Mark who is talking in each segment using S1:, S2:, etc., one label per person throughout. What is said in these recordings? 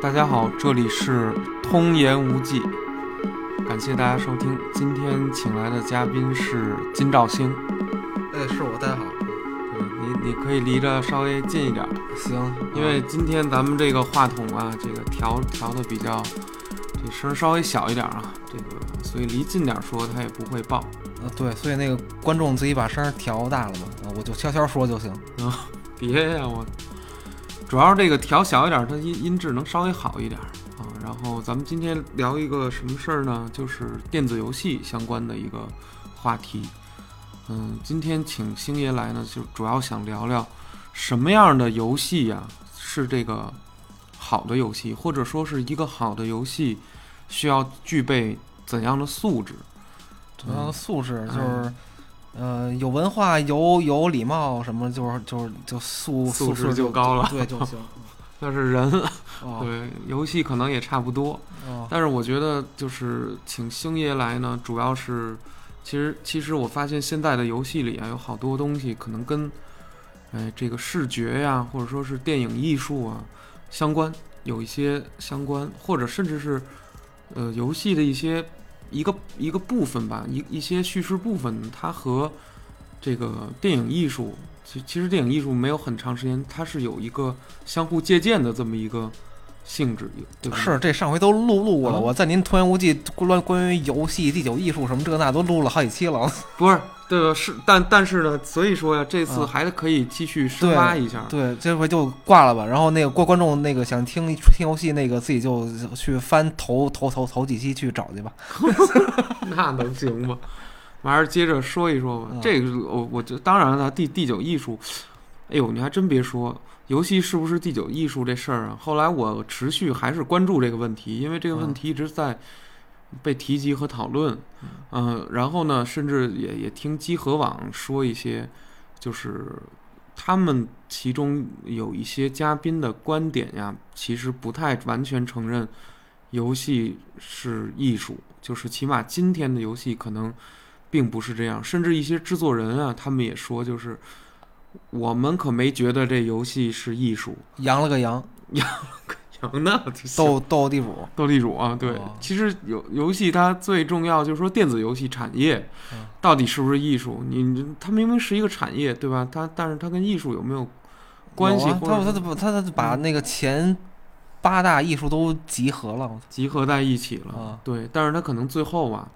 S1: 大家好，这里是通言无忌，感谢大家收听。今天请来的嘉宾是金兆星，
S2: 哎，是我，大家好。
S1: 对你你可以离着稍微近一点，
S2: 行，
S1: 因为
S2: 啊
S1: 今天咱们这个话筒啊，这个调调的比较，这声儿稍微小一点啊，这个所以离近点说它也不会爆。
S2: 呃，对，所以那个观众自己把声儿调大了嘛，啊我就悄悄说就行。
S1: 别呀、我主要这个调小一点，它音音质能稍微好一点啊。然后咱们今天聊一个什么事儿呢？就是电子游戏相关的一个话题。嗯，今天请星爷来呢，就主要想聊聊什么样的游戏呀、是这个好的游戏，或者说是一个好的游戏需要具备怎样的素质？
S2: 主要的素质就是，
S1: 嗯
S2: 呃，有文化，有有礼貌，什么就是就是就素
S1: 素质
S2: 质
S1: 就高了
S2: 对就 行。
S1: 那是人，啊
S2: 哦
S1: 对游戏可能也差不多。
S2: 哦，
S1: 但是我觉得就是请星爷来呢，主要是，其实其实我发现现在的游戏里啊，有好多东西可能跟，哎，这个视觉呀，或者说是电影艺术啊相关，有一些相关，或者甚至是，呃，游戏的一些一个一个部分吧，一一些叙事部分，它和这个电影艺术，其其实电影艺术没有很长时间，它是有一个相互借鉴的这么一个性质，对吧？
S2: 是这上回都录录过了，
S1: 嗯
S2: 我在您《突然无忌》关关于游戏、第九艺术什么这那都录了好几期 了。
S1: 不是，对吧？是，但但是呢，所以说呀，这次
S2: 嗯
S1: 还可以继续深挖一下。
S2: 对，这回就挂了吧。然后那个观观众那个想听听游戏那个自己就去翻头头头头几期去找去吧。
S1: 那能行吗？我还是接着说一说吧。
S2: 嗯
S1: 这个我我就当然了，第第九艺术，哎呦，你还真别说，游戏是不是第九艺术这事儿啊？后来我持续还是关注这个问题，因为这个问题一直在被提及和讨论。嗯、然后呢，甚至也也听集合网说一些，就是他们其中有一些嘉宾的观点呀，其实不太完全承认游戏是艺术，就是起码今天的游戏可能并不是这样，甚至一些制作人啊，他们也说，就是我们可没觉得这游戏是艺术，
S2: 扬了个扬，
S1: 行，那就行
S2: 斗斗地主。
S1: 斗地主啊，对，
S2: 哦
S1: 其实游游戏它最重要就是说电子游戏产业
S2: 嗯
S1: 到底是不是艺术？你你它明明是一个产业，对吧？它但是它跟艺术有没有关系
S2: 有啊
S1: 或
S2: 他
S1: 者
S2: 他他他他把那个前八大艺术都集合了，我操
S1: 集合在一起了？
S2: 啊
S1: 对，但是它可能最后啊，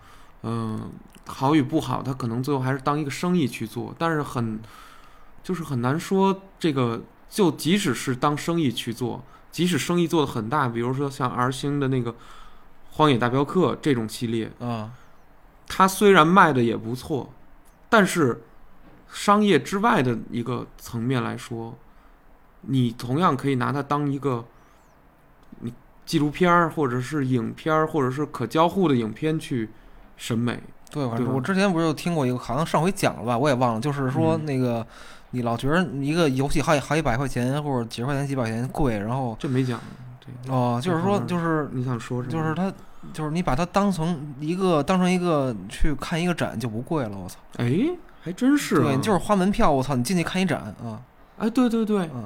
S1: 嗯、好与不好，它可能最后还是当一个生意去做，但是很就是很难说这个，就即使是当生意去做，即使生意做的很大，比如说像 R 星的那个《荒野大镖客》这种系列，
S2: 啊，
S1: 它虽然卖的也不错，但是商业之外的一个层面来说，你同样可以拿它当一个你纪录片儿，或者是影片儿，或者是可交互的影片去审美。
S2: 对，
S1: 对
S2: 反
S1: 啊吧
S2: 正我之前不是有听过一个，好像上回讲了吧，我也忘了，就是说
S1: 嗯
S2: 那个、你老觉得一个游戏好几好几百块钱或者几十块钱几百块钱贵，然后
S1: 这没讲，这
S2: 哦、就是
S1: 嗯
S2: 说就是
S1: 你想说什么？
S2: 就是它就是你把它当成一个当成一个去看一个展就不贵了，我操，
S1: 哎，还真是、啊，
S2: 对，就是花门票，我操，你进去看一展啊，
S1: 哎，对对对，
S2: 嗯，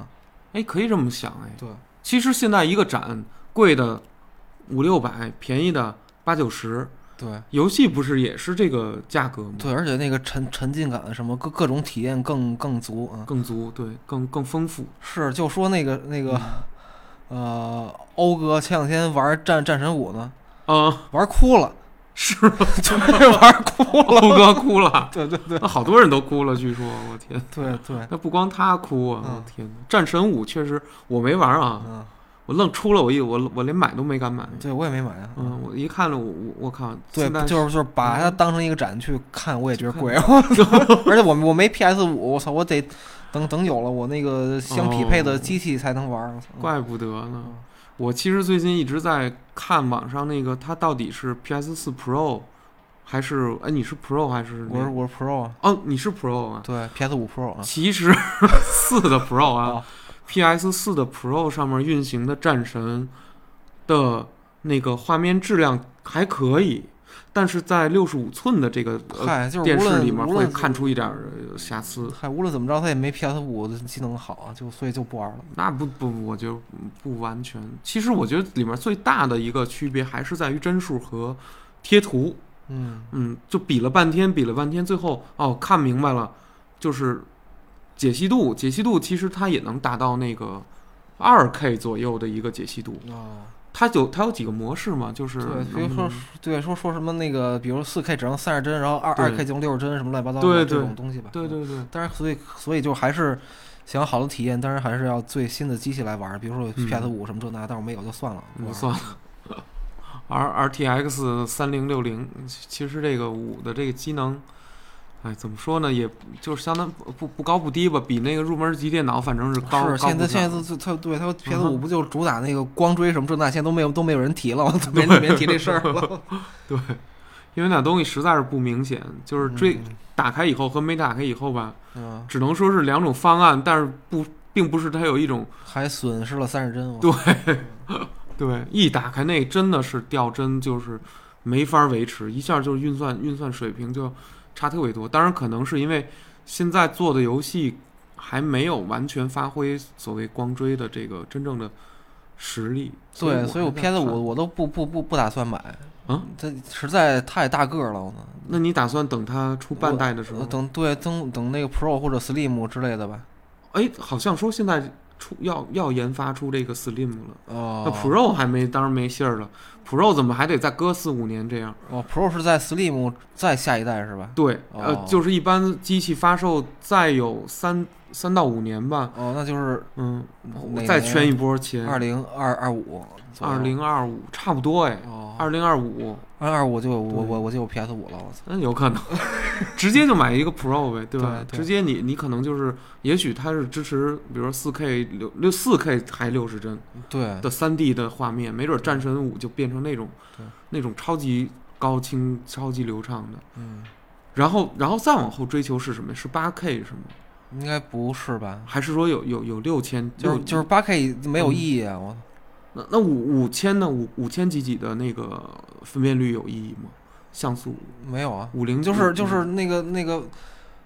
S1: 哎，可以这么想，哎，
S2: 对，
S1: 其实现在一个展贵的五六百，便宜的八九十，
S2: 对。
S1: 游戏不是也是这个价格吗？
S2: 对，而且那个沉沉浸感什么各各种体验更更足啊。
S1: 更足，对，更更丰富。
S2: 是，就说那个那个，
S1: 嗯
S2: 呃，欧哥前两天玩战战神五呢，
S1: 啊，
S2: 玩哭了，
S1: 是
S2: 就是玩哭了。
S1: 欧哥哭了，
S2: 对对对
S1: 那好多人都哭了，据说，我天，
S2: 对对，
S1: 那不光他哭啊，
S2: 嗯
S1: 我天哪！战神五确实我没玩啊，
S2: 嗯，
S1: 我愣出了我一我我连买都没敢买。
S2: 对我也没买啊。
S1: 嗯，我一看了我我我靠，
S2: 对
S1: 现，在嗯
S2: 就是就是把它当成一个展去看，我也觉得贵。 而且我我没 PS 五，我操，我得等等有了我那个相匹配的机器才能玩儿。嗯
S1: 哦怪不得呢
S2: 嗯。
S1: 我其实最近一直在看网上那个，它到底是 PS 四 Pro 还是哎你是 Pro 还是那
S2: 我是
S1: 个？
S2: 我是 Pro 啊，
S1: 哦，你是 Pro 啊？
S2: 对 PS 五 Pro 啊，
S1: 其实 四的 Pro 啊，
S2: 啊
S1: PS 四的 Pro 上面运行的战神的那个画面质量还可以，但是在六十五寸的这个呃
S2: 嗨，就是
S1: 电
S2: 无
S1: 视
S2: 论
S1: 里面
S2: 无
S1: 会
S2: 论
S1: 看出一点儿呃瑕疵。
S2: 嗨，无论怎么着，它也没 PS 五的机能好啊，就所以就不玩了。
S1: 那不不，我觉得不完全。其实我觉得里面最大的一个区别还是在于帧数和贴图。
S2: 嗯，
S1: 嗯，就比了半天，比了半天，最后哦看明白了，就是解析度，解析度其实它也能达到那个二 K 左右的一个解析度。
S2: 哦，
S1: 它有它有几个模式嘛，就是
S2: 对，比如
S1: 嗯
S2: 说对说说什么那个，比如四 K 只能三十帧，然后二
S1: 对
S2: 二 K 就六十帧，什么乱七八糟
S1: 对
S2: 的
S1: 对
S2: 这种东西吧。
S1: 对对对，
S2: 当然，所以所以就还是想要好的体验，当然还是要最新的机器来玩儿，比如说
S1: 嗯
S2: PS 五什么这那，但是我没有就算了，不
S1: 嗯
S2: 玩
S1: 算
S2: 了。
S1: 了。R R T X 三零六零，其实这个五的这个机能，哎，怎么说呢？也就是相当不不不高不低吧，比那个入门级电脑反正是高
S2: 是
S1: 高
S2: 现
S1: 不
S2: 在
S1: 少
S2: 现在就它对它 PS
S1: 嗯
S2: 五
S1: 哼
S2: 不就主打那个光追什么这那，现在都没有都没有人提 了，都没人没人提这事儿了。
S1: 对，因为那东西实在是不明显， 就是追、打开以后和没打开以后吧，
S2: 嗯，嗯，
S1: 只能说是两种方案，但是不并不是它有一种
S2: 还损失了三十帧。我
S1: 对对一打开那真的是掉帧，就是没法维持，一下就是运算运算水平就差特别多。当然可能是因为现在做的游戏还没有完全发挥所谓光追的这个真正的实力，
S2: 对，所以我
S1: 还在
S2: PS
S1: 看
S2: 五我都不不不不打算买，
S1: 啊，
S2: 它实在太大个儿了。我
S1: 那你打算等它出半代的时
S2: 我
S1: 候？
S2: 等对等等那个 Pro 或者 Slim 之类的吧。
S1: 哎，好像说现在出要要研发出这个 Slim 了。那
S2: 哦
S1: Pro 还没，当然没信儿了。Pro 怎么还得再搁四五年这样？
S2: 哦 Pro 是在 Slim 再下一代是吧？
S1: 对，
S2: 哦
S1: 呃，就是一般机器发售再有三三到五年吧，
S2: 哦，那就是
S1: 嗯，
S2: 哪
S1: 再
S2: 年
S1: 圈一波钱，
S2: 二零二二五，
S1: 二零二五差不多哎，
S2: 哦，
S1: 二零二五，
S2: 二二五就有我
S1: 对
S2: 我我就有 PS 五了，我操！
S1: 那有可能 直接就买一个 Pro 呗，对吧？
S2: 对对
S1: 直接你你可能就是，也许它是支持，比如说四 K 六六四 K 还六十帧
S2: 对，
S1: 的三 D 的画面，没准《战神五》就变成那种
S2: 对
S1: 那种超级高清、超级流畅的。
S2: 嗯，
S1: 然后，然后再往后追求是什么？是八 K 是吗？
S2: 应该不是吧？
S1: 还是说有有有六嗯千？
S2: 就是就是八 K 没有意义啊！我
S1: 那那五五千呢？五五千几几的那个分辨率有意义吗？像素
S2: 没有啊，
S1: 五零
S2: 就是就是
S1: 嗯
S2: 那个那个，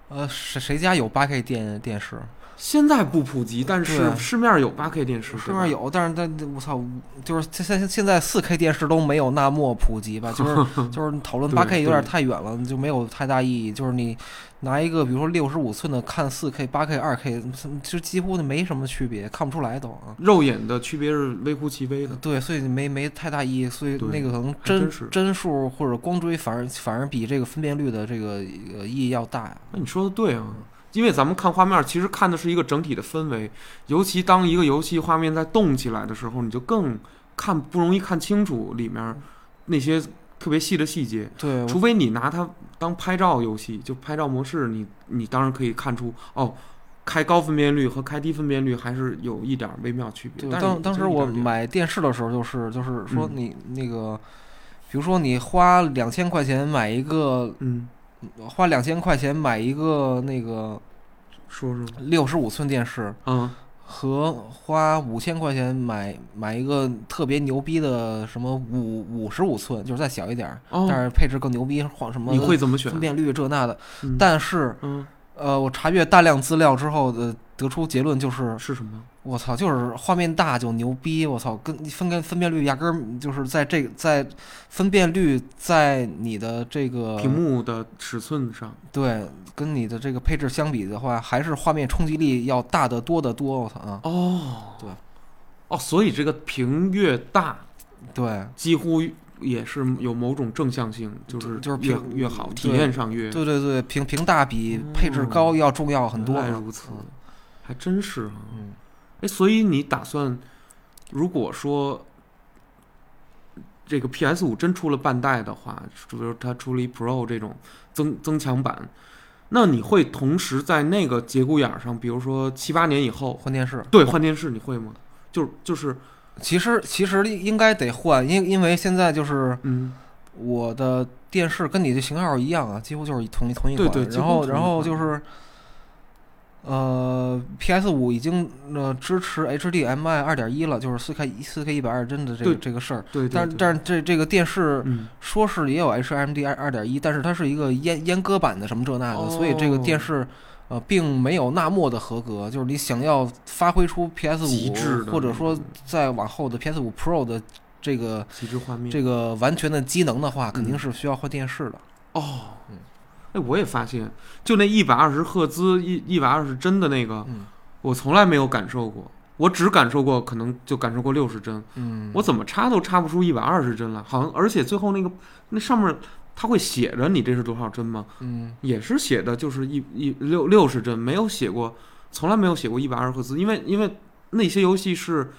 S2: 呃，谁谁家有八 K 电电视？
S1: 现在不普及，但
S2: 对
S1: 是
S2: 啊
S1: 市面有八 K 电视，
S2: 市
S1: 对吧
S2: 面。有，但是但我操，就是现现现在四 K 电视都没有那么普及吧？就是 就是讨论
S1: 对
S2: 八 K 有点
S1: 对
S2: 太远了，就没有太大意义。就是你拿一个比如说六十五寸的看四 K、八 K、二 K，就嗯几乎没什么区别，看不出来都啊。
S1: 肉眼的区别是微乎其微的，
S2: 对，所以没没太大意义，所以
S1: 嗯对
S2: 那个可能
S1: 还真
S2: 帧
S1: 是
S2: 帧数或者光追反而反而比这个分辨率的这个呃意义要大呀。
S1: 那你说的对啊，因为咱们看画面，其实看的是一个整体的氛围，尤其当一个游戏画面在动起来的时候，你就更看不容易看清楚里面那些特别细的细节。
S2: 对，我
S1: 除非你拿它当拍照游戏，就拍照模式，你你当然可以看出哦，开高分辨率和开低分辨率还是有一点微妙区别。
S2: 对，
S1: 但是
S2: 当当时我
S1: 就是一点点
S2: 买电视的时候，就是就是说
S1: 嗯
S2: 你那个，比如说你花两千块钱买一个，
S1: 嗯，
S2: 花两千块钱买一个那个
S1: 说说
S2: 六十五寸电视，
S1: 嗯，
S2: 和花五千块钱买买一个特别牛逼的什么五五十五寸，就是再小一点儿，但
S1: 哦，
S2: 是配置更牛逼，换什么
S1: 你会怎么选
S2: 分？辨率这那的，
S1: 嗯
S2: 但是。
S1: 嗯
S2: 呃，我查阅大量资料之后的得出结论就是，
S1: 是什么？
S2: 我操，就是画面大就牛逼，我操，跟分辨分辨率压根儿就是在这个在分辨率在你的这个
S1: 屏幕的尺寸上，
S2: 对跟你的这个配置相比的话，还是画面冲击力要大得多得多，我操啊，
S1: 哦，
S2: 对，
S1: 哦，所以这个屏越大，
S2: 对
S1: 几乎也是有某种正向性，就是
S2: 就是
S1: 越
S2: 屏
S1: 越好，体
S2: 对
S1: 验上越
S2: 对对对，屏屏大比配置高要重要很多
S1: 嗯原来
S2: 啊，
S1: 如此
S2: 嗯，
S1: 还真是啊。
S2: 嗯，
S1: 哎，所以你打算，如果说这个 PS 五真出了半代的话，就比如它出了一 Pro 这种增增强版，那你会同时在那个节骨眼儿上，比如说七八年以后，
S2: 换电视，
S1: 对，换电视你会吗？就是就是，
S2: 其实其实应该得换，因因为现在就是
S1: 嗯，
S2: 我的电视跟你的型号一样啊，几乎就是同一同一
S1: 对
S2: 款。
S1: 对几乎同
S2: 然后
S1: 一
S2: 然后
S1: 款
S2: 就是，呃，PS 五已经呃支持 HDMI 二点一了，就是四 K 四 K 一百二十帧的这个
S1: 对
S2: 这个事儿。
S1: 对对
S2: 但
S1: 对
S2: 但是这这个电视
S1: 嗯，
S2: 说是也有 HMD 二二点一，但是它是一个阉阉割版的什么这那的，所以这个
S1: 哦
S2: 电视呃并没有那么的合格。就是你想要发挥出 PS
S1: 极致
S2: 五，
S1: 的
S2: 或者说
S1: 那种
S2: 再往后的 PS 五 Pro 的这个
S1: 极致画面
S2: 这个完全的机能的话，肯定
S1: 嗯
S2: 是需要换电视的。
S1: 哦
S2: 嗯。
S1: 哎，我也发现，就那一百二十赫兹、一一百二十帧的那个，
S2: 嗯
S1: 我从来没有感受过。我只感受过，可能就感受过六十帧，
S2: 嗯，
S1: 我怎么插都插不出一百二十帧来，好像而且最后那个那上面它会写着你这是多少帧吗？
S2: 嗯
S1: 也是写的就是一一六六十帧，没有写过，从来没有写过一百二十赫兹，因为因为那些游戏是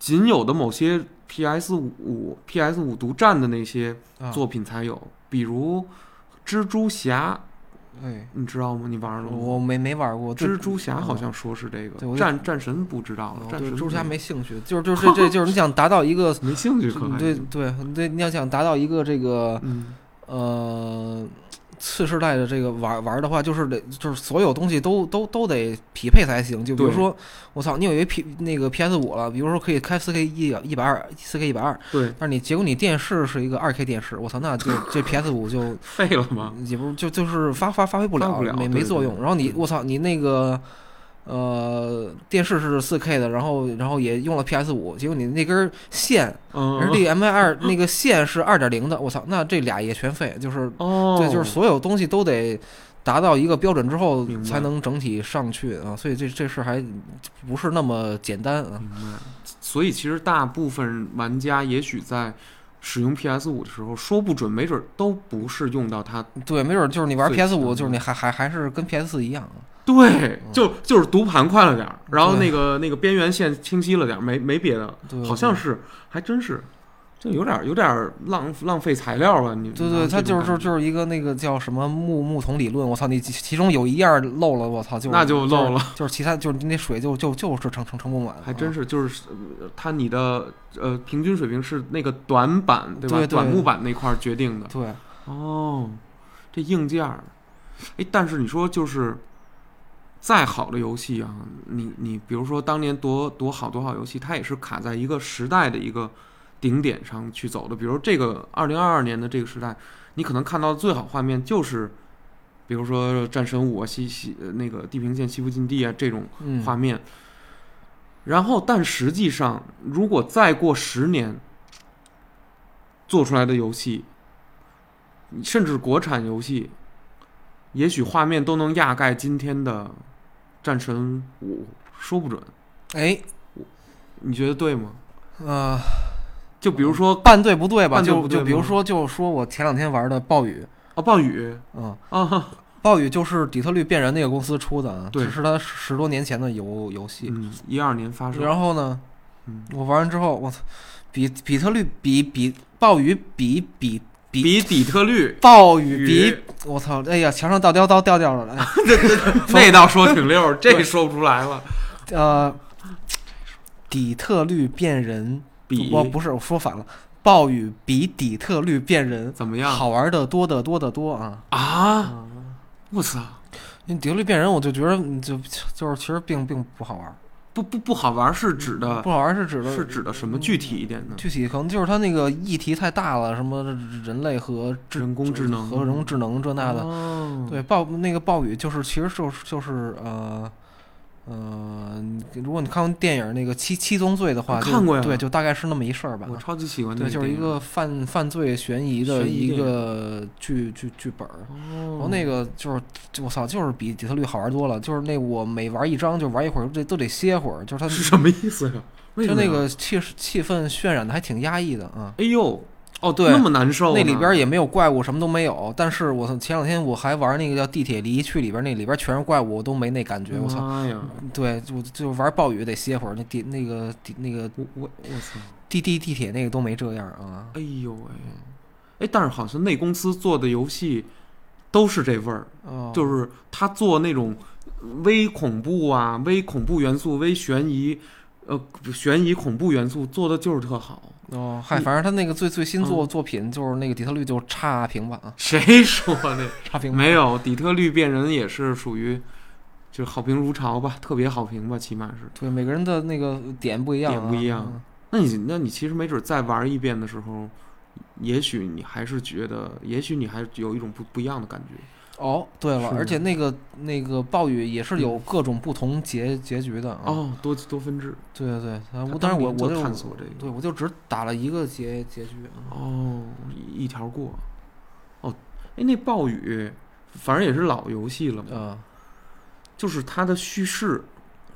S1: 仅有的某些 PS 五 PS 五独占的那些
S2: 啊
S1: 作品才有，比如蜘蛛侠，
S2: 哎，
S1: 你知道吗？你玩了吗？
S2: 我没没玩过
S1: 蜘蛛侠好。
S2: 对
S1: 像说是这
S2: 对我
S1: 个，
S2: 就
S1: 战战神不知道
S2: 哦
S1: 了，
S2: 对
S1: 战神
S2: 蜘蛛侠
S1: 没
S2: 没兴趣，就是就是这 这就是你想达到一个，
S1: 没兴趣可
S2: 嗯
S1: 还
S2: 对
S1: 行
S2: 对对，你要想达到一个这个
S1: 嗯
S2: 呃次世代的这个玩玩的话，就是得就是所有东西都都都得匹配才行。就比如
S1: 对
S2: 说，我操，你有一 P 那个 PS 五了，比如说可以开四 K 一一百二四 K 一百二，
S1: 对
S2: 但是你结果你电视是一个二 K 电视，我操，那就这 PS 五就
S1: 废了吗？
S2: 也不是就就是发发发挥不
S1: 发
S2: 了，
S1: 不了
S2: 没
S1: 对
S2: 没作
S1: 对
S2: 用。
S1: 对
S2: 然后你
S1: 嗯
S2: 我操，你那个呃电视是四 K 的，然后然后也用了 PS 五，结果你那根线
S1: 嗯
S2: HDMI 二那个线是二点零的，我操，那这俩也全废，就是
S1: 哦，
S2: 对，就是所有东西都得。达到一个标准之后
S1: 明，白
S2: 才能整体上去啊，所以这这事还不是那么简单啊。
S1: 明白。所以其实大部分玩家也许在使用 PS 五的时候，说不准没准都不是用到它。
S2: 对，没准儿就是你玩
S1: 最
S2: PS 五，
S1: 强
S2: 就是你还还还是跟 PS 四一样啊。
S1: 对
S2: 嗯，
S1: 就就是读盘快了点儿，然后
S2: 对
S1: 那个那个边缘线清晰了点儿，没没别的，
S2: 对，
S1: 好像是，还真是，就有点儿有点儿浪浪费材料吧？你
S2: 对对，
S1: 它
S2: 它就是就是就是一个那个叫什么木木桶理论，我操，你其其中有一样漏了，我操，就
S1: 那就漏
S2: 了，就是其他就是那水就就就是盛盛盛不满，
S1: 还真
S2: 是
S1: 是就是呃它你的呃平均水平是那个短板对吧？
S2: 对对
S1: 短木板那块儿决定的。
S2: 对，
S1: 哦，这硬件儿，哎，但是你说就是再好的游戏啊，你你比如说当年多多好多好游戏，它也是卡在一个时代的一个顶点上去走的。比如这个二零二二年的这个时代，你可能看到的最好画面就是，比如说《战神五》啊，西西呃那个《地平线：西部禁地啊》这种
S2: 嗯，
S1: 画面。然后，但实际上，如果再过十年，做出来的游戏，甚至国产游戏，也许画面都能压盖今天的《战神五》，说不准。
S2: 哎，
S1: 你觉得对吗？
S2: 呃，
S1: 就比如说
S2: 半对不对吧？
S1: 半对不
S2: 就
S1: 对
S2: 就比如
S1: 吗
S2: 说，就说我前两天玩的暴雨，
S1: 啊，暴雨
S2: 嗯，
S1: 啊，
S2: 暴雨就是底特律变人那个公司出的啊，
S1: 对
S2: 这是他十多年前的游游戏，
S1: 嗯，一二年发售，
S2: 然后呢，
S1: 嗯，
S2: 我玩完之后，我操，比比特律比比暴雨比比
S1: 比底特 律
S2: 暴雨比我操！哎呀，墙上倒雕刀掉掉了。
S1: 那
S2: 哎
S1: 倒说挺溜儿， 这说不出来了。
S2: 呃，底特律变人，
S1: 比
S2: 我不是我说反了，暴雨比底特律变人
S1: 怎么样
S2: 好玩的多得多得多啊！
S1: 啊？
S2: 嗯
S1: 我操！
S2: 因为底特律变人，我就觉得嗯就就是其实并并不好玩，
S1: 不不不好玩是指的
S2: 不好玩是指的
S1: 是指的什么具体一点呢？
S2: 具体可能就是它那个议题太大了，什么人类和智
S1: 人工智能
S2: 和人工智能这那的，
S1: 哦
S2: 对，暴那个暴雨就是，其实就是就是呃呃，你如果你看过电影那个《七七宗罪》的话，
S1: 我
S2: 就
S1: 看过呀
S2: 对，就大概是那么一事儿吧
S1: 我。超级喜欢那
S2: 对，就是
S1: 电
S2: 一
S1: 影
S2: 个犯犯罪悬疑的
S1: 悬疑
S2: 一
S1: 电影
S2: 个剧剧剧本儿。然
S1: 哦
S2: 后那个就是，就我操，就是比底特律好玩多了。就是那我每玩一章就玩一会儿，这都得歇会儿。就是
S1: 是
S2: 它，
S1: 什么意思呀？为什
S2: 就
S1: 么呀
S2: 那个气势气氛渲染的还挺压抑的啊。
S1: 哎呦哦
S2: 对
S1: 那么难受呢
S2: 那里边也没有怪物，什么都没有。但是我操前两天我还玩那个叫《地铁离去》里边，那里边全是怪物，我都没那感觉。我操！
S1: 妈呀！
S2: 对，就就玩暴雨得歇会儿，那地那个地那个
S1: 我我我操！
S2: 地地地铁那个都没这样啊。
S1: 哎呦喂、哎，但是好像那公司做的游戏都是这味儿，
S2: 哦，
S1: 就是是他做那种微恐怖啊、微恐怖元素、微悬疑，呃，悬疑恐怖元素做的就是特好。
S2: 哦，嗨，
S1: 你
S2: 反正他那个最最新作作品就是那个底特律就差评吧啊，
S1: 谁说的？
S2: 差评吧
S1: 没有，底特律变人也是属于就是好评如潮吧，特别好评吧，起码是。
S2: 对，每个人的那个点不一样、啊，
S1: 点不一样那你那你其实没准再玩一遍的时候，也许你还是觉得，也许你还有一种不不一样的感觉。
S2: 哦，对了，
S1: 是
S2: 而且那个那个暴雨也是有各种不同结、结局的啊。，
S1: 哦，多多分支。
S2: 对对对，啊
S1: 他
S2: 我但是我
S1: 当年
S2: 我
S1: 就
S2: 就
S1: 探索这个。
S2: 对我就只打了一个结结局啊。
S1: 哦，一一条过。哦，哎，那暴雨，反正也是老游戏了嘛，
S2: 嗯
S1: 就是它的叙事，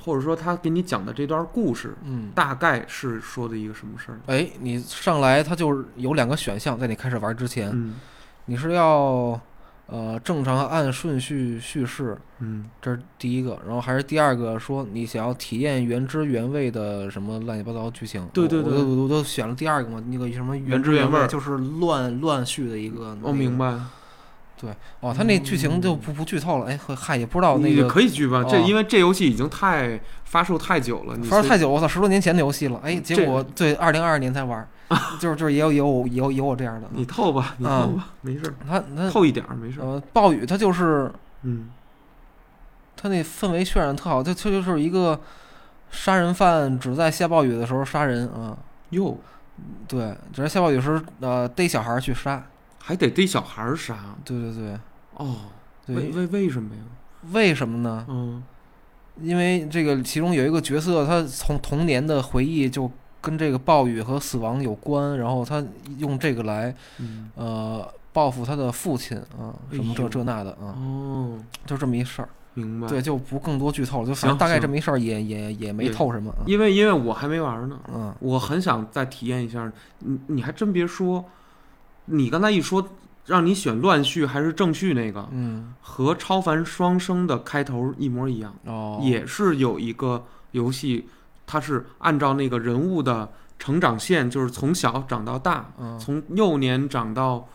S1: 或者说他给你讲的这段故事，
S2: 嗯，
S1: 大概是说的一个什么事儿？
S2: 哎，你上来它就是有两个选项，在你开始玩之前，
S1: 嗯
S2: 你是要呃正常按顺序叙事，
S1: 嗯
S2: 这是第一个，然后还是第二个说你想要体验原汁原味的什么乱七八糟剧情。
S1: 对对对
S2: 我我我都选了第二个嘛，那个什么
S1: 原汁
S2: 原哦
S1: 原味儿
S2: 就是乱乱续的一嗯个。
S1: 我明。白，
S2: 哦，他那剧情就不不剧透了，哎，和嗨也不知道那
S1: 你
S2: 个。
S1: 可以去吧，这
S2: 哦
S1: 因为这游戏已经太发售太久了，你
S2: 玩
S1: 随
S2: 太久，我操，十多年前的游戏了，哎，结果对，二零二二年才玩 儿，就是就是也有有我有有我这样的，
S1: 你透吧，你
S2: 啊
S1: 透吧，没事儿，
S2: 他他
S1: 透一点儿没事儿，
S2: 呃，暴雨他就是
S1: 嗯，
S2: 他那氛围渲染特好，就他就是一个杀人犯只在下暴雨的时候杀人啊，
S1: 哟，
S2: 对，只是下暴雨时候呃逮小孩儿去杀，
S1: 还得逮小孩儿杀，
S2: 对对对
S1: 哦，为
S2: 对，啊
S1: 为为什么呀？
S2: 为什么呢？
S1: 嗯，
S2: 因为这个其中有一个角色，他从童年的回忆就跟这个暴雨和死亡有关，然后他用这个来
S1: 嗯
S2: 呃报复他的父亲啊，
S1: 哎
S2: 什么这
S1: 呦
S2: 这那的啊，
S1: 哦，
S2: 就这么一事儿。
S1: 明白，
S2: 对，就不更多剧透了，就反
S1: 行
S2: 正大概
S1: 行
S2: 这么一事儿，也也也没
S1: 也
S2: 透什么啊。
S1: 因为因为我还没玩儿呢，
S2: 嗯，
S1: 我很想再体验一下。你你还真别说，你刚才一说让你选乱序还是正序那个，
S2: 嗯
S1: 和《超凡双生》的开头一模一样，
S2: 哦，
S1: 也是有一个游戏，它是按照那个人物的成长线，就是从小长到大，
S2: 嗯
S1: 从幼年长到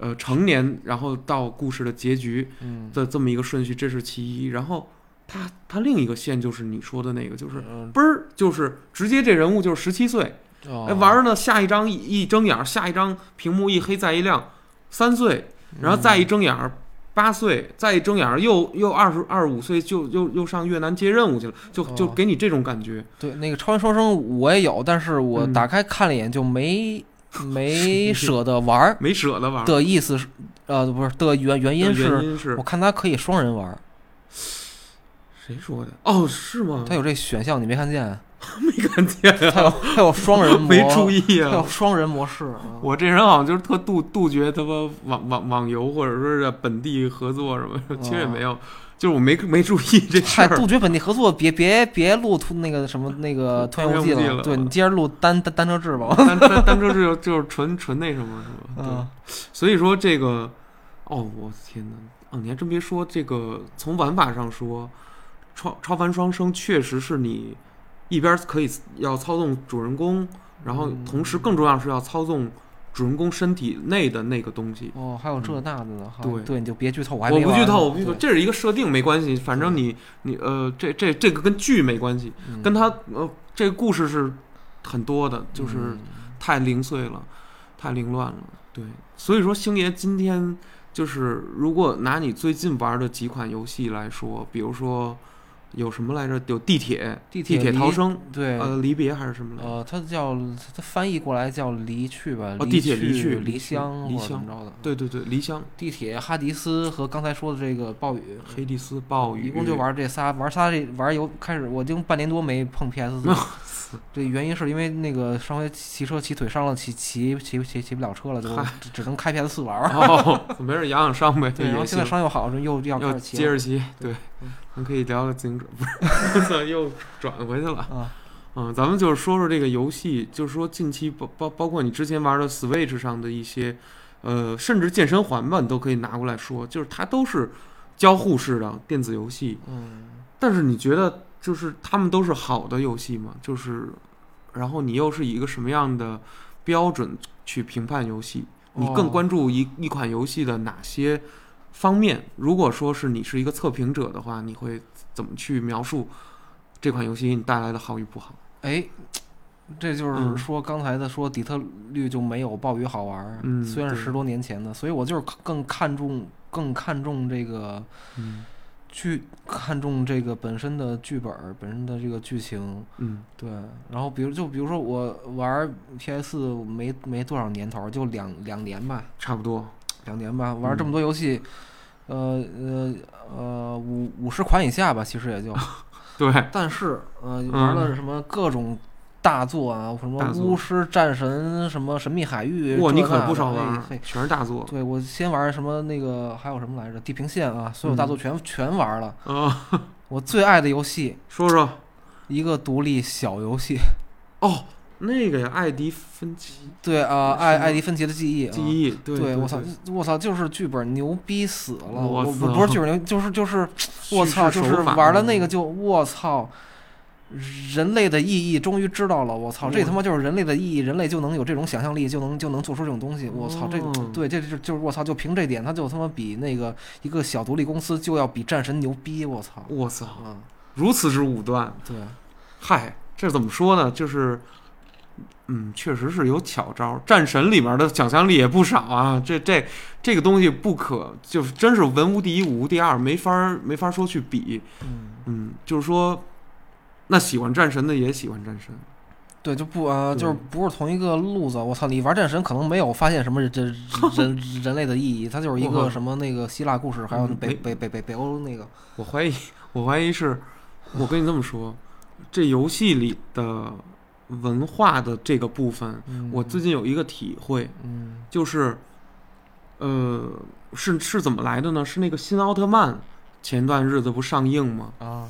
S1: 呃成年，然后到故事的结局
S2: 嗯，
S1: 的这么一个顺序，这是其一。然后它它另一个线就是你说的那个，就是
S2: 嗯
S1: 嘣儿，就是直接这人物就是十七岁，
S2: 哦
S1: 哎，玩儿呢，下一张一一睁眼儿，下一张屏幕一黑再一亮，三岁，然后
S2: 嗯
S1: 再一睁眼儿八岁，再一睁眼儿又又二十二五岁，就又又上越南接任务去了，就就
S2: 哦
S1: 给你这种感觉。
S2: 对那个《超人双生》我也有，但是我
S1: 嗯
S2: 打开看了一眼 就没没舍得玩儿
S1: 没舍得玩儿，
S2: 的意思是，呃，不是的原原
S1: 原
S2: 因是，
S1: 因是
S2: 我看它可以双人玩儿，
S1: 谁说的？哦，是吗
S2: 它？有这选项你没看 见？
S1: 没看见啊，
S2: 它有它有双人模，
S1: 没注意
S2: 它有
S1: 啊。
S2: 双人模式啊。
S1: 我这人好像就是特杜杜绝他妈网网网游或者说是本地合作什么的，其实也没
S2: 哦
S1: 有，就是我没没注意这事
S2: 嗨，
S1: 儿。
S2: 杜绝本地合作，别别别录突那个什么那个《
S1: 突
S2: 突然无忌》
S1: 突然无忌了
S2: 对你接着录单单单车制吧。
S1: 单单单车就是就是纯纯那什么是吧？对。
S2: 嗯，
S1: 所以说这个，哦，我天哪！哦，你还真别说，这个从玩法上说，超超凡双生确实是你一边可以要操纵主人公，然后
S2: 嗯
S1: 同时更重要是要操纵主人公身体内的那个东西。
S2: 哦，还有这那的呢。哈
S1: 对
S2: 对，你就别剧透，我还
S1: 我
S2: 没
S1: 不
S2: 玩
S1: 剧
S2: 呢
S1: 透，我不剧透，
S2: 对
S1: 这是一个设定，没关系。反正你你呃，这这这个跟剧没关系，
S2: 嗯
S1: 跟他呃这个故事是很多的，就是。
S2: 嗯
S1: 太零碎了，太凌乱了。对，所以说星爷今天就是，如果拿你最近玩的几款游戏来说，比如说有什么来着？有地铁、
S2: 地
S1: 地
S2: 铁
S1: 铁
S2: 离
S1: 逃生，
S2: 对，
S1: 呃，离别还是什么来着？
S2: 呃，它叫它翻译过来叫离去吧，
S1: 哦
S2: 离
S1: 地铁
S2: 离
S1: 离去
S2: 离
S1: 离
S2: 乡
S1: 去离
S2: 或者怎
S1: 乡
S2: 么着的。，
S1: 对对对，离乡、
S2: 地铁、哈迪斯和刚才说的这个暴雨，
S1: 黑蒂斯、暴雨，
S2: 哦一共就。玩这仨，玩仨这玩游开始，我已经半年多没 碰 PS 四。这原因是因为那个上回骑车骑腿伤了，骑骑骑骑骑不了车了，就
S1: 嗨
S2: 只只能开 PS 四玩玩。
S1: 哦， 没事，养养伤呗，
S2: 对，然后
S1: 也
S2: 现
S1: 行
S2: 在。伤又好了，又要开
S1: 要
S2: 始骑
S1: 接
S2: 了嗯
S1: 着骑，对，我们可以聊聊自行车，不 是，操又转回去了。
S2: 啊，
S1: 嗯，咱们就是说说这个游戏，就是说近期包包包括你之前玩的 Switch 上的一些，呃，甚至健身环吧，你都可以拿过来说，就是它都是交互式的电子游戏。
S2: 嗯，
S1: 但是你觉得，就是他们都是好的游戏吗？就是，然后你又是以一个什么样的标准去评判游戏？你更
S2: 哦
S1: 关注一一款游戏的哪些方面？如果说是你是一个测评者的话，你会怎么去描述这款游戏给你带来的好与不好？
S2: 哎，这就是
S1: 嗯
S2: 说刚才的说底特律就没有暴雨好玩儿，
S1: 嗯
S2: 虽然是
S1: 对
S2: 十多年前的，所以我就是更看重更看重这个
S1: 嗯
S2: 去看重这个本身的剧本儿、本身的这个剧情，
S1: 嗯
S2: 对。然后比如就比如说我玩 PS 没没多少年头儿，就两两年吧，
S1: 差不多，
S2: 两年吧，玩
S1: 嗯
S2: 这么多游戏，呃呃呃五五十款以下吧，其实也 就。
S1: 对，
S2: 但是呃
S1: 嗯
S2: 玩了什么各种大作啊，什么
S1: 大作
S2: 巫师、战神、什么神秘海域，
S1: 哇，
S2: 这
S1: 你可
S2: 那
S1: 不
S2: 的
S1: 少
S2: 哎
S1: 玩
S2: 嘿
S1: 儿，全是大作
S2: 对，我先玩什么那个，还有什么来着？地平线啊，所
S1: 嗯
S2: 有大作全、全玩了。
S1: 啊。
S2: 我最爱的游戏，
S1: 说说
S2: 一个独立小游戏，
S1: 哦，那个呀，艾迪芬奇
S2: 对啊，艾
S1: 是吗
S2: 艾迪芬奇的记忆啊。
S1: 记忆，对
S2: 对，我操
S1: 对，
S2: 我操，就是剧本牛逼死了！
S1: 我
S2: 我
S1: 操
S2: 不是剧本牛，就是就是，我
S1: 叙
S2: 操，
S1: 事
S2: 就是
S1: 手法
S2: 玩了
S1: 嗯
S2: 那个就我操，人类的意义终于知道了！我操，这
S1: 哇
S2: 他妈就是人类的意义，人类就能有这种想象力，就能就能做出这种东西！我操，这
S1: 哦
S2: 对，这就就是我操，就凭这点，他就他妈比那个一个小独立公司就要比战神牛逼！我操，
S1: 我操，
S2: 啊，
S1: 如此之武断，
S2: 对，
S1: 嗨，这怎么说呢？就是，嗯，确实是有巧招。战神里面的想象力也不少啊。这这这个东西不可，就是真是文无第一，武无第二，没法儿没法儿说去比。
S2: 嗯，
S1: 嗯，就是说，那喜欢战神的也喜欢战神。
S2: 对，就不啊，就是
S1: 对
S2: 不是同一个路子。我操，你玩战神可能没有发现什么人 人人人类的意义，它就是一
S1: 我靠
S2: 个什么那个希腊故事，还有
S1: 嗯
S2: 北
S1: 没
S2: 北北北北欧那个。
S1: 我怀疑，我怀疑是，我跟你这么说，这游戏里的文化的这个部分，
S2: 嗯
S1: 我最近有一个体会，
S2: 嗯
S1: 就是，呃，是是怎么来的呢？是那个新奥特曼前段日子不上映吗？
S2: 啊，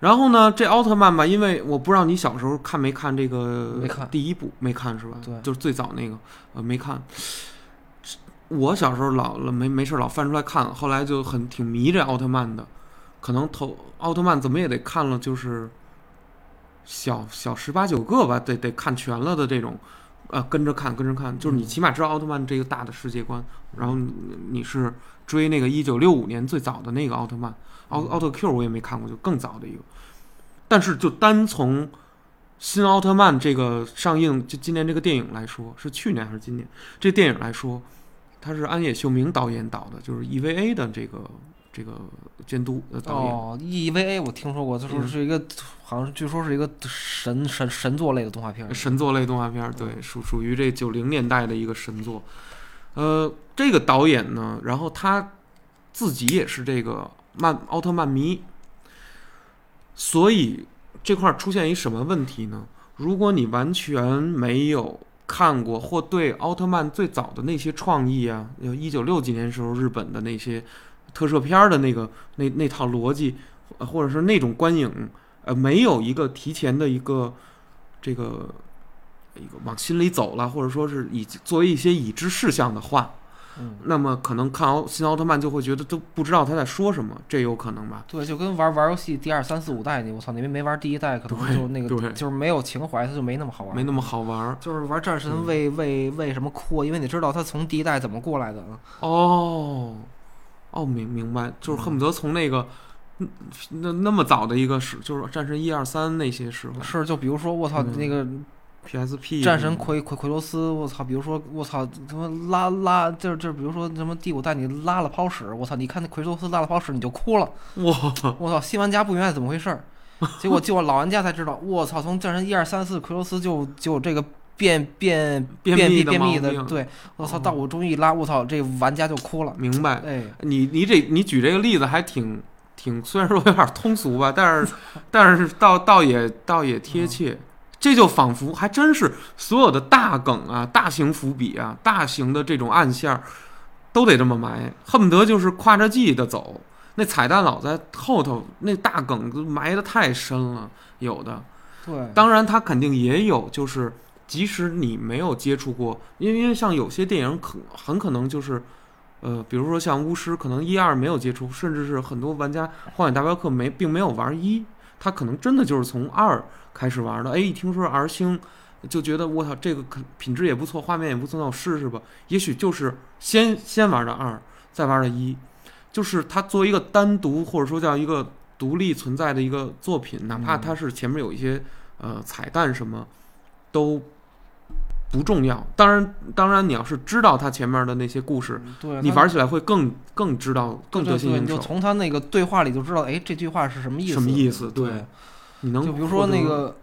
S1: 然后呢，这奥特曼吧，因为我不知道你小时候看没看这个，
S2: 没看
S1: 第一部没看是吧？
S2: 对
S1: 就是最早那个，呃，没看。我小时候老了没没事老翻出来看，后来就很挺迷这奥特曼的，可能头奥特曼怎么也得看了，就是小小十八九个吧，得得看全了的这种，呃，跟着看跟着看，就是你
S2: 嗯
S1: 起码知道奥特曼这个大的世界观，然后你你是追那个一九六五年最早的那个奥特曼，奥
S2: 嗯
S1: 奥特 Q 我也没看过，就更早的一个，但是就单从新奥特曼这个上映，就今年这个电影来说，是去年还是今年？这电影来说，它是安野秀明导演导的，就是 EVA 的这个这个监督呃导演。
S2: 哦，EVA 我听说过，就说
S1: 嗯
S2: 是一个，好像据说是一个神神神作类的动画片儿。嗯
S1: 神作类动画片儿，对，属属于这九零年代的一个神作。呃，这个导演呢，然后他自己也是这个曼奥特曼迷，所以这块儿出现一什么问题呢？如果你完全没有看过或对奥特曼最早的那些创意啊，呃，一九六几年时候日本的那些特摄片儿的那个那那套逻辑，呃或者是那种观影，呃，没有一个提前的一个这个呃一个往心里走了，或者说是已作为一些已知事项的话，
S2: 嗯，
S1: 那么可能看奥新奥特曼就会觉得都不知道他在说什么，这有可能吧？
S2: 对，就跟玩玩游戏第二、三四五代，你我操，你们没玩第一代，可能
S1: 对
S2: 就那个
S1: 对
S2: 就是没有情怀，它就没那么好玩。
S1: 没那么好玩儿
S2: 就是玩战神
S1: 嗯
S2: 为为为什么酷啊？因为你知道他从第一代怎么过来的啊。
S1: 哦哦，明明白，就是恨不得从那个。嗯那那么早的一个时，就是战神一二三那些时候
S2: 是，就比如说我操
S1: 嗯
S2: 那个
S1: ，PSP
S2: 战神
S1: 嗯
S2: 奎奎奎罗斯，我操，比如说我操他妈拉拉，就是就是比如说什么第五代你拉了泡屎，我操，你看那奎罗斯拉了泡屎你就哭了，
S1: 哇，
S2: 我操，新玩家不明白怎么回事儿，结果就老玩家才知道，我操，从战神一二三四奎罗斯就就这个。便便
S1: 便
S2: 便
S1: 秘
S2: 秘
S1: 的
S2: 便秘
S1: 毛
S2: 的，
S1: 病
S2: 对，我操，
S1: 哦
S2: 到我终于一拉，我操，这玩家就哭了，
S1: 明白，
S2: 哎，
S1: 你你这你举这个例子还挺挺，虽然说有点通俗吧，但是但是倒倒也倒也贴切。这就仿佛还真是所有的大梗啊、大型伏笔啊、大型的这种暗线儿，都得这么埋，恨不得就是跨着季的走。那彩蛋老在后头，那大梗都埋的太深了，有的。
S2: 对，
S1: 当然，它肯定也有，就是即使你没有接触过，因为因为像有些电影可很可能就是，呃，比如说像巫师，可能一二没有接触，甚至是很多玩家《荒野大镖客没》并没有玩一，他可能真的就是从二开始玩的。哎，一听说是 R 星，就觉得我操，这个可品质也不错，画面也不错，那我试试吧。也许就是先先玩的二，再玩的一，就是它作为一个单独或者说叫一个独立存在的一个作
S2: 嗯
S1: 品，哪怕它是前面有一些呃彩蛋什么，都不重要。当然，当然你要是知道它前面的那些故事，
S2: 对，
S1: 你
S2: 他
S1: 玩起来会更更知道更
S2: 对
S1: 得
S2: 对
S1: 心
S2: 对，
S1: 应
S2: 你就
S1: 手。
S2: 从他那个对话里就知道，哎，这句话是什么意思？
S1: 什么意思
S2: 对，
S1: 对你能
S2: 就比如说
S1: 获得
S2: 那个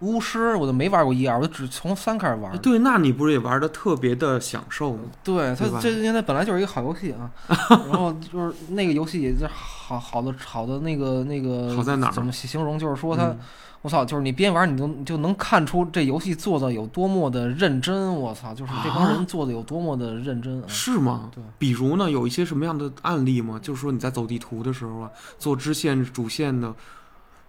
S2: 巫师，我就没玩过一二，我就只从三开始玩
S1: 哎。对，那你不是也玩的特别的享受吗？
S2: 对，它
S1: 对吧
S2: 这因为它本来就是一个好游戏 啊，然后就是那个游戏也就是好好的好的那个那个
S1: 好在哪儿
S2: 怎么形容？就是说它，
S1: 嗯
S2: 我操，就是你边玩你都你就能看出这游戏做的有多么的认真，我操，就是这帮
S1: 啊
S2: 人做的有多么的认真啊！
S1: 是吗？
S2: 对，
S1: 比如呢，有一些什么样的案例吗？就是说你在走地图的时候啊，做支线、主线的，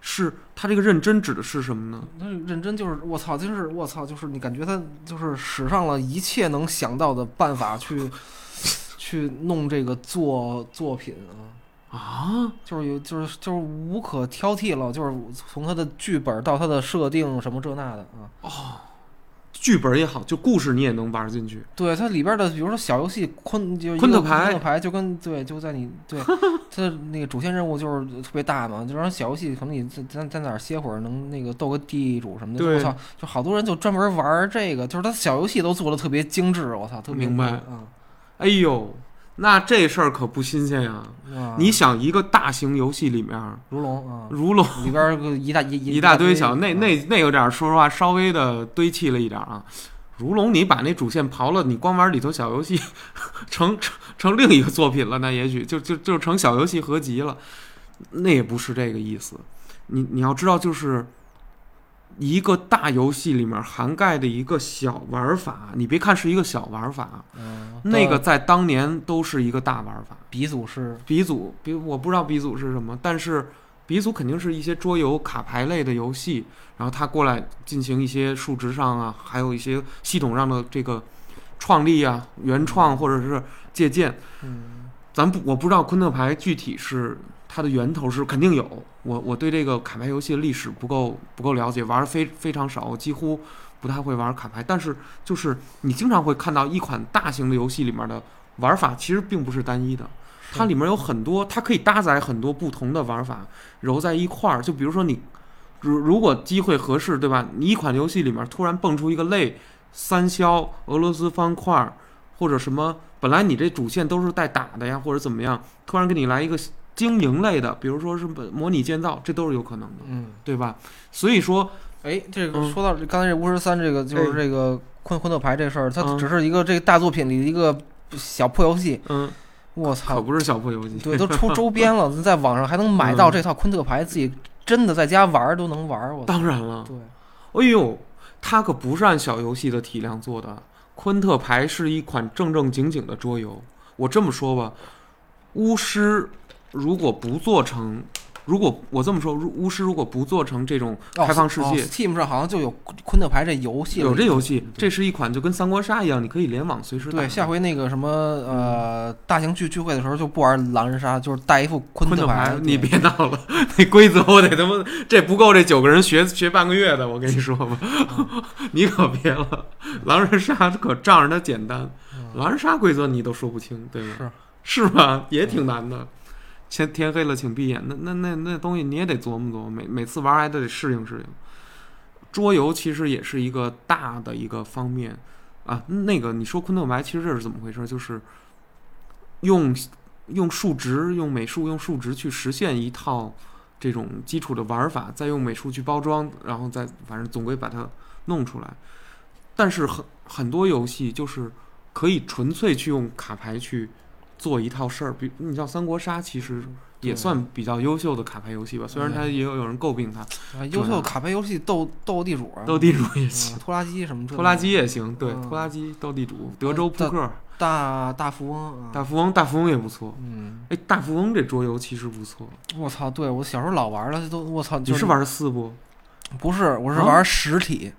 S1: 是它这个认真指的是什么呢？
S2: 那认真就是我操，就是我操，就是你感觉他就是使上了一切能想到的办法去 去弄这个作作品啊。
S1: 啊，
S2: 就是有就是就是无可挑剔了，就是从他的剧本到他的设定什么这那的啊。
S1: 剧本也好，就故事你也能玩进去。
S2: 对，它里边的比如说小游戏昆就一个
S1: 昆特牌
S2: 昆特牌就跟对就在你对 它那个主线任务就是特别大嘛，就让小游戏可能你在在在哪儿歇会儿能那个斗个地主什么的。
S1: 对
S2: 我操，就好多人就专门玩这个，就是他小游戏都做的特别精致，我操，特别
S1: 明白
S2: 嗯
S1: 哎呦，那这事儿可不新鲜呀！
S2: 啊，
S1: 你想，一个大型游戏里面，
S2: 如龙啊，
S1: 如龙
S2: 里边儿个一大一
S1: 一大堆啊小，那
S2: 嗯
S1: 那那有点儿，说实话，稍微的堆砌了一点儿啊。如龙，你把那主线刨了，你光玩里头小游戏，成成成另一个作品了，那也许就就就成小游戏合集了，那也不是这个意思。你你要知道，就是一个大游戏里面涵盖的一个小玩法，你别看是一个小玩法，啊
S2: 嗯
S1: 那个
S2: 的
S1: 在当年都是一个大玩法。
S2: 鼻祖是
S1: 鼻祖，比我不知道鼻祖是什么，但是鼻祖肯定是一些桌游卡牌类的游戏，然后他过来进行一些数值上啊，还有一些系统上的这个创立啊、原创或者是借鉴。
S2: 嗯。
S1: 咱不我不知道昆特牌具体是它的源头是肯定有，我我对这个卡牌游戏的历史不够不够了解，玩儿非非常少，我几乎不太会玩儿卡牌。但是就是你经常会看到一款大型的游戏里面的玩法其实并不是单一的。它里面有很多，它可以搭载很多不同的玩法揉在一块儿。就比如说你，如如果机会合适，对吧？你一款游戏里面突然蹦出一个类三消、俄罗斯方块儿或者什么，本来你这主线都是带打的呀，或者怎么样，突然给你来一个经营类的，比如说是模拟建造，这都是有可能的，
S2: 嗯
S1: 对吧？所以说，
S2: 哎，这个
S1: 嗯哎
S2: 说到这刚才这巫师三这个就是这个昆昆特牌这事儿，它
S1: 嗯
S2: 只是一个这个大作品里的一个小破游戏。
S1: 嗯，
S2: 我
S1: 可
S2: 操，
S1: 不是小破游戏，
S2: 对，都出周边了，在网上还能买到
S1: 嗯
S2: 这套昆特牌，自己真的在家玩儿都能玩儿。我操，
S1: 当然了，
S2: 对，
S1: 哎呦，它可不是按小游戏的体量做的。昆特牌是一款正正经经的桌游。我这么说吧，巫师如果不做成，如果我这么说，如巫师如果不做成这种
S2: 哦
S1: 开放世
S2: 哦
S1: 界，
S2: Steam 上好像就有昆特牌这游戏了，
S1: 有这游戏，
S2: 对
S1: 这是一款就跟三国杀一样，你可以联网随时打。
S2: 对，下回那个什么
S1: 嗯
S2: 呃大型聚聚会的时候就不玩狼人杀，就是带一副昆
S1: 昆特
S2: 牌
S1: 牌，，你
S2: 对
S1: 别闹了，那规则我得他妈这不够这九个人学学半个月的，我跟你说吧， 你可别了，狼人杀可仗着它简单，狼人杀规则你都说不清，对吧？
S2: 是
S1: 嗯是嗯吧？也挺难的。天天黑了，请闭眼。那那那那东西你也得琢磨琢磨，每每次玩还都得适应适应。桌游其实也是一个大的一个方面啊。那个你说昆特牌，其实这是怎么回事？就是用用数值、用美术、用数值去实现一套这种基础的玩法，再用美术去包装，然后再反正总归把它弄出来。但是很很多游戏就是可以纯粹去用卡牌去做一套事儿，比你像三国杀，其实也
S2: 对
S1: 算比较优秀的卡牌游戏吧。虽然它也有有人诟病它，
S2: 啊优秀的卡牌游戏斗斗地主啊，
S1: 斗地主也
S2: 嗯
S1: 行，
S2: 拖拉机什么这
S1: 拖拉
S2: 那
S1: 机也行，对，
S2: 嗯
S1: 拖拉机、斗地主、德州扑克、
S2: 大大富翁啊，
S1: 大富翁、大富翁也不错。
S2: 嗯，
S1: 哎，大富翁这桌游其实不错，
S2: 我操，对我小时候老玩了，这都我操，
S1: 你
S2: 就是
S1: 玩儿四不？
S2: 不是？我是
S1: 啊
S2: 玩实体，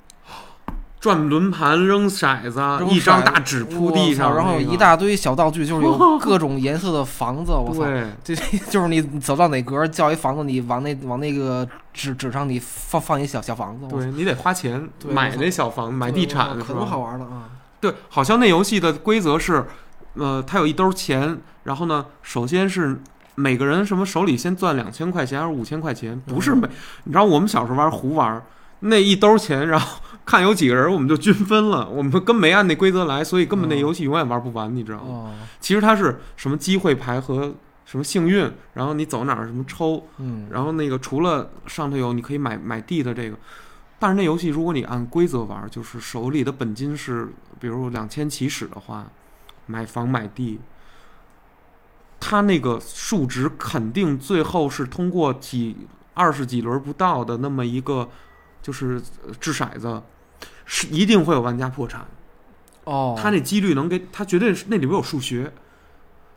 S1: 转轮盘、扔骰子，
S2: 扔
S1: 一张
S2: 骰
S1: 大
S2: 子
S1: 纸铺地上
S2: 我
S1: 那个，
S2: 操然后有一大堆小道具，就 是有各种颜色的房子，我操，
S1: 对，
S2: 这 就是你走到哪格叫一房子，你往那往那个纸纸上你放放一小小房子，我操
S1: 对你得花钱
S2: 对
S1: 买
S2: 我操
S1: 那小房，买
S2: 对
S1: 地
S2: 我操
S1: 产，
S2: 可
S1: 是
S2: 多
S1: 吧
S2: 好玩了啊！
S1: 对，好像那游戏的规则是，呃，它有一兜钱，然后呢，首先是每个人什么手里先攥两千块钱还是五千块钱，不是每，你知道我们小时候玩胡玩儿那一兜钱，然后看有几个人，我们就均分了。我们跟没按那规则来，所以根本那
S2: 嗯
S1: 游戏永远玩不完，你知道吗？
S2: 哦，
S1: 其实它是什么机会牌和什么幸运，然后你走哪儿什么抽，
S2: 嗯，
S1: 然后那个除了上头有你可以买买地的这个，但是那游戏如果你按规则玩，就是手里的本金是比如两千起始的话，买房买地，它那个数值肯定最后是通过几二十几轮不到的那么一个就是呃掷骰子，是一定会有玩家破产。
S2: 哦，
S1: 它那几率能给它绝对是那里边有数学，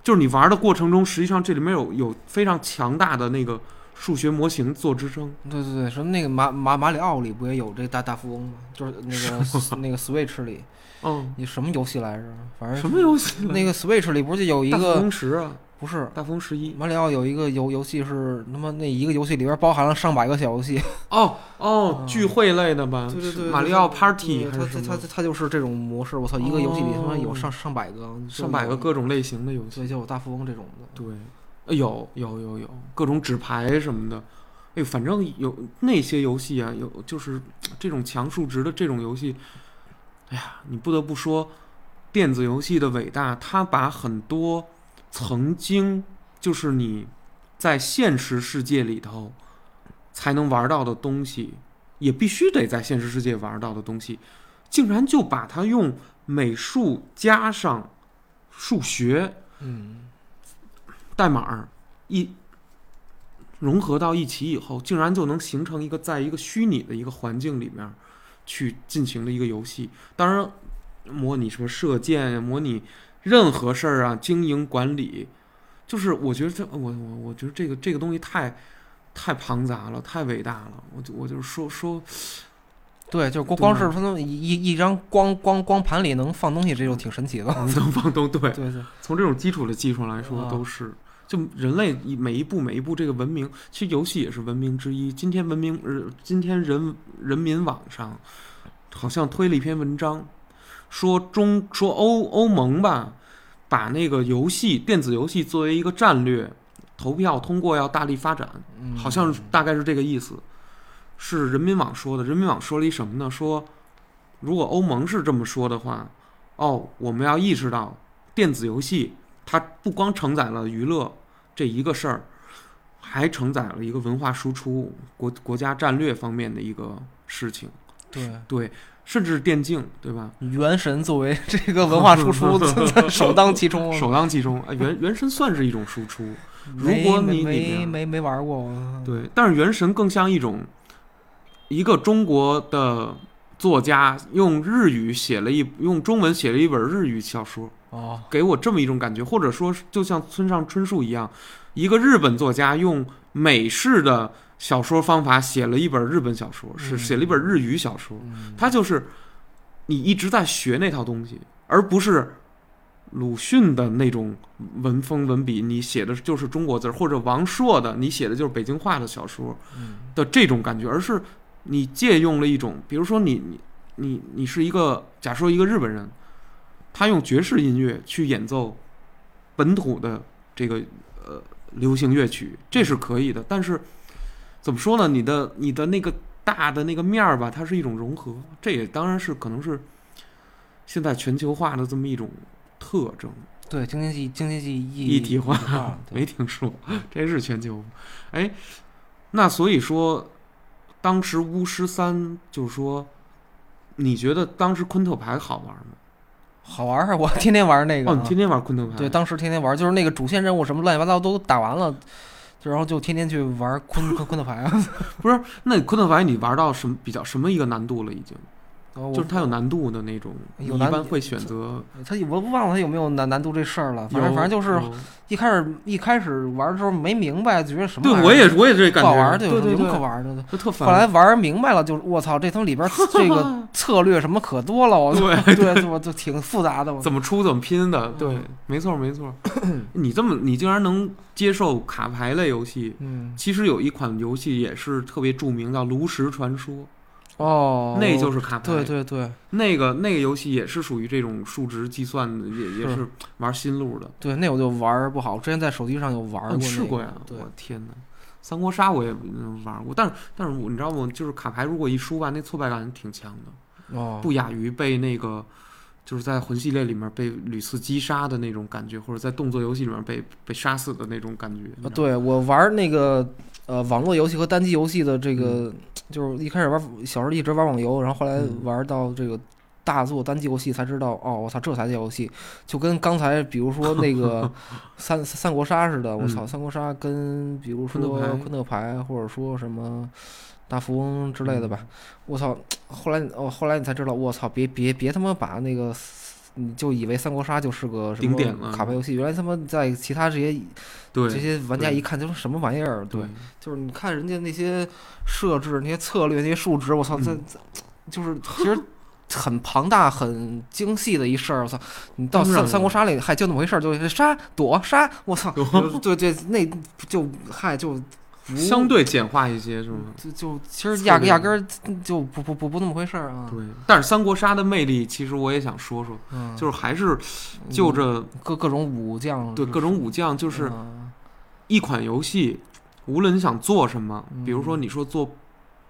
S1: 就是你玩的过程中，实际上这里面有有非常强大的那个数学模型做支撑。
S2: 对对对，说那个马马马里奥里不也有这大大富翁吗？就是那个那个 Switch 里，
S1: 嗯，
S2: 你什么游戏来着？反正
S1: 什么游戏？
S2: 那个 Switch 里不是有一
S1: 大
S2: 个
S1: 风十啊，
S2: 不是
S1: 大风十一。
S2: 马里奥有一个游游戏是他妈那一个游戏里边包含了上百个小游戏，
S1: 哦哦
S2: 嗯，
S1: 聚会类的吧？
S2: 对对
S1: 是
S2: 对，
S1: 马里奥
S2: 对
S1: Party
S2: 对
S1: 还
S2: 它
S1: 是什
S2: 它它
S1: 么？
S2: 它它就是这种模式，我操，一个游戏里他妈有
S1: 哦
S2: 上上百个，
S1: 上百个
S2: 歌，
S1: 各种类型的游戏。
S2: 对，就有大富翁这种的，
S1: 对，呃有有有有各种纸牌什么的。哎呦，反正有那些游戏啊，有就是这种强数值的这种游戏，哎呀，你不得不说电子游戏的伟大，它把很多曾经就是你在现实世界里头才能玩到的东西，也必须得在现实世界玩到的东西，竟然就把它用美术加上数学
S2: 嗯，
S1: 代码儿一融合到一起以后，竟然就能形成一个在一个虚拟的一个环境里面儿去进行的一个游戏。当然，模拟什么射箭呀，模拟任何事儿啊，经营管理，就是我觉得这我我我觉得这个这个东西太太庞杂了，太伟大了。我就我就是说说，
S2: 对，就是光
S1: 对
S2: 光是它那么一一一张光光光盘里能放东西，这就挺神奇的，
S1: 能放都对，
S2: 对对，
S1: 从这种基础的技术来说
S2: 啊，
S1: 都是就人类一每一步每一步这个文明，其实游戏也是文明之一。今天文明，呃，今天人人民网上好像推了一篇文章，说中说欧欧盟吧，把那个游戏电子游戏作为一个战略投票通过，要大力发展。
S2: 嗯
S1: 好像是大概是这个意思，是人民网说的。人民网说了一什么呢？说如果欧盟是这么说的话，哦，我们要意识到电子游戏它不光承载了娱乐这一个事儿，还承载了一个文化输出、国国家战略方面的一个事情，
S2: 对。
S1: 对，甚至电竞，对吧？
S2: 原神作为这个文化 输出首当其冲。
S1: 首当其冲啊，原原神算是一种输出，如果
S2: 没
S1: 你里
S2: 没
S1: 面
S2: 没没玩过，我
S1: 对，但是《原神》更像一种一个中国的作家用日语写了一用中文写了一本日语小说，
S2: 哦，
S1: 给我这么一种感觉，或者说是就像村上春树一样，一个日本作家用美式的小说方法写了一本日本小说，是
S2: 嗯
S1: 写了一本日语小说。
S2: 嗯
S1: 他就是你一直在学那套东西，而不是鲁迅的那种文风文笔，你写的就是中国字儿，或者王朔的你写的就是北京话的小说
S2: 嗯
S1: 的这种感觉，而是你借用了一种，比如说你你你你是一个假说一个日本人，他用爵士音乐去演奏本土的这个呃流行乐曲，这是可以的，但是怎么说呢？你的你的那个大的那个面儿吧，它是一种融合，这也当然是可能是现在全球化的这么一种特征，
S2: 对，京津冀京津冀一
S1: 一体化。
S2: 化，对
S1: 没听说，这是全球。哎，那所以说，当时巫师三就是说，你觉得当时昆特牌好玩吗？
S2: 好玩儿。我天天玩那个
S1: 哦，
S2: 啊，
S1: 你天天玩昆特牌？
S2: 对，当时天天玩，就是那个主线任务什么乱七八糟都打完了，就然后就天天去玩昆 昆昆特牌 啊。
S1: 不是，那昆特牌你玩到什么比较什么一个难度了？已经
S2: 然后
S1: 就
S2: 哦我
S1: 是它有难度的那种，你
S2: 有
S1: 一
S2: 难
S1: 般会选择
S2: 他我忘了他有没有难难度这事儿了，反正
S1: 有
S2: 反正就是
S1: 有
S2: 一开始一开始玩的时候没明白，觉得什么
S1: 对
S2: 玩意
S1: 我
S2: 儿
S1: 也我也这
S2: 不
S1: 感觉，
S2: 好玩儿，
S1: 对
S2: 有什
S1: 对
S2: 么可，玩儿的？
S1: 就特烦。
S2: 后来玩明白了，就是我操，这他们里边这个 策略什么可多了，我
S1: 对
S2: 对，我就挺复杂 的，我
S1: 怎么出怎么拼的，对
S2: 嗯，
S1: 没错没错。 你这么你竟然能接受卡牌类游戏，
S2: 嗯
S1: 其实有一款游戏也是特别著名，叫《炉石传说》，
S2: 哦，
S1: 那就是卡牌。
S2: 对对对
S1: 那个那个游戏也是属于这种数值计算的，也也
S2: 是
S1: 是玩新路的。
S2: 对，那我就玩不好，之前在手机上有玩
S1: 啊
S2: 过，
S1: 你试过呀？
S2: 对
S1: 我天哪！三国杀我也嗯玩过，但是但是我你知道吗？就是卡牌如果一输吧，那挫败感挺强的。
S2: 哦，
S1: 不亚于被那个就是在魂系列里面被屡次击杀的那种感觉，或者在动作游戏里面被被杀死的那种感觉。你知道
S2: 啊
S1: 吗，
S2: 对我玩那个呃网络游戏和单机游戏的这个，就是一开始玩小时候一直玩网游，然后后来
S1: 嗯
S2: 玩到这个大作单机游戏才知道，哦，我操，这才叫游戏，就跟刚才比 如说那个三三国杀似的，我操，
S1: 嗯
S2: 三国杀跟比如说
S1: 昆特牌
S2: 昆特牌或者说什么。大富翁之类的
S1: 嗯
S2: 吧，我操！后来哦，后来你才知道，我操！别别别他妈把那个，你就以为三国杀就是个什
S1: 顶点
S2: 么
S1: 了
S2: 卡牌游戏，原来他妈在其他这些
S1: 对
S2: 这些玩家一看就是什么玩意儿，
S1: 对，
S2: 就是你看人家那些设置、那些策略、那些数值，我操，
S1: 嗯
S2: 这、这就是其实很庞大、很精细的一事儿，我操，你到
S1: 当然
S2: 三
S1: 了
S2: 三国杀里，嗨，就那么回事儿，就是杀躲杀，我操，
S1: 有
S2: 对对，那就嗨就不
S1: 相对简化一些是吗？
S2: 就就其实
S1: 策
S2: 压
S1: 略
S2: 压根儿就不不不不那么回事儿啊，
S1: 对，但是三国杀的魅力，其实我也想说说，
S2: 嗯，
S1: 就是还是就
S2: 嗯
S1: 着
S2: 各各种武将，
S1: 对各种武将，就
S2: 就是嗯
S1: 一款游戏，无论你想做什么，比如说
S2: 嗯
S1: 你说做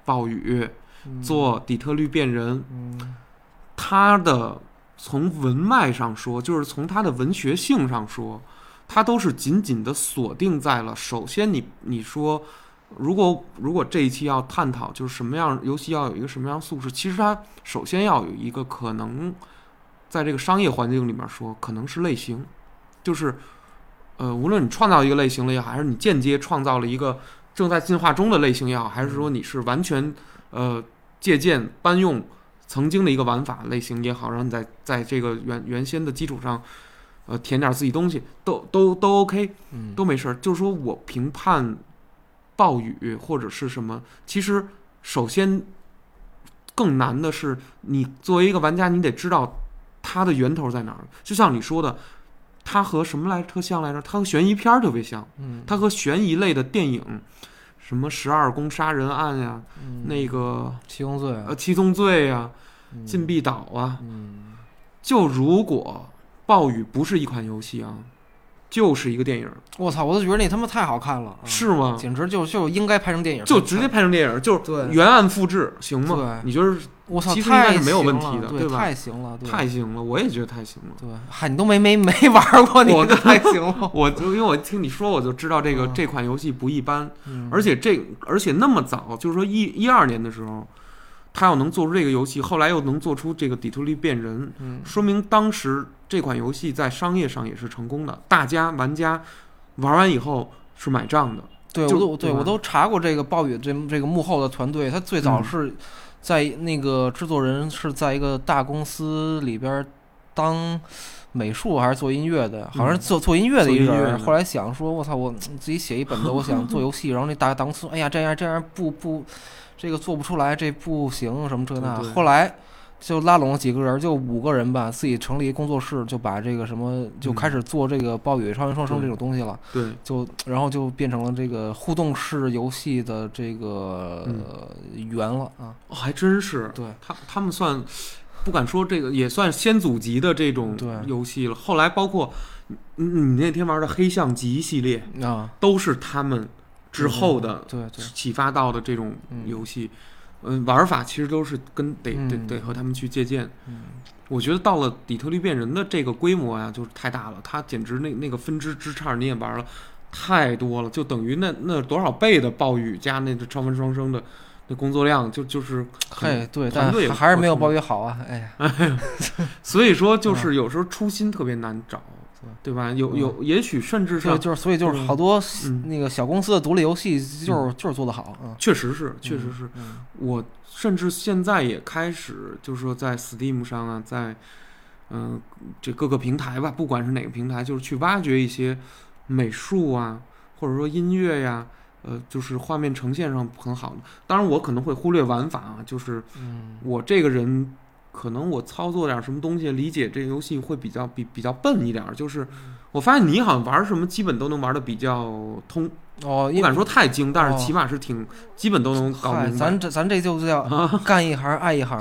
S1: 暴雨、
S2: 嗯
S1: 做底特律变人，
S2: 嗯
S1: 它的从文脉上说，就是从它的文学性上说，它都是紧紧的锁定在了首先你你说。如果如果这一期要探讨就是什么样游戏要有一个什么样素质，其实它首先要有一个可能，在这个商业环境里面说可能是类型，就是呃，无论你创造一个类型了也好，还是你间接创造了一个正在进化中的类型也好，还是说你是完全呃借鉴搬用曾经的一个玩法类型也好，然后你在在这个原原先的基础上，呃，填点自己东西，都都都 OK。
S2: 嗯
S1: 都没事儿。就是说我评判暴雨或者是什么，其实首先更难的是，你作为一个玩家，你得知道它的源头在哪儿。就像你说的，它和什么来特像来着？它和悬疑片儿特别像，
S2: 嗯
S1: 它和悬疑类的电影，什么《十二宫杀人案》呀，
S2: 嗯
S1: 那个
S2: 七宗罪啊
S1: 呃《七宗罪》呀，《禁
S2: 闭
S1: 闭岛》啊，
S2: 嗯
S1: 就如果暴雨不是一款游戏啊，就是一个电影儿，
S2: 我操，我都觉得那他妈太好看了，啊
S1: 是吗？
S2: 简直就就应该拍成电影，
S1: 就直接拍成电影，就是
S2: 对
S1: 原案复制，行吗
S2: 对？
S1: 你觉得
S2: 我操，
S1: 其实应该
S2: 太
S1: 是没有
S2: 行
S1: 问
S2: 了
S1: 题的
S2: 对
S1: 对吧
S2: 太行了，对
S1: 太行了？我也觉得太行了。
S2: 对，嗨，你都没没没玩过，你
S1: 我
S2: 这太 行了，
S1: 我就因为我听你说，我就知道这个、
S2: 嗯
S1: 这款游戏不一般，
S2: 嗯
S1: 而且这而且那么早，就是说一一二年的时候，他要能做出这个游戏，后来又能做出这个《底特律变人
S2: 嗯》，
S1: 说明当时这款游戏在商业上也是成功的，大家玩家玩完以后是买账的。
S2: 对，我
S1: 就
S2: 都对
S1: 对吧
S2: 我都查过这个暴雨这这个幕后的团队，他最早
S1: 嗯
S2: 是在那个制作人是在一个大公司里边儿当美术还是做音乐的，好像是
S1: 嗯
S2: 做做音乐的
S1: 做
S2: 一
S1: 音
S2: 人
S1: 乐
S2: 儿。
S1: 的
S2: 后来想说，我操，我自己写一本子，我想做游戏，然后那大大公司，哎呀，这样这样不不，这个做不出来，这不行，什么这那
S1: 对。对
S2: 后来。就拉拢了几个人，就五个人吧，自己成立一工作室，就把这个什么
S1: 嗯
S2: 就开始做这个暴雨超人双生
S1: 对
S2: 这种东西了。
S1: 对，
S2: 就然后就变成了这个互动式游戏的这个
S1: 嗯
S2: 呃圆了啊，
S1: 哦，还真是。
S2: 对，
S1: 他他们算不敢说这个，也算先祖级的这种
S2: 对
S1: 游戏了。后来包括你你你那天玩的黑象级系列，
S2: 啊
S1: 都是他们之后的
S2: 对嗯对，
S1: 启发到的这种
S2: 嗯
S1: 游戏。嗯，玩法其实都是跟得得
S2: 嗯
S1: 得和他们去借鉴。
S2: 嗯
S1: 我觉得到了底特律变人的这个规模啊，就是太大了，它简直那那个分支枝杈你也玩了太多了，就等于那那多少倍的暴雨加那个超凡双生的那工作量，就就是很
S2: 嘿对，
S1: 团
S2: 但
S1: 队
S2: 还还是没有
S1: 扩充
S2: 暴雨好啊，哎呀，
S1: 所以说，就是有时候初心特别难找，
S2: 对
S1: 对吧？有
S2: 嗯
S1: 有，也许甚至
S2: 就
S1: 上，
S2: 就是所以就是
S1: 嗯
S2: 好多
S1: 嗯
S2: 那个小公司的独立游戏就是就是做得好啊，
S1: 确实是，确实是
S2: 嗯
S1: 我甚至现在也开始，就是说在 Steam 上啊，在嗯、这各个平台吧，不管是哪个平台，就是去挖掘一些美术啊，或者说音乐呀、呃，就是画面呈现上很好的。当然，我可能会忽略玩法啊，就是
S2: 嗯
S1: 我这个人可能我操作点什么东西，理解这个游戏会比较比比较笨一点儿。就是我发现你好像玩什么基本都能玩的比较通，
S2: 哦，
S1: 不
S2: 因为
S1: 敢说太精，但
S2: 哦
S1: 是起码是挺基本都能搞
S2: 嗨，
S1: 明白。啊
S2: 咱这咱这就叫干一行爱一行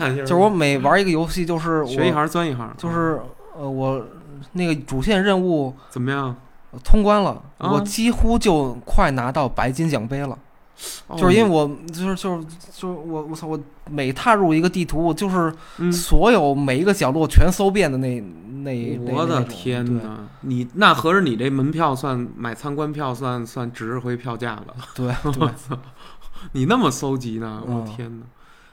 S2: 啊，
S1: 就
S2: 就是我每玩一个游戏就是
S1: 学一
S2: 我
S1: 行嗯钻一行，
S2: 就是呃我那个主线任务
S1: 怎么样？
S2: 通关了，
S1: 啊
S2: 我几乎就快拿到白金奖杯了。
S1: 哦
S2: 就是因为我就是就是就是我我操我每踏入一个地图，我就是
S1: 嗯，
S2: 所有每一个角落全搜遍的那那那
S1: 我的
S2: 那种
S1: 天
S2: 对
S1: 哪！你那合着你这门票算买参观票算算值回票价了？
S2: 对
S1: 我
S2: 对，
S1: 操！你那么搜集呢？我
S2: 嗯
S1: 天哪！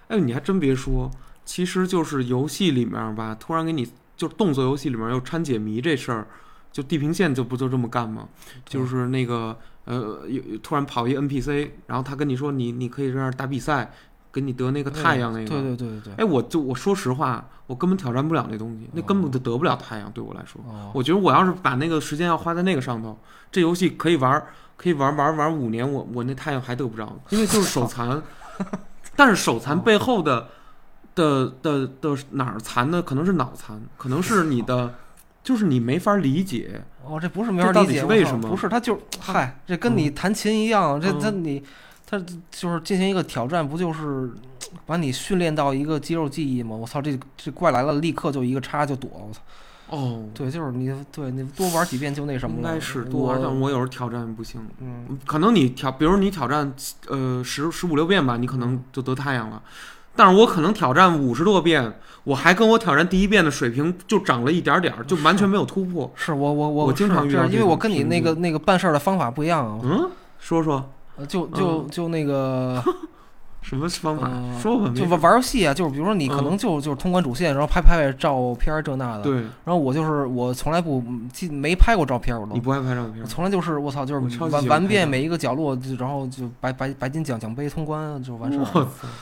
S1: 哎，你还真别说，其实就是游戏里面吧，突然给你就是动作游戏里面又掺解谜这事儿，就地平线就不就这么干吗？
S2: 对
S1: 就是那个呃，有突然跑一 NPC，然后他跟你说你你可以在这儿打比赛，给你得那个太阳那个。
S2: 对对对对对，
S1: 哎，我就我说实话，我根本挑战不了那东西，那根本就得不了太阳。对我来说，
S2: 哦
S1: 我觉得我要是把那个时间要花在那个上头，这游戏可以玩儿，可以玩儿玩儿玩儿五年，我我那太阳还得不着呢，因为就是手 残。但是手残背后的的的的哪儿残呢？可能是脑残，可能是你的，就是你没法理解。
S2: 哦，这不是没
S1: 这
S2: 法
S1: 到
S2: 理
S1: 底
S2: 解，
S1: 是
S2: 我
S1: 为
S2: 操
S1: 什么嗯
S2: 不是，他就是嗨，这跟你弹琴一样，这他你他就是进行一个挑战，不就是把你训练到一个肌肉记忆吗？我操，这这怪来了，立刻就一个叉就躲，我操！
S1: 哦，
S2: 对，就是你对你多玩几遍就那什么
S1: 应
S2: 了，
S1: 该是多玩儿，但
S2: 我
S1: 我有时候挑战不行。
S2: 嗯，
S1: 可能你挑，比如你挑战呃十十五六遍吧，你可能就得太阳了。但是我可能挑战五十多遍，我还跟我挑战第一遍的水平就涨了一点点儿，就完全没有突破。
S2: 是我我我
S1: 我经常
S2: 是
S1: 遇
S2: 这
S1: 到
S2: 样因为
S1: 这
S2: 我
S1: 种嗯
S2: 跟你
S1: 瓶
S2: 那
S1: 颈
S2: 个那个办事儿的方法不一样啊，
S1: 嗯，说说
S2: 呃就就就那个
S1: 什么方法？
S2: 嗯
S1: 说 吧，没嗯
S2: 就玩玩游戏啊，就是比如说你可能就就是通关主线，然后拍拍照片儿这那的，
S1: 对，
S2: 然后我就是我从来不记没拍过照片，我都
S1: 你不爱拍照片
S2: 我，从来就是我操，就
S1: 我
S2: 是
S1: 超级
S2: 玩
S1: 喜欢
S2: 玩
S1: 拍
S2: 遍
S1: 照
S2: 每一个角落，就然后就白白白金奖奖杯通关啊就完事
S1: 我
S2: 儿了，
S1: 操！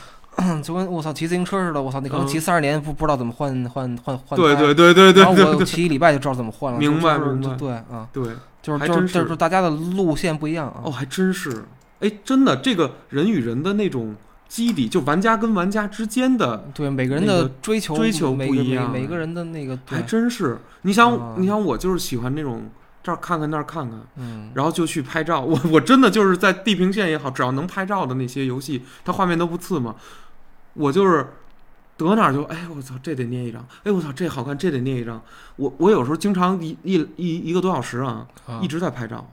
S2: 就跟我操骑自行车似的，我操你可
S1: 嗯
S2: 能骑三十年不不知道怎么换换换换
S1: 对
S2: 胎
S1: 对对对对
S2: 然后
S1: 对
S2: 我
S1: 对
S2: 骑一礼拜就知道怎么换了，就
S1: 明白
S2: 就是
S1: 明
S2: 就
S1: 白
S2: 对啊，
S1: 对，
S2: 就是
S1: 还
S2: 就
S1: 真
S2: 是就是是大家的路线不一样啊，
S1: 哦，还真是，哎，真的，这个人与人的那种基底，就玩家跟玩家之间的
S2: 对每个人
S1: 那
S2: 的
S1: 个
S2: 追求
S1: 追求
S2: 每
S1: 不
S2: 个
S1: 一
S2: 每
S1: 样啊
S2: 每个人的那个对
S1: 还真是，你想，
S2: 啊
S1: 你想，我就是喜欢那种这儿看看那儿看看，
S2: 嗯
S1: 然后就去拍照。 我我真的就是在地平线也好，只要能拍照的那些游戏，它画面都不次嘛。我就是得哪儿就哎，我操，这得捏一张，哎，我操，这好看，这得捏一张。我我有时候经常一一一一个多小时啊，
S2: 啊
S1: 一直在拍照。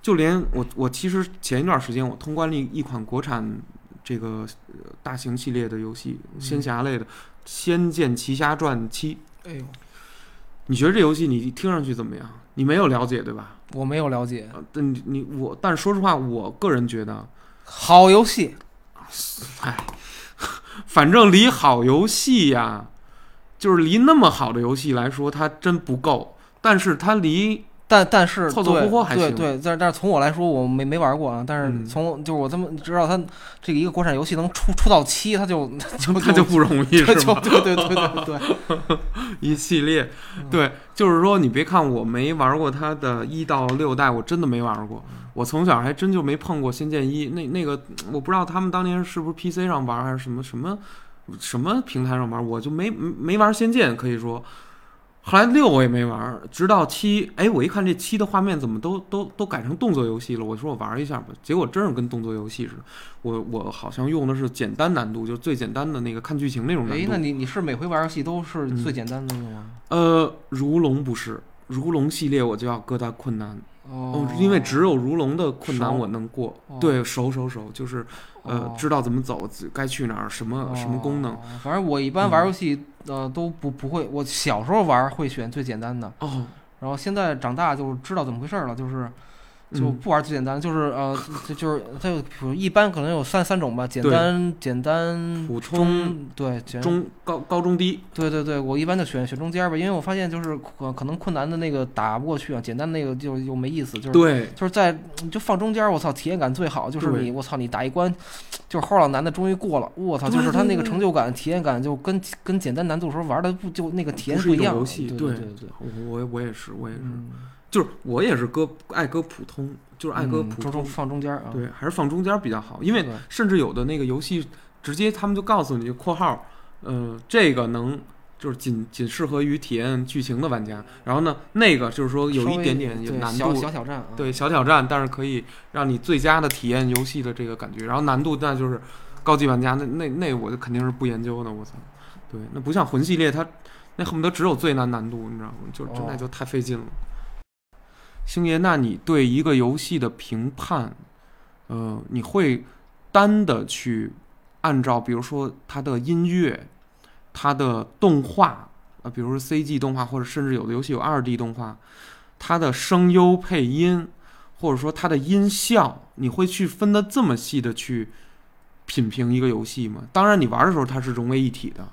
S1: 就连我我其实前一段时间我通关了一一款国产这个呃大型系列的游戏，
S2: 嗯
S1: 仙侠类的《仙剑奇侠传七》。
S2: 哎呦
S1: 你觉得这游戏你听上去怎么样？你没有了解对吧？
S2: 我没有了解
S1: 啊但你你我，但是说实话，我个人觉得，
S2: 好游戏
S1: 哎，反正离好游戏呀、就是离那么好的游戏来说，它真不够。但是它 离
S2: 但但是
S1: 凑凑合合还
S2: 对
S1: 行
S2: 对对，但是但是从我来说，我没没玩过啊。但
S1: 嗯
S2: 是从、就是我这么知道，他这个一个国产游戏能出出到七，他就就
S1: 它就不容易，
S2: 就是就
S1: 吗？
S2: 对对对对对，
S1: 一系列，
S2: 嗯
S1: 对，就是说，你别看我没玩过它的一到六代，我真的没玩过。我从小还真就没碰过《仙剑一》，那那个我不知道他们当年是不是 PC 上玩还是什么什么什么平台上玩，我就没没玩《仙剑》，可以说。后来六我也没玩，直到七，哎，我一看这七的画面怎么都都都改成动作游戏了，我说我玩一下吧，结果真是跟动作游戏似的。我我好像用的是简单难度，就是最简单的那个看剧情那种难度。
S2: 哎，那你你是每回玩游戏都是
S1: 嗯
S2: 最简单的那个吗？
S1: 呃，如龙不是，如龙系列我就要搁它困难，
S2: 哦
S1: 哦，，因为只有如龙的困难
S2: 熟
S1: 我能过，
S2: 哦
S1: 对，熟熟熟，就是呃
S2: 哦，
S1: 知道怎么走，该去哪儿，什么什么功能
S2: 哦，反正我一般玩游戏、呃都不不会，我小时候玩会选最简单的，
S1: 哦，
S2: 然后现在长大就知道怎么回事儿了，就是
S1: 嗯
S2: 就不玩最简单，就是呃，就就是它有比如一般可能有三三种吧，简
S1: 对
S2: 单简单
S1: 普通
S2: 中对简
S1: 嗯中高高中低，
S2: 对对对，我一般就选选中间儿吧，因为我发现就是可可能困难的那个打不过去啊，简单那个就又没意思，就是。
S1: 对，
S2: 就是在你就放中间儿，我操，体验感最好。就是
S1: 对
S2: 你，我操，你打一关，就是后老难的终于过了，我操，
S1: 对
S2: 就是
S1: 对
S2: 它那个
S1: 对
S2: 成就感、体验感就跟跟简单难度时候玩的不就那个体验
S1: 不是
S2: 不
S1: 一
S2: 一
S1: 种
S2: 样。
S1: 游戏
S2: 对
S1: 对
S2: 对对，
S1: 我我我也是，我也是，
S2: 嗯，
S1: 就是我也是搁爱搁普通，就是爱搁
S2: 嗯
S1: 普
S2: 中中
S1: 通，
S2: 放中间儿啊。
S1: 对，还是放中间比较好，因为
S2: 对
S1: 甚至有的那个游戏直接他们就告诉你括号，呃，这个能就是仅仅适合于体验剧情的玩家，然后呢，那个就是说有
S2: 稍
S1: 一
S2: 微
S1: 点点有
S2: 对
S1: 难
S2: 小
S1: 度，
S2: 小挑战啊。
S1: 对小挑战，但是可以让你最佳的体验游戏的这个感觉，然后难度那就是高级玩家那那那我就肯定是不研究的，我操，对，那不像魂系列它那恨不得只有最难难度，你知道吗？就是真
S2: 哦
S1: 那就太费劲了。星爷，那你对一个游戏的评判，呃，你会单的去按照，比如说它的音乐、它的动画啊，比如说 CG 动画，或者甚至有的游戏有 2D 动画，它的声优配音，或者说它的音效，你会去分的这么细的去品评一个游戏吗？当然，你玩的时候它是融为一体的。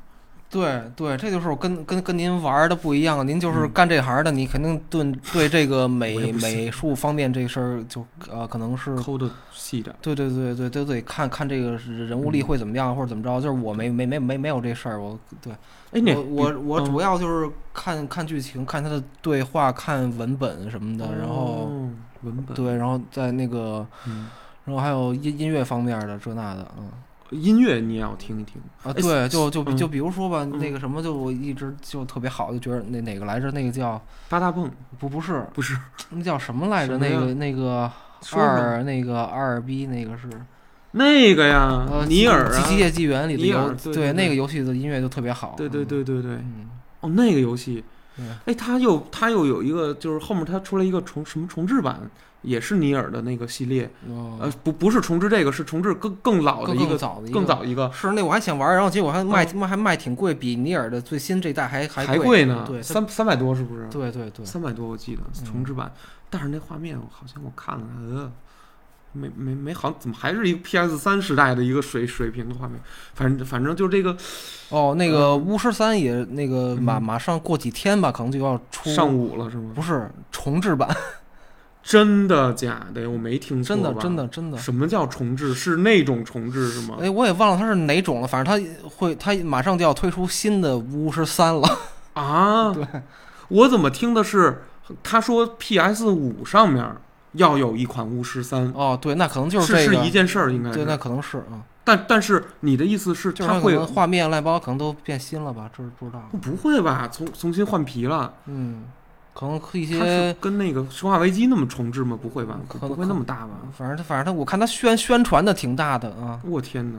S2: 对对，这就是我跟跟跟您玩儿的不一样。您就是干这行的，你肯定对对这个
S1: 嗯我也
S2: 美
S1: 不行
S2: 美术方面这事儿就呃，可能是
S1: 抠的细点儿，
S2: 对对对对，都得看看这个人物力
S1: 嗯
S2: 会怎么样，或者怎么着。就是我没没没没没有这事儿，我对
S1: 哎，你
S2: 我我我
S1: 嗯
S2: 主要就是看看剧情，看他的对话，看文本什么的，然后
S1: 哦文本，
S2: 对，然后在那个，
S1: 嗯，
S2: 然后还有音音乐方面的这那的，嗯。
S1: 音乐你也要听一听。哎
S2: 啊，对，就就
S1: 嗯
S2: 就比如说吧，那个什么，就我一直就特别好，就觉得那哪个来着，那个叫
S1: 八大蹦
S2: 不不是，
S1: 不是
S2: 那叫什么来着？
S1: 什么
S2: 那
S1: 呀
S2: 个那个
S1: 说说
S2: 二那个二逼那个是
S1: 那个呀，
S2: 呃
S1: 尼尔
S2: 机
S1: 啊，
S2: 机械纪元里的
S1: 尼尔
S2: 游，
S1: 对对
S2: 对
S1: 对
S2: 那个游戏的音乐就特别好。
S1: 对对对对对，
S2: 嗯，
S1: 哦，那个游戏
S2: 嗯，
S1: 哎，它又它又有一个，就是后面它出来一个重什么重置版，也是尼尔的那个系列，
S2: 嗯，
S1: 呃，不不是重置这个，是重置更更老的
S2: 更
S1: 一
S2: 更
S1: 个
S2: 早的一
S1: 更
S2: 个
S1: 呃早一个，
S2: 是那我还想玩，然后结果还卖卖还卖挺贵，比尼尔的最新这代还
S1: 还
S2: 贵嗯
S1: 呢，
S2: 对，它
S1: 三三百多是不是？
S2: 对对对，嗯
S1: 三百多我记得重置版，但是那画面我好像我看了看，呃，没没没好，怎么还是一个 PS 三时代的一个水水平的画面？反正反正就这个
S2: 哦，那个巫师三也那个马
S1: 呃嗯
S2: 马上过几天吧，可能就要出
S1: 上午了是吗？
S2: 不是重置版，
S1: 真的假的？我没听错
S2: 真的
S1: 吧
S2: 真的真的。
S1: 什么叫重置？是那种重置是吗？
S2: 哎，我也忘了它是哪种了，反正它会，它马上就要推出新的巫师三了。
S1: 啊，
S2: 对，
S1: 我怎么听的是他说 PS 五上面要有一款巫师三，
S2: 哦，对，那可能就是这个，
S1: 一件事儿，应该
S2: 对，
S1: 是。
S2: 那可能是啊，
S1: 但但是你的意思是
S2: 就是它
S1: 他
S2: 可
S1: 会
S2: 能画面、外包可能都变新了吧，这是不知道。
S1: 不会吧？重重新换皮了？
S2: 嗯，可能一
S1: 它是
S2: 些，
S1: 跟那个《生化危机》那么重置吗？不会吧？
S2: 呃可
S1: 不会那么大吧？
S2: 反正它反正它，我看它宣宣传的挺大的啊。
S1: 我天哪！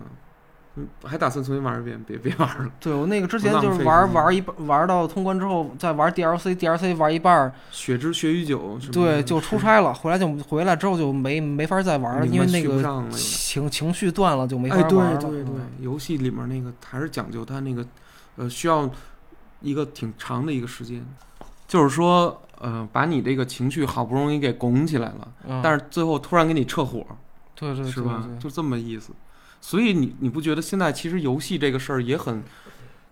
S1: 嗯，还打算重新玩一遍？别别玩了，
S2: 对我那个之前
S1: 浪
S2: 就是
S1: 费时
S2: 玩
S1: 间
S2: 玩一半玩到通关之后，再玩 DLC，DLC 玩一半儿，
S1: 血之血与酒什么的。
S2: 对，就出差了，回来就回来之后就没没法再玩了，
S1: 明白
S2: 因为那
S1: 续不
S2: 个
S1: 上了有点
S2: 情情绪断了就没法
S1: 哎，
S2: 玩
S1: 对
S2: 了。
S1: 对对
S2: 嗯，
S1: 游戏里面那个还是讲究它那个，呃，需要一个挺长的一个时间，就是说，呃，把你这个情绪好不容易给拱起来了，
S2: 嗯
S1: 但是最后突然给你撤火，
S2: 对对对
S1: 是吧
S2: 对？
S1: 就这么意思。所以你你不觉得现在其实游戏这个事儿也很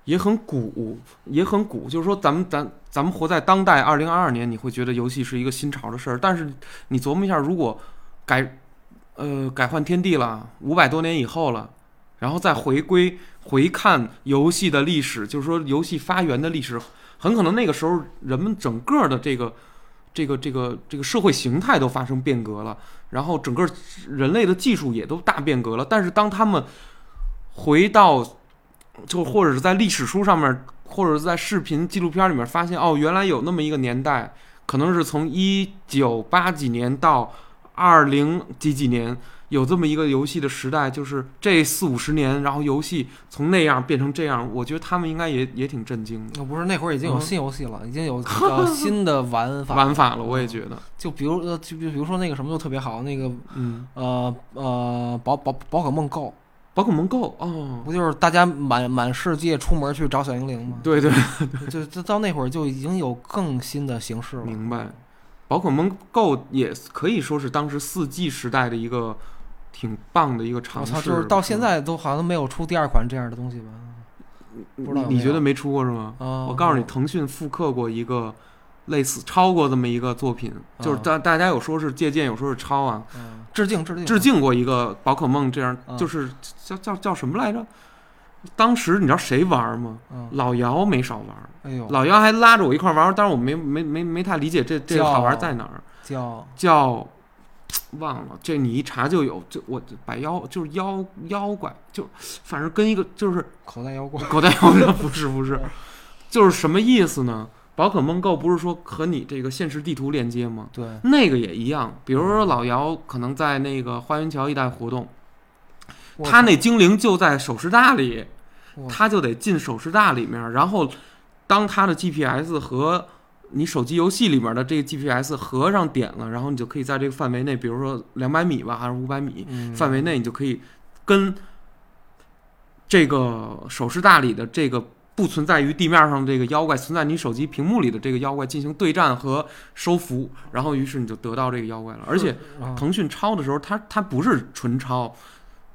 S1: 也很古，也很古，就是说咱们咱咱们活在当代二零二二年，你会觉得游戏是一个新潮的事儿，但是你琢磨一下，如果改呃改换天地了，五百多年以后了。然后再回归回看游戏的历史，就是说游戏发源的历史，很可能那个时候人们整个的这个这个这个这个社会形态都发生变革了，然后整个人类的技术也都大变革了。但是当他们回到，就或者是在历史书上面，或者是在视频纪录片里面发现，哦，原来有那么一个年代，可能是从一九八几年到二零几几年。有这么一个游戏的时代，就是这四五十年，然后游戏从那样变成这样，我觉得他们应该也也挺震惊的。
S2: 那不是那会儿已经有
S1: 嗯
S2: 新游戏了，已 经有呃新的玩法。嗯
S1: 玩法了，我也觉得，
S2: 就比如呃，就比比如说那个什么就特别好，那个
S1: 嗯，
S2: 呃呃宝宝宝可梦 Go，
S1: 宝可梦 Go 哦，
S2: 不就是大家满满世界出门去找小精灵吗？
S1: 对对，
S2: 就就到那会儿就已经有更新的形式了。
S1: 明白。宝可梦 Go 也可以说是当时四 G 时代的一个挺棒的一个尝
S2: 我
S1: 试。
S2: 操，就是到现在都好像没有出第二款这样的东西吧？
S1: 嗯，
S2: 不知道有
S1: 你
S2: 没
S1: 你觉得
S2: 有
S1: 没出过是吗？
S2: 啊，
S1: 我告诉你，腾讯复刻过一个类似超过这么一个作品，就是
S2: 啊
S1: 大大家有说是借鉴，有说是抄啊，
S2: 嗯，致敬致敬
S1: 致敬过一个宝可梦这样，
S2: 啊
S1: 就是叫叫叫什么来着？当时你知道谁玩吗？
S2: 嗯，
S1: 老姚没少玩。
S2: 哎呦，
S1: 老姚还拉着我一块儿玩儿，但是我没没没没太理解这这个
S2: 叫
S1: 好玩在哪儿，
S2: 叫
S1: 叫忘了，这你一查就有，就我百妖就是妖妖怪，就反正跟一个就是
S2: 口袋 妖怪。
S1: 口袋妖怪不是不是，就是什么意思呢？宝可梦 Go 不是说和你这个现实地图连接吗？
S2: 对，
S1: 那个也一样，比如说老姚可能在那个花园桥一带活动，
S2: 我
S1: 他那精灵就在首饰大里，
S2: 我
S1: 他就得进首饰大里面，然后当他的 GPS 和你手机游戏里面的这个 GPS 合上点了，然后你就可以在这个范围内，比如说两百米吧，还是五百米
S2: 嗯
S1: 范围内，你就可以跟这个手势大里的这个不存在于地面上这个妖怪，存在你手机屏幕里的这个妖怪进行对战和收服，然后于是你就得到这个妖怪了。而且
S2: 啊
S1: 腾讯抄的时候，它它不是纯抄，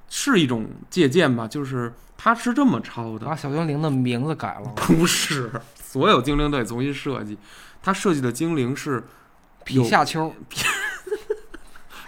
S1: 是一种借鉴吧，就是它是这么抄的
S2: 把。小精灵的名字改了，
S1: 不是，所有精灵都得重新设计。他设计的精灵是
S2: 皮夏秋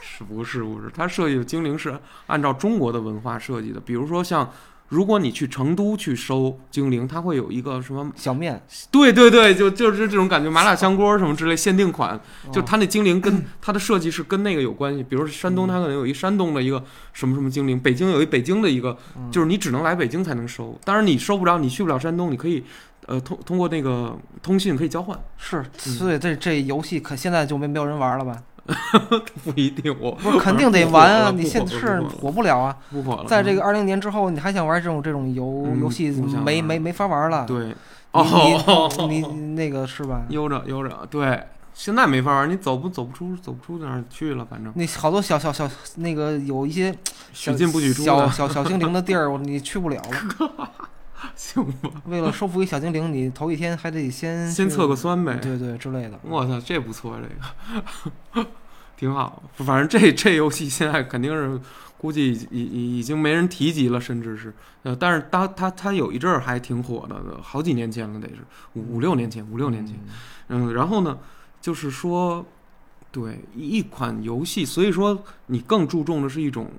S1: 是不是不是？他设计的精灵是按照中国的文化设计的，比如说像。如果你去成都去收精灵，它会有一个什么？
S2: 小 面，
S1: 对对对，就就是这种感觉，麻辣香锅什么之类限定款，就
S2: 啊
S1: 它那精灵 跟它的设计是跟那个有关系。比如说山
S2: 嗯
S1: 东，它可能有一山东的一个什么什么精灵，北京有一北京的一个
S2: 嗯
S1: 就是你只能来北京才能收，当然你收不着，你去不了山东，你可以，呃，通通过那个通信可以交换，
S2: 是，
S1: 嗯
S2: 所以这这游戏可现在就没没有人玩了吧？
S1: 不一定我
S2: 不是，肯定得玩
S1: 不火了
S2: 啊！你现
S1: 不火了
S2: 是
S1: 不火了
S2: 火不了啊！
S1: 不火了。
S2: 在这个二零年之后，你还想玩这种这种游
S1: 嗯
S2: 游戏，
S1: 不想玩
S2: 没没没法玩了。
S1: 对，
S2: 你，
S1: 哦，嗯
S2: 你你你那个是吧？
S1: 悠着悠着，对，现在没法玩，你走不走不出走不出哪儿去了，反正
S2: 那好多小小小那个有一些小
S1: 许进不许出
S2: 小
S1: 的，
S2: 小小精灵的地儿，我你去不了了。
S1: 行吧，
S2: 为了收服一小精灵，你头一天还得先
S1: 先
S2: 去
S1: 测个酸呗。
S2: 对对之类的。
S1: 我操，这不错，这个挺好。反正这这游戏现在肯定是估计已已已经没人提及了，甚至是呃，但是它它它有一阵儿还挺火的，好几年前了，得是五五六年前，五六年前。嗯，然后呢，就是说，对一一款游戏，所以说你更注重的是一种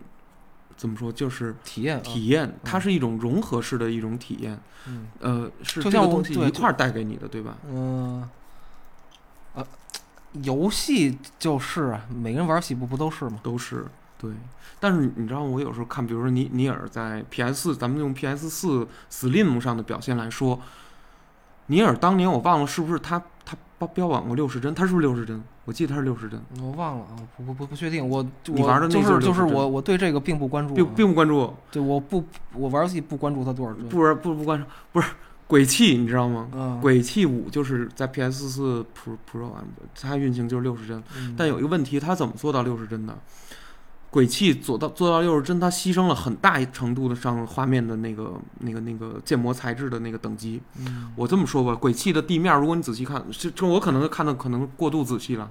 S1: 怎么说，就是
S2: 体验啊，
S1: 体验，它是一种融合式的一种体验，
S2: 嗯
S1: 呃，是这
S2: 就像
S1: 个
S2: 我
S1: 东西
S2: 对
S1: 一块儿带给你的，对吧？
S2: 嗯呃，游戏就是啊，每个人玩起步不都是吗？
S1: 都是对。但是你知道，我有时候看，比如说尼尼尔在 PS，咱们用 PS 四 Slim 上的表现来说，尼尔当年我忘了是不是他他标标榜过六十帧，他是不是六十帧？我记得他是六十帧，
S2: 我忘了啊，不不不不确定，我
S1: 你玩的
S2: 我
S1: 那
S2: 就
S1: 就是是
S2: 就
S1: 六
S2: 是
S1: 十帧
S2: 我我对这个并不关注啊，
S1: 并并不关注我。
S2: 对我不我玩游戏不关注它多少帧，
S1: 不是不不关注，不是鬼泣，你知道吗？
S2: 嗯，
S1: 鬼泣五就是在 PS 四 Pro Pro 啊，它运行就是六十帧，
S2: 嗯
S1: 但有一个问题，它怎么做到六十帧的？鬼泣做到做到六十帧，它牺牲了很大一程度的上画面的那个那个那个建模材质的那个等级。
S2: 嗯
S1: 我这么说吧，鬼泣的地面，如果你仔细看，这这我可能看的可能过度仔细了啊，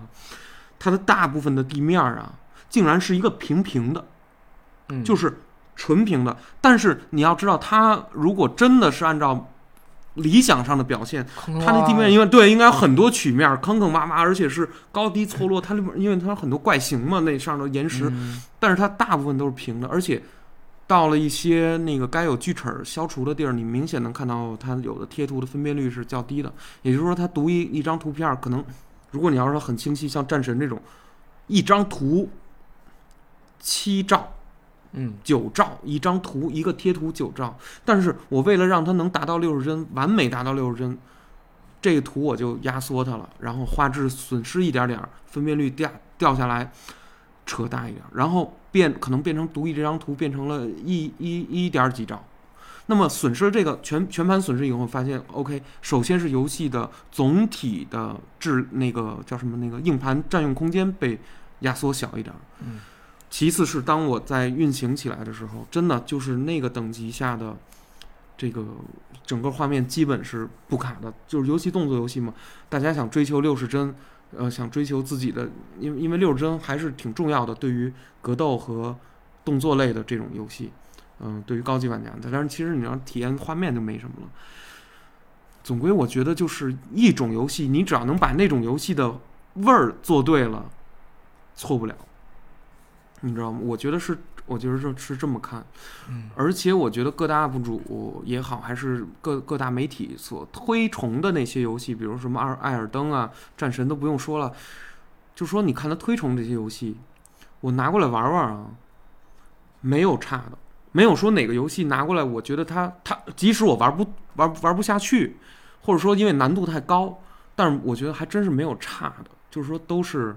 S1: 它的大部分的地面啊，竟然是一个平平的，
S2: 嗯
S1: 就是纯平的。但是你要知道，它如果真的是按照理想上的表现，
S2: 坑啊坑
S1: 它那
S2: 洼
S1: 地面
S2: 洼
S1: 因为对应该有很多曲面，坑坑洼洼，而且是高低错落。它里面因为它有很多怪形嘛，那上头岩石，
S2: 嗯
S1: 但是它大部分都是平的，而且。到了一些那个该有锯齿儿消除的地儿，你明显能看到它有的贴图的分辨率是较低的，也就是说，它读一一张图片儿，可能如果你要是很清晰，像战神这种，一张图七兆，
S2: 嗯
S1: 九兆一张图，一个贴图九兆，但是我为了让它能达到六十帧，完美达到六十帧，这个图我就压缩它了，然后画质损失一点点儿，分辨率掉掉下来，扯大一点儿，然后变可能变成独立这张图变成了一一一点儿几兆。那么损失这个全全盘损失以后，发现 OK，首先是游戏的总体的质那个叫什么那个硬盘占用空间被压缩小一点儿，
S2: 嗯
S1: 其次是当我在运行起来的时候，真的就是那个等级下的这个整个画面基本是不卡的，就是尤其动作游戏嘛，大家想追求六十帧，呃，想追求自己的，因为因为六十帧还是挺重要的，对于格斗和动作类的这种游戏，嗯、对于高级玩家，但是其实你要体验画面就没什么了。总归我觉得就是一种游戏，你只要能把那种游戏的味儿做对了，错不了。你知道吗？我觉得是，我觉得是是这么看，
S2: 嗯
S1: 而且我觉得各大 UP 主也好，还是各各大媒体所推崇的那些游戏，比如什么《艾艾尔登》啊，《战神》都不用说了，就说你看他推崇这些游戏，我拿过来玩玩啊，没有差的，没有说哪个游戏拿过来，我觉得它它即使我玩不玩玩不下去，或者说因为难度太高，但是我觉得还真是没有差的，就是说都是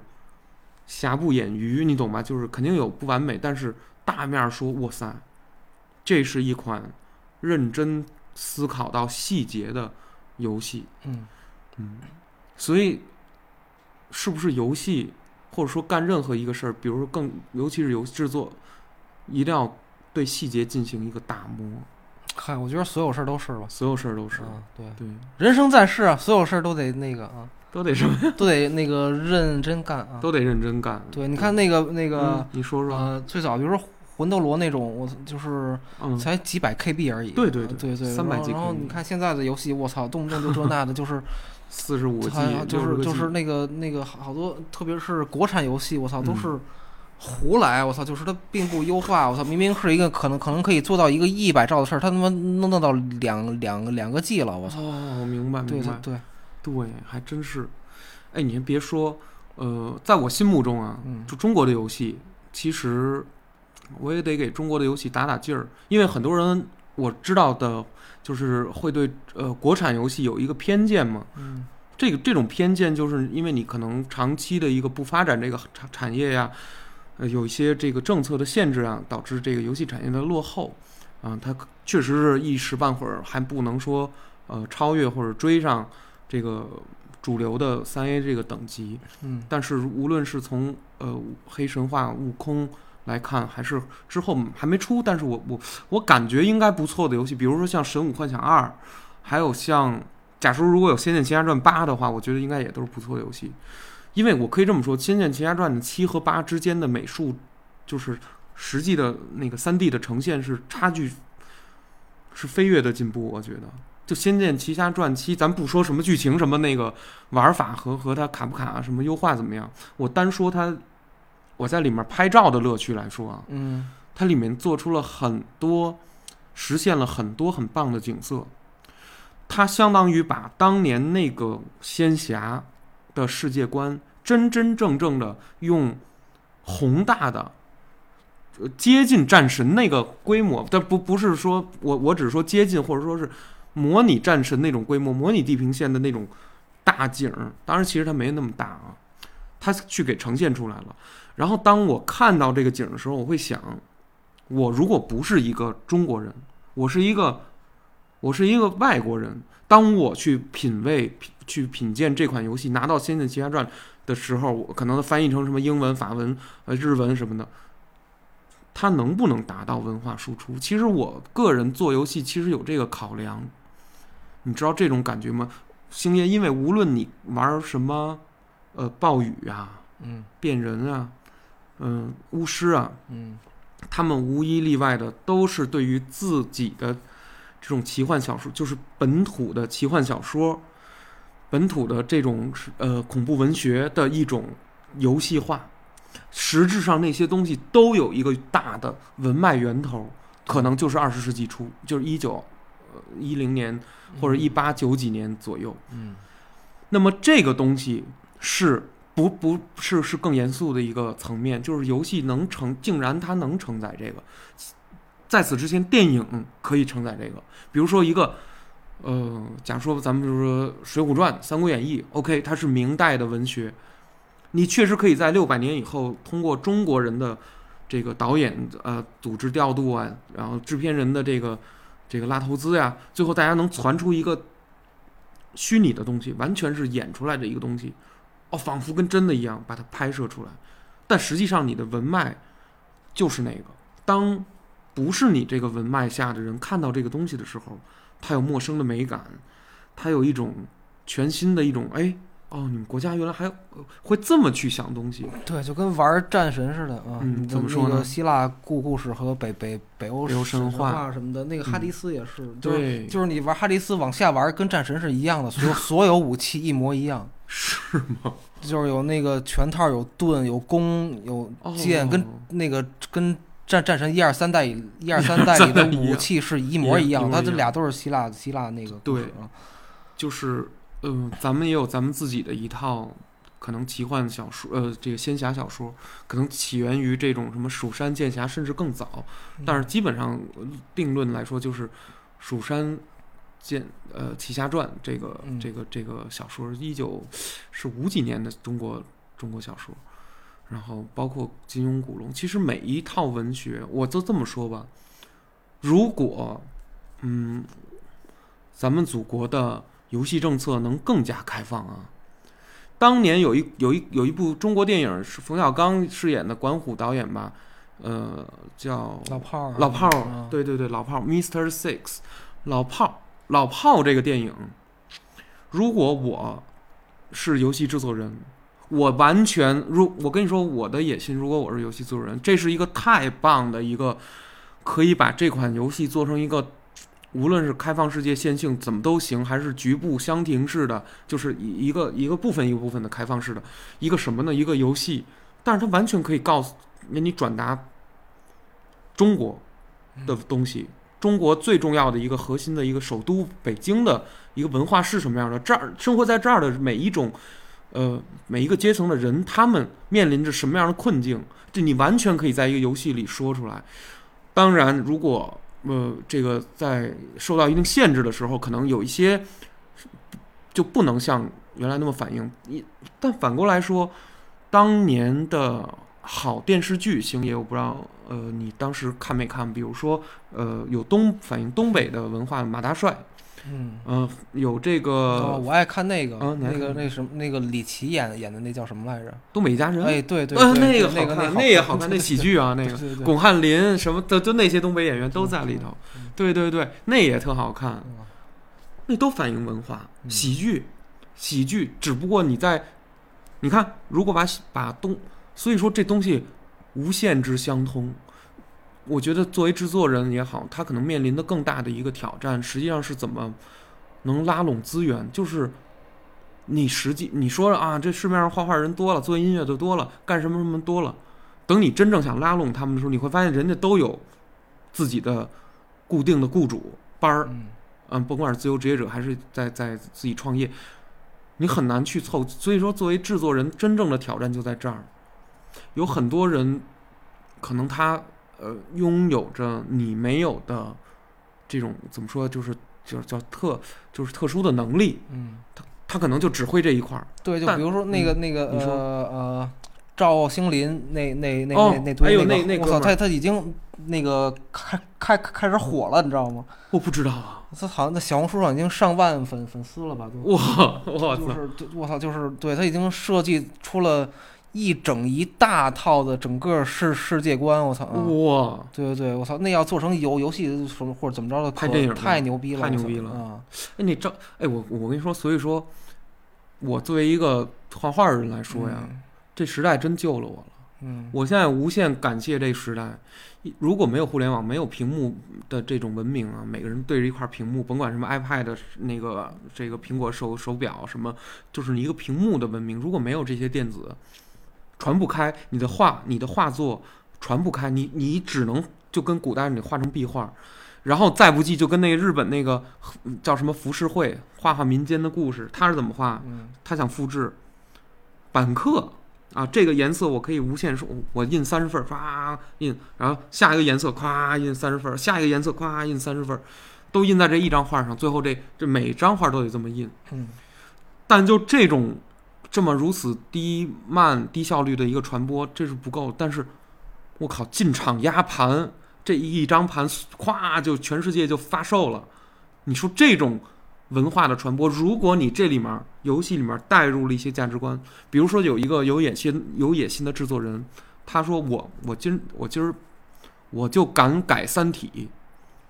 S1: 瑕不掩瑜，你懂吧？就是肯定有不完美，但是大面儿说，哇塞，这是一款认真思考到细节的游戏，
S2: 嗯
S1: 嗯，所以是不是游戏，或者说干任何一个事儿，比如说更，尤其是游戏制作，一定要对细节进行一个打磨，
S2: 嗨，我觉得所有事儿都是吧，
S1: 所有事儿都是，
S2: 啊，对，
S1: 对，
S2: 人生在世啊，所有事儿都得那个啊，
S1: 都得什么呀，
S2: 都得那个认真干啊。
S1: 都得认真干。
S2: 对，你看那个那个
S1: 嗯，你说说，
S2: 呃，最早比如说魂斗罗那种，我就是
S1: 嗯，
S2: 才几百 KB 而已。
S1: 对对
S2: 啊
S1: 对
S2: 对对，
S1: 300
S2: 然后
S1: G
S2: 然后
S1: KB
S2: 你看现在的游戏，我操，动不动就这那的，就是
S1: 四十五 G，
S2: 好像就
S1: 60
S2: 是
S1: 个 G
S2: 就是那个那个好好多，特别是国产游戏，我操，都是胡来，我操，就是它并不优化，我操，明明是一个可能可能可以做到一个一百兆的事儿，它他妈弄到到两两个两个 G 了，我操，
S1: 哦，我明白
S2: 对
S1: 明
S2: 对
S1: 白，
S2: 对，
S1: 对，还真是。哎，你还别说，呃，在我心目中啊，
S2: 嗯
S1: 就中国的游戏，其实我也得给中国的游戏打打劲儿，因为很多人我知道的，就是会对呃国产游戏有一个偏见嘛。
S2: 嗯
S1: 这个这种偏见，就是因为你可能长期的一个不发展这个产产业呀、呃，有一些这个政策的限制啊，导致这个游戏产业的落后，啊、它可确实是一时半会儿还不能说呃超越或者追上这个主流的三 A 这个等级。
S2: 嗯
S1: 但是无论是从呃黑神话、悟空来看，还是之后还没出，但是我我我感觉应该不错的游戏，比如说像《神武幻想二》，还有像假如如果有《仙剑奇侠传八》的话，我觉得应该也都是不错的游戏，因为我可以这么说，《仙剑奇侠传》的七和八之间的美术就是实际的那个三 D 的呈现是差距是飞跃的进步，我觉得。就《仙剑奇侠传七》，咱不说什么剧情、什么那个玩法和和它卡不卡、什么优化怎么样，我单说它，我在里面拍照的乐趣来说啊，
S2: 嗯
S1: 它里面做出了很多，实现了很多很棒的景色。它相当于把当年那个仙侠的世界观，真真正正的用宏大的、呃接近战神那个规模，但不不是说我我只是说接近，或者说是模拟战神那种规模，模拟地平线的那种大景儿。当然，其实它没那么大啊，它去给呈现出来了。然后当我看到这个景儿的时候，我会想，我如果不是一个中国人，我是一个我是一个外国人，当我去品味、品去品鉴这款游戏，拿到《仙剑奇侠传》的时候，我可能翻译成什么英文、法文、呃日文什么的。它能不能达到文化输出？其实我个人做游戏其实有这个考量，你知道这种感觉吗？星爷，因为无论你玩什么，呃，暴雨啊、
S2: 嗯
S1: 变人啊、嗯、巫师啊，
S2: 嗯
S1: 他们无一例外的都是对于自己的这种奇幻小说，就是本土的奇幻小说，本土的这种呃恐怖文学的一种游戏化。实质上，那些东西都有一个大的文脉源头，可能就是二十世纪初，就是一九呃一零年或者一八九几年左右。
S2: 嗯
S1: 那么这个东西是不不是是更严肃的一个层面，就是游戏能承，竟然它能承载这个。在此之前，电影可以承载这个，比如说一个，呃，假如说咱们就说《水浒传》《三国演义》，OK，它是明代的文学，你确实可以在六百年以后，通过中国人的这个导演呃组织调度啊，然后制片人的这个这个拉投资呀、最后大家能传出一个虚拟的东西，完全是演出来的一个东西，哦，仿佛跟真的一样，把它拍摄出来。但实际上，你的文脉就是那个。当不是你这个文脉下的人看到这个东西的时候，他有陌生的美感，他有一种全新的一种，哎，哦，你们国家原来还呃会这么去想东西。
S2: 对，就跟玩战神似的啊！
S1: 嗯
S2: 你的
S1: 怎么说
S2: 那
S1: 呢
S2: 个希腊故故事和北北北欧
S1: 北欧神
S2: 神
S1: 话嗯
S2: 什么的，那个哈迪斯也是，就是
S1: 对，
S2: 就是你玩哈迪斯往下玩，跟战神是一样的，所 有所有武器一模一样，
S1: 是吗？
S2: 就是有那个全套，有盾，有弓，有
S1: 哦，
S2: 剑，跟那个跟战战神一二三代一二三代里的
S1: 一样
S2: 武器是一模
S1: 一
S2: 一
S1: 样
S2: 样，它
S1: 一模一
S2: 这
S1: 样
S2: 俩都是希腊希腊那个故事啊，
S1: 就是，嗯、咱们也有咱们自己的一套，可能奇幻小说，呃，这个仙侠小说，可能起源于这种什么蜀山剑侠，甚至更早。但是基本上呃定论来说，就是《蜀山剑呃奇侠传》这个、
S2: 嗯
S1: 这个这个小说，一九是五几年的中国中国小说，然后包括金庸、古龙，其实每一套文学，我就这么说吧，如果嗯，咱们祖国的游戏政策能更加开放啊。当年有一有一有一部中国电影是冯小刚饰演的管虎导演吧，呃，叫
S2: 老炮儿，
S1: 老炮儿，
S2: 嗯，
S1: 对对对，老炮儿，Mr. Six，老炮儿，老炮儿这个电影，如果我是游戏制作人，我完全如我跟你说我的野心，如果我是游戏制作人，这是一个太棒的一个，可以把这款游戏做成一个。无论是开放世界线性怎么都行，还是局部箱庭式的，就是一一个一个部分一个部分的开放式的，一个什么呢？一个游戏，但是它完全可以告诉给你转达中国，的东西。中国最重要的一个核心的一个首都北京的一个文化是什么样的？这儿生活在这儿的每一种，呃，每一个阶层的人，他们面临着什么样的困境？这你完全可以在一个游戏里说出来。当然，如果呃这个在受到一定限制的时候，可能有一些就不能像原来那么反应。一但反过来说，当年的好电视剧，星爷，我不知道呃你当时看没看？比如说呃，有东反映东北的文化，马大帅，
S2: 嗯，
S1: 嗯、有这个、
S2: 哦，我爱看那个
S1: 呃啊，你爱
S2: 那个
S1: 看
S2: 那什么，那个李琦演演的那叫什么来着？
S1: 东北一家人，
S2: 哎，对对，
S1: 呃，
S2: 对
S1: 那
S2: 对
S1: 个
S2: 那个
S1: 好看，
S2: 那
S1: 也 好看，那喜剧啊，那
S2: 对
S1: 个
S2: 对对
S1: 巩汉林什么的，就那些东北演员都在里头
S2: 嗯嗯。
S1: 对对对，那也特好看，
S2: 嗯
S1: 那都反映文化，
S2: 嗯
S1: 喜剧，喜剧，只不过你在，你看，如果把喜把东，所以说这东西无限之相通。我觉得作为制作人也好，他可能面临的更大的一个挑战，实际上是怎么能拉拢资源，就是。你实际你说啊，这市面上画画人多了，做音乐的多了，干什么什么多了。等你真正想拉拢他们的时候，你会发现人家都有自己的固定的雇主班儿，
S2: 嗯
S1: 嗯，甭管是自由职业者还是在在自己创业，你很难去凑。所以说，作为制作人，真正的挑战就在这儿。有很多人，可能他呃拥有着你没有的这种怎么说，就是就是叫特就是特殊的能力，
S2: 嗯，
S1: 他可能就只会这一块儿。
S2: 对，就
S1: 但
S2: 比如说那个那个
S1: 嗯你
S2: 呃
S1: 说
S2: 呃，赵兴林那那那
S1: 哦
S2: 那那
S1: 哎
S2: 堆
S1: 呦
S2: 那
S1: 那那
S2: 个，我
S1: 哥
S2: 操，
S1: 们
S2: 他
S1: 儿
S2: 他已经那个开开开始火了，你知道吗？
S1: 我不知道啊，
S2: 他好像在小红书上已经上万粉粉丝了吧？都
S1: 哇，我
S2: 就
S1: 操，
S2: 是就我操，就是对他已经设计出了一整一大套的整个世世界观，我操！啊
S1: 哇！
S2: 对对对，我操，那要做成游游戏什么或者怎么着的，
S1: 拍
S2: 可
S1: 电影儿
S2: 太牛逼了，
S1: 太牛
S2: 我操
S1: 逼了
S2: 啊！
S1: 哎，你这，哎，我我跟你说，所以说，我作为一个画画人来说呀，这时代真救了我了。
S2: 嗯，
S1: 我现在无限感谢这时代，一如果没有互联网，没有屏幕的这种文明啊，每个人对着一块屏幕，甭管什么 iPad 那个这个苹果手手表什么，就是你一个屏幕的文明，如果没有这些电子，传不开你的画，你的画作传不开，你你只能就跟古代你画成壁画。然后再不济就跟那个日本那个嗯叫什么浮世绘，画画民间的故事，他是怎么画？
S2: 嗯
S1: 他想复制板刻啊，这个颜色我可以无限说，我印三十份儿，咵印，然后下一个颜色咵印三十份儿，下一个颜色咵印三十份儿，都印在这一张画上，最后这这每张画都得这么印。
S2: 嗯
S1: 但就这种这么如此低慢低效率的一个传播，这是不够。但是，我靠，进场压盘这一张盘，咵就全世界就发售了。你说这种文化的传播，如果你这里面游戏里面带入了一些价值观，比如说有一个有野心有野心的制作人，他说我我今我今儿我就敢改《三体》，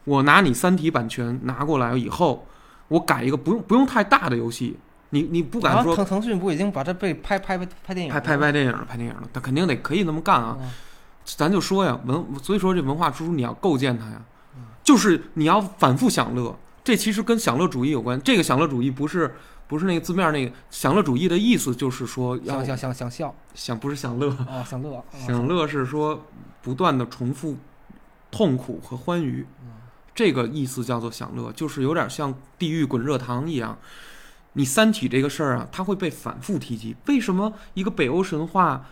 S1: 我拿你《三体》版权拿过来以后。我改一个不用不用太大的游戏，你你不敢
S2: 啊
S1: 说
S2: 腾腾讯不已经把这被拍拍拍拍电影
S1: 拍
S2: 了
S1: 拍拍电影了，拍电影了，他肯定得可以那么干啊。
S2: 嗯
S1: 咱就说呀，文，所以说这文化输出你要构建它呀，就是你要反复享乐。这其实跟享乐主义有关。这个享乐主义不是不是那个字面那个享乐主义的意思，就是说要
S2: 想想想 想笑
S1: 想不是享乐，
S2: 啊，想乐啊
S1: 享乐是说不断的重复痛苦和欢愉，这个意思叫做享乐，就是有点像地狱滚热糖一样。你《三体》这个事儿啊，它会被反复提及。为什么一个北欧神话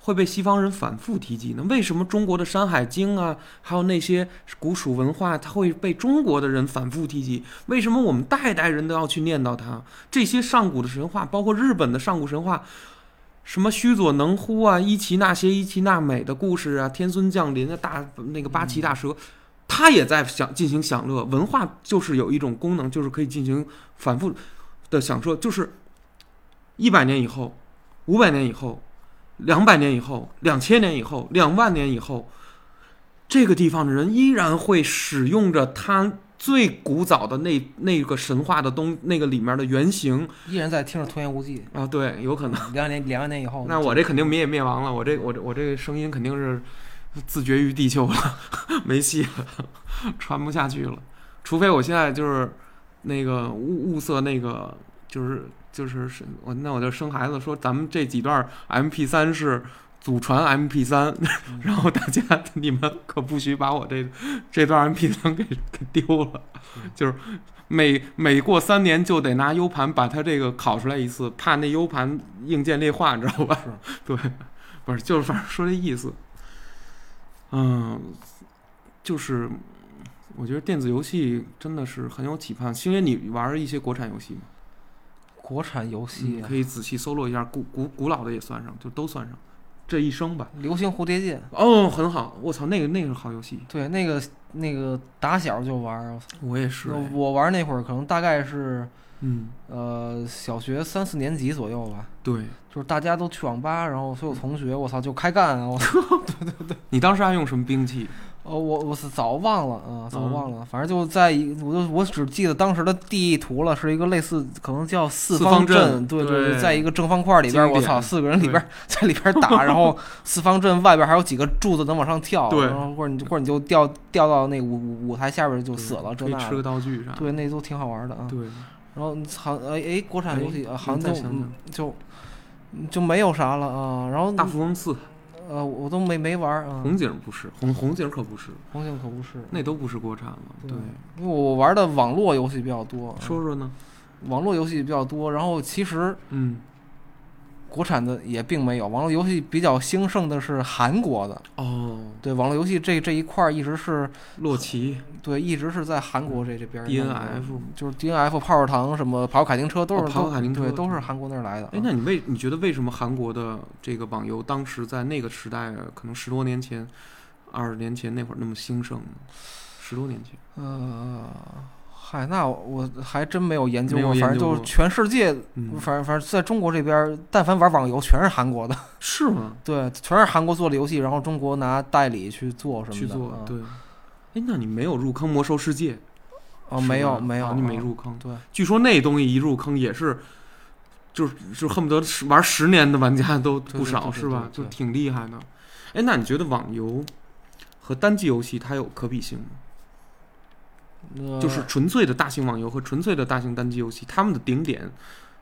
S1: 会被西方人反复提及呢？为什么中国的《山海经》啊，还有那些古蜀文化，它会被中国的人反复提及？为什么我们代代人都要去念叨它？这些上古的神话，包括日本的上古神话，什么须佐能乎啊、伊奇那邪、伊奇那美的故事啊、天孙降临啊、大那个八岐大蛇，他也在享进行享乐。文化就是有一种功能，就是可以进行反复的享受。就是一百年以后、五百年以后、两百年以后、两千年以后、两万年以后，这个地方的人依然会使用着他最古早的那那个神话的东那个里面的原型
S2: 依然在听着《童言无 忌
S1: 啊，对，有可能。》，
S2: 两万年两万年以后，
S1: 那我这肯定灭灭亡了，我这我这我这声音肯定是自绝于地球了， 没戏了， 传不下去了。除非我现在就是那个物物色那个，就是就是是我那我就生孩子说咱们这几段 MP 三是祖传 MP 三， 然后大家你们可不许把我这这段 MP 三给给丢了，就是每每过三年就得拿 U 盘把它这个拷出来一次，怕那 U 盘硬件劣化，你知道吧？ 对，不是就是反正说这意思，嗯，就是我觉得电子游戏真的是很有期盼。星爷，你玩一些国产游戏吗？
S2: 国产游戏
S1: 你嗯可以仔细搜罗一下，古古古老的也算上，就都算上，这一生吧。
S2: 《流星蝴蝶剑》，
S1: 哦，很好，我操，那个那个是好游戏，
S2: 对，那个那个打小就玩儿，我操
S1: 我也是哎
S2: 我玩那会儿可能大概是
S1: 嗯，
S2: 呃小学三四年级左右吧，
S1: 对
S2: 就是大家都去网吧，然后所有同学，我操就开干啊！我操，
S1: 你当时还用什么兵器？
S2: 哦我我是早忘了啊、早
S1: 嗯
S2: 忘了，反正就在一，我就我只记得当时的地图了，是一个类似可能叫四
S1: 四方
S2: 阵，
S1: 阵
S2: 对
S1: 对
S2: 对，在一个正方块里边，
S1: 经
S2: 我
S1: 典
S2: 操，四个人里边 在里边打，然后四方阵外边还有几个柱子能往上跳，
S1: 对
S2: 然后或者你或者你就掉掉到那舞舞舞台下边就死了，这
S1: 可以
S2: 那
S1: 吃
S2: 的
S1: 个道具啥的？
S2: 对，那都挺好玩的啊。
S1: 对，
S2: 然后好像哎哎，国产游戏、
S1: 哎
S2: 呃好
S1: 你
S2: 像
S1: 再
S2: 就
S1: 想想
S2: 嗯就嗯就没有啥了啊。然后
S1: 大富翁四
S2: 呃，我都没没玩儿啊。
S1: 红警不是红红警可不是，
S2: 红警可不是，
S1: 那都不是国产了。对
S2: 对，哦因为我玩的网络游戏比较多，啊
S1: 说说呢？
S2: 网络游戏比较多。然后其实
S1: 嗯，
S2: 国产的也并没有，网络游戏比较兴盛的是韩国的。
S1: 哦，
S2: 对，网络游戏这这一块儿一直是
S1: 洛奇
S2: 对，一直是在韩国这这边儿弄的。
S1: DNF。
S2: 就是 D N F 泡泡糖什么跑卡丁车都
S1: 哦
S2: 是
S1: 跑
S2: 都
S1: 卡丁车
S2: 对都是韩国那儿来的啊。
S1: 哎，那你为你觉得为什么韩国的这个网游当时在那个时代，可能十多年前、二十年前那会儿那么兴盛呢？十多年前，
S2: 呃，嗨，那我还真没有研究
S1: 没有
S2: 过，
S1: 研
S2: 反正
S1: 究
S2: 就是
S1: 过
S2: 全世界，
S1: 嗯，
S2: 反正反正在中国这边儿，但凡玩网游，全是韩国的，
S1: 是吗？
S2: 对，全是韩国做的游戏，然后中国拿代理去做什么的。
S1: 去做
S2: 啊、，
S1: 对。哎，那你没有入坑《魔兽世界》
S2: 哦，
S1: 是
S2: 没有
S1: 吧
S2: 没有，
S1: 啊你没
S2: 啊。
S1: 入坑。
S2: 对，
S1: 据说那东西一入坑也是，就是就恨不得是玩十年的玩家都不少，
S2: 对对对对
S1: 是吧？
S2: 对
S1: 就
S2: 对
S1: 挺厉害的。哎，那你觉得网游和单机游戏它有可比性吗？
S2: 呃
S1: 就是纯粹的大型网游和纯粹的大型单机游戏，他们的顶点，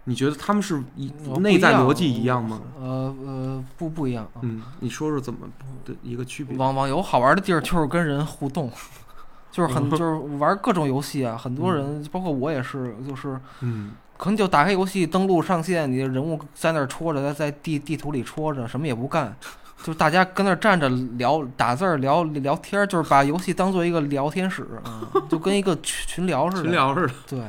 S1: 你觉得他们是一
S2: 呃不
S1: 内
S2: 一
S1: 在
S2: 样
S1: 逻辑一样吗？
S2: 呃呃，不不一样啊。
S1: 嗯，你说说怎么的一个区别？
S2: 网网游好玩的地儿就是跟人互动， 就是很就是玩各种游戏啊，很多人包括我也是，就是
S1: 嗯，
S2: 可能就打开游戏登录上线，你的人物在那儿戳着，在在地地图里戳着，什么也不干，就大家跟那儿站着聊打字儿聊聊天儿，就是把游戏当做一个聊天室，啊，就跟一个群群聊似
S1: 嗯群
S2: 的。
S1: 聊似的。
S2: 对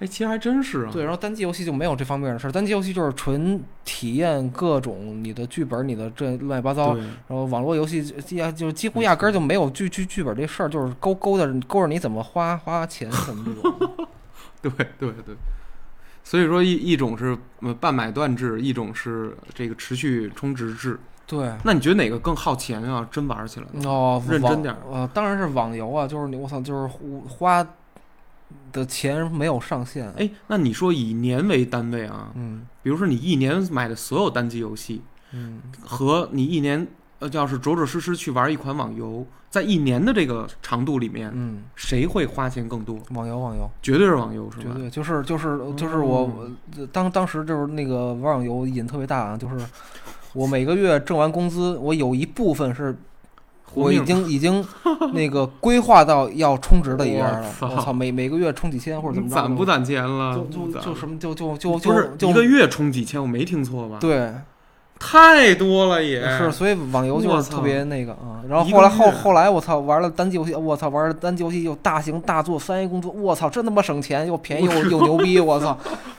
S1: 哎，其实还真是啊。
S2: 对，然后单机游戏就没有这方面的事儿，单机游戏就是纯体验各种你的剧本、你的这乱七八糟。
S1: 对
S2: 然后网络游戏就压就几乎压根儿就没有剧剧剧本这事儿，就是勾勾搭勾着你怎么花花钱什么这 种。
S1: 对对对，所以说一一种是呃半买断制，一种是这个持续充值制。
S2: 对，
S1: 那你觉得哪个更耗钱啊？真玩起来呢？
S2: 哦，
S1: 认
S2: 网
S1: 真点儿
S2: 呃，当然是网游啊，就是你我操，就是胡花的钱没有上限。
S1: 哎，那你说以年为单位啊，
S2: 嗯
S1: 比如说你一年买的所有单机游戏，
S2: 嗯，
S1: 和你一年呃，要是着着实实去玩一款网游，在一年的这个长度里面，
S2: 嗯，
S1: 谁会花钱更多？
S2: 网游网游，
S1: 绝对是网游，是
S2: 绝
S1: 吧？嗯
S2: 对就是就是就是我、呃当当时就是那个玩网游瘾特别大啊，就是我每个月挣完工资，我有一部分是。
S1: 活
S2: 我已
S1: 命
S2: 经 已经那个规划到要充值的一边儿了，
S1: 我
S2: 我
S1: 操
S2: 操，每每个月充几千或者怎么
S1: 你
S2: 着，
S1: 攒不攒钱了？
S2: 就就
S1: 不
S2: 就
S1: 攒
S2: 就
S1: 了
S2: 什么就就就
S1: 不是
S2: 就就
S1: 一个月充几千，我没听错吧？，
S2: 对，
S1: 太多了也
S2: 是，所以网游就
S1: 哎我
S2: 是
S1: 操
S2: 特别那个啊。然后
S1: 一
S2: 后
S1: 个
S2: 来后
S1: 月
S2: 后来我操玩了单机游戏，我操玩了单机游戏又大型大作三 A 工作，我操真他妈省钱又便宜 又又牛逼，我操！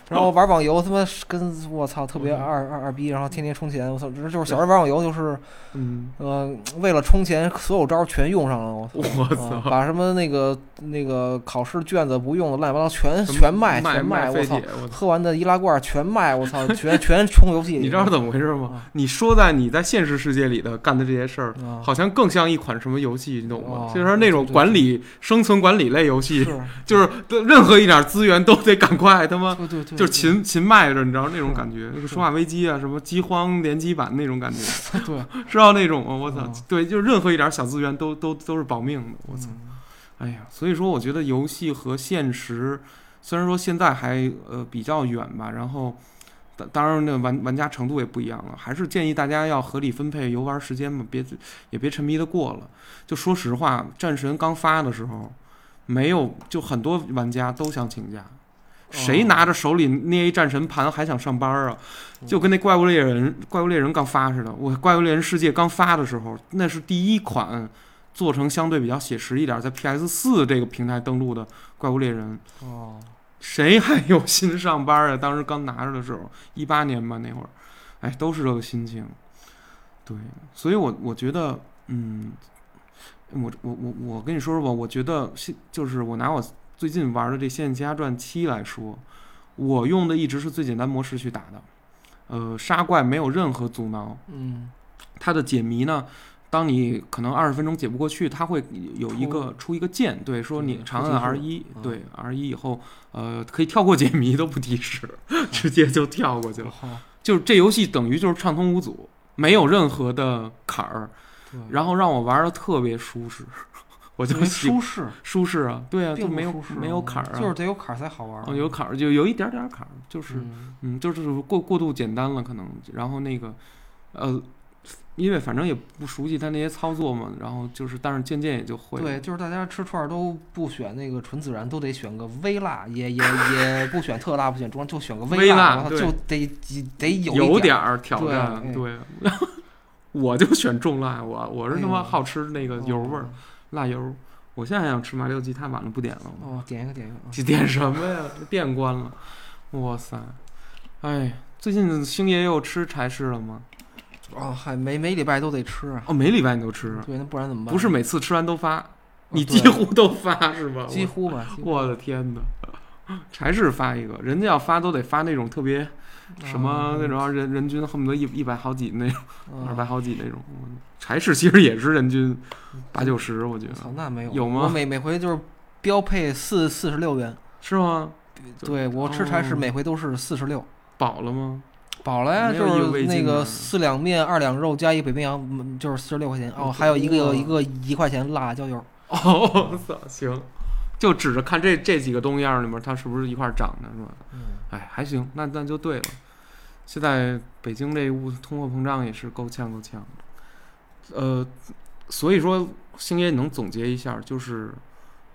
S2: 然后玩网游他妈是跟我操特别
S1: 嗯
S2: 二二二逼，然后天天充钱，我操！这就是小时候玩网游就是
S1: 嗯，
S2: 呃为了充钱所有招儿全用上了，我 操！
S1: 我
S2: 啊
S1: 操，
S2: 把什么那个那个考试卷子不用的乱七八糟全
S1: 什么
S2: 全卖
S1: 卖
S2: 全卖，
S1: 卖
S2: 我
S1: 废
S2: 操
S1: 铁！，我操！
S2: 喝完的易拉罐全卖，我操，全全充游戏里。
S1: 你知道是怎么回事吗？
S2: 啊
S1: 你说在你在现实世界里的干的这些事儿，
S2: 啊，
S1: 好像更像一款什么游戏，你懂吗
S2: 哦？
S1: 就是说那种
S2: 对对
S1: 管理生存管理类游
S2: 是，
S1: 戏，
S2: 对
S1: 就是任何一点资源都得赶快他妈
S2: 对对，
S1: 就
S2: 对
S1: 是勤勤卖着，你知道那种感觉，那个
S2: 是
S1: 生化危机啊，什么饥荒联机版那种感觉，
S2: 对，
S1: 知道那种吗？我操
S2: 哦，
S1: 对，就是任何一点小资源都都都是保命的，我操。
S2: 嗯
S1: 哎呀，所以说我觉得游戏和现实，虽然说现在还呃比较远吧，然后当当然那玩玩家程度也不一样了，还是建议大家要合理分配游玩时间嘛，别也别沉迷的过了。就说实话，战神刚发的时候，没有就很多玩家都想请假。谁拿着手里捏一战神盘还想上班啊？就跟那怪物猎人、怪物猎人刚发似的。我怪物猎人世界刚发的时候，那是第一款做成相对比较写实一点，在 PS 四这个平台登录的怪物猎人，
S2: 哦，
S1: 谁还有心上班啊？当时刚拿着的时候，一八年吧那会儿，哎，都是这个心情。对，所以我我觉得，嗯，我我我我跟你说说吧，我觉得现就是我拿我最近玩的这《仙剑奇侠传七》来说，我用的一直是最简单模式去打的，呃，杀怪没有任何阻挠，
S2: 嗯，
S1: 它的解谜呢，当你可能二十分钟解不过去，它会有一个出一个键，对，说你
S2: 对
S1: 长
S2: 会
S1: 按
S2: 提
S1: R
S2: 示
S1: 一、
S2: 嗯
S1: 对 R 一以后，呃，可以跳过解谜都不提 示，直接就跳过去了。
S2: 好，
S1: 就是这游戏等于就是畅通无阻，没有任何的坎儿，
S2: 对，
S1: 然后让我玩的特别舒适， 我就
S2: 嗯没
S1: 喜
S2: 舒适，
S1: 舒适啊，对啊，就
S2: 并不
S1: 没有
S2: 舒适嗯
S1: 没有坎儿啊，
S2: 就是得有坎儿才好玩
S1: 哦
S2: 儿，
S1: 有坎儿就有一点点儿坎儿，就是。
S2: 嗯
S1: 嗯，就是过过度简单了，可能。然后那个，呃，因为反正也不熟悉他那些操作嘛，然后就是，但是渐渐也就会了。
S2: 对，就是大家吃串儿都不选那个纯孜然，都得选个微辣，也也也不选特辣，不选中，就选个
S1: 微辣
S2: 辣，我操
S1: 对
S2: 就得几得有
S1: 有
S2: 一点儿。
S1: 儿挑
S2: 对
S1: 战，
S2: 哎
S1: 对。 我就选重辣，我我是他
S2: 哎
S1: 妈
S2: 呦
S1: 好吃那个油味儿，辣油。我现在还想吃麻六鸡，太晚了不点了。
S2: 哦，哦，点一个，点一个，
S1: 去点什么呀？店关了。哇塞，哎，最近星爷又吃柴市了吗？
S2: 哦，还每每礼拜都得吃啊，
S1: 哦，每礼拜你都吃，
S2: 对，那不然怎么办？哦
S1: 不是每次吃完都发，你
S2: 对
S1: 几乎都发是吧？
S2: 几乎吧，几乎
S1: 我的天哪！柴市发一个，人家要发都得发那种特别什么那种让人人均恨不得一一百好几那种，
S2: 嗯
S1: 二百好几那种。柴市其实也是人均八九十，我觉
S2: 嗯我
S1: 得
S2: 操，那没有
S1: 有吗
S2: 我每每回就是标配四四十六元，
S1: 是吗？就
S2: 对我吃柴
S1: 哦
S2: 是每回都是四十六，
S1: 饱了吗？
S2: 饱了呀，
S1: 没
S2: 就
S1: 有意犹未
S2: 是
S1: 尽
S2: 那
S1: 啊
S2: 个四两面二两肉加一北冰洋，嗯就是四十六块钱
S1: 哇
S2: 哦，还有一个一个一块钱辣椒油，
S1: 哦，我操，行，就指着看这这几个东样里面，它是不是一块儿长的，是吧？
S2: 嗯，
S1: 哎，还行，那那就对了。现在北京这物通货膨胀也是够呛够呛的，呃，所以说星爷你能总结一下，就是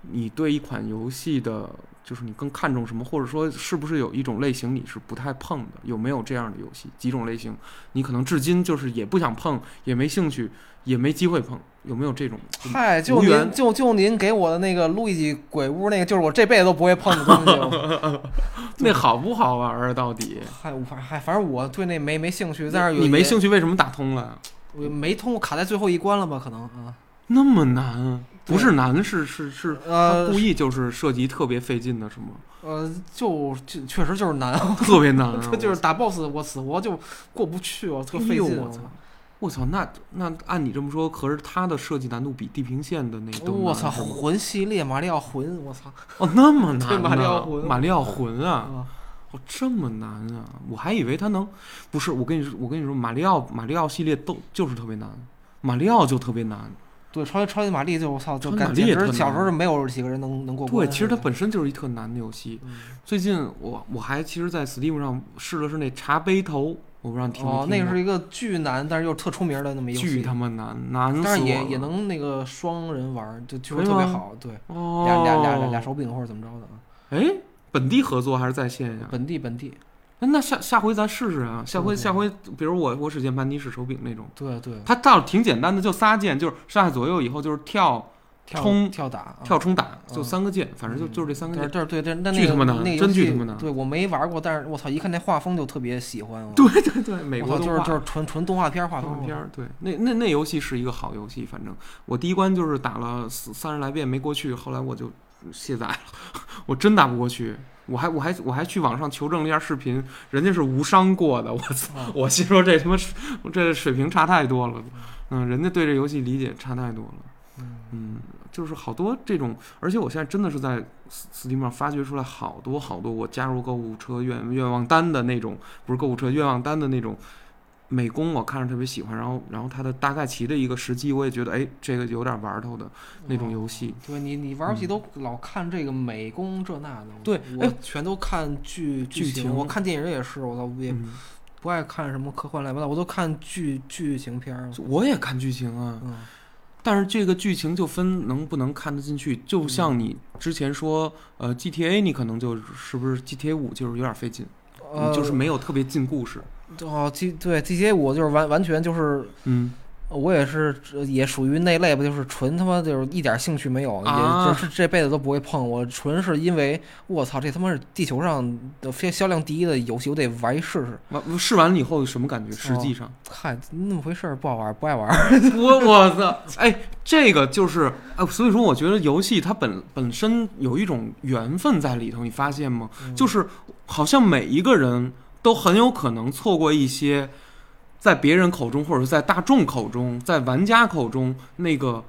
S1: 你对一款游戏的，就是你更看重什么，或者说是不是有一种类型你是不太碰的？有没有这样的游戏？几种类型你可能至今就是也不想碰，也没兴趣，也没机会碰，有没有这种？
S2: 嗨，就
S1: 无缘
S2: 您就就您给我的那个路易吉鬼屋那个，就是我这辈子都不会碰的东西 我。
S1: 那好不好玩啊？到底？
S2: 嗨，我反嗨，反正我对那没没兴趣，但是有
S1: 你没
S2: 也
S1: 兴趣，为什么打通了呀？啊
S2: 我没通过，卡在最后一关了吧？可能啊，
S1: 那么难？不
S2: 对
S1: 是难，是是是，他
S2: 呃
S1: 故意就是设计特别费劲的，是 吗？
S2: 呃，就就确实就是难，，
S1: 特别难、啊
S2: 就是打 boss 我死活就过不去，我特费
S1: 哎呦
S2: 劲。啊
S1: 我操我操！那那按你这么说，可是它的设计难度比《地平线》的那都难
S2: 我操，
S1: 是吗
S2: 魂系列马里奥魂，我操
S1: 哦，那么难、啊！
S2: 对马里奥魂
S1: 马里奥魂啊！
S2: 啊！
S1: 哦，这么难啊！我还以为它能，不是我跟你说，我跟你说，马里奥马里奥系列都就是特别难，马里奥就特别难。
S2: 对，超级超级玛丽就我操，就
S1: 超级玛
S2: 感
S1: 丽也
S2: 简
S1: 特
S2: 直小
S1: 难
S2: 时候就没有几个人能能过关。
S1: 对，其实它
S2: 是吧
S1: 本身就是一特难的游戏。
S2: 嗯
S1: 最近我我还其实，在 Steam 上试了试那茶杯头，我不知道你听没听过。
S2: 哦，那个是一个巨难，但是又特出名的那么一游
S1: 巨
S2: 戏
S1: 他，妈难，难死我
S2: 但是也
S1: 了
S2: 也能那个双人玩儿，就据说
S1: 可以
S2: 特别
S1: 吗
S2: 好。对，
S1: 哦，
S2: 俩俩俩俩俩手柄或者怎么着的啊，
S1: 哎，本地合作还是在线呀？
S2: 本地本地，
S1: 哎那下下回咱试试啊，下回
S2: 对对
S1: 下回，比如我我使键盘，你使手柄那种，
S2: 对对，
S1: 它倒是挺简单的，就仨键，就是上下左右以后就是跳
S2: 跳
S1: 冲
S2: 跳打啊
S1: 跳冲打，就
S2: 嗯
S1: 三个键，反正就就是这三个
S2: 但是
S1: 键。
S2: 但是对，但但
S1: 巨
S2: 那
S1: 他
S2: 个
S1: 妈难
S2: 那个游
S1: 真巨
S2: 戏
S1: 他妈难
S2: 对我没玩过，但是我操，一看那画风就特别喜欢。我，
S1: 对对对，美
S2: 我
S1: 国
S2: 操，就
S1: 动
S2: 是
S1: 画
S2: 就是纯纯动画片画
S1: 动画
S2: 风。
S1: 片儿，对，那那那游戏是一个好游戏，反正我第一关就是打了三十来遍没过去，后来我就卸载了， 我真打不过去。我还我还我还去网上求证了一下视频，人家是无伤过的。我操！
S2: 啊
S1: 我心说这他妈是这水平差太多了。嗯，人家对这游戏理解差太多了。
S2: 嗯
S1: 嗯，就是好多这种，呃而且我现在真的是在 Steam 上发掘出来好多好多我加入购物车愿愿望单的那种，不是购物车愿望单的那种美工，我看着特别喜欢，然后然后它的大概其的一个时机，我也觉得哎，这个有点玩头的那种游戏。
S2: 嗯
S1: 嗯
S2: 对你，你玩游戏都老看这个美工这那的，
S1: 对
S2: 我
S1: 哎
S2: 全都看剧
S1: 剧
S2: 情，
S1: 情
S2: 我看电影也是，我操，也
S1: 嗯，
S2: 不爱看什么科幻乱七八糟，我都看剧剧情片儿。
S1: 我也看剧情啊，
S2: 嗯，
S1: 但是这个剧情就分能不能看得进去，就像你之前说，呃，GTA 你可能就是不是 GTA 五就是有点费劲，
S2: 呃，
S1: 就是没有特别进故事。
S2: 哦，G 对 GTA 我就是完完全就是
S1: 嗯，
S2: 我也是呃也属于那类吧，就是纯他妈就是一点兴趣没有，
S1: 啊
S2: 也就是这辈子都不会碰。我纯是因为我操，这他妈是地球上的非销量第一的游戏，我得玩一试试。
S1: 完嗯试完了以后什么感觉？实际上，
S2: 嗨，那么回事儿，不好玩，不爱玩。
S1: 我我操，哎，这个就是，哎，所以说我觉得游戏它本本身有一种缘分在里头，你发现吗？就是好像每一个人都很有可能错过一些，在别人口中或者是在大众口中，在玩家口中那个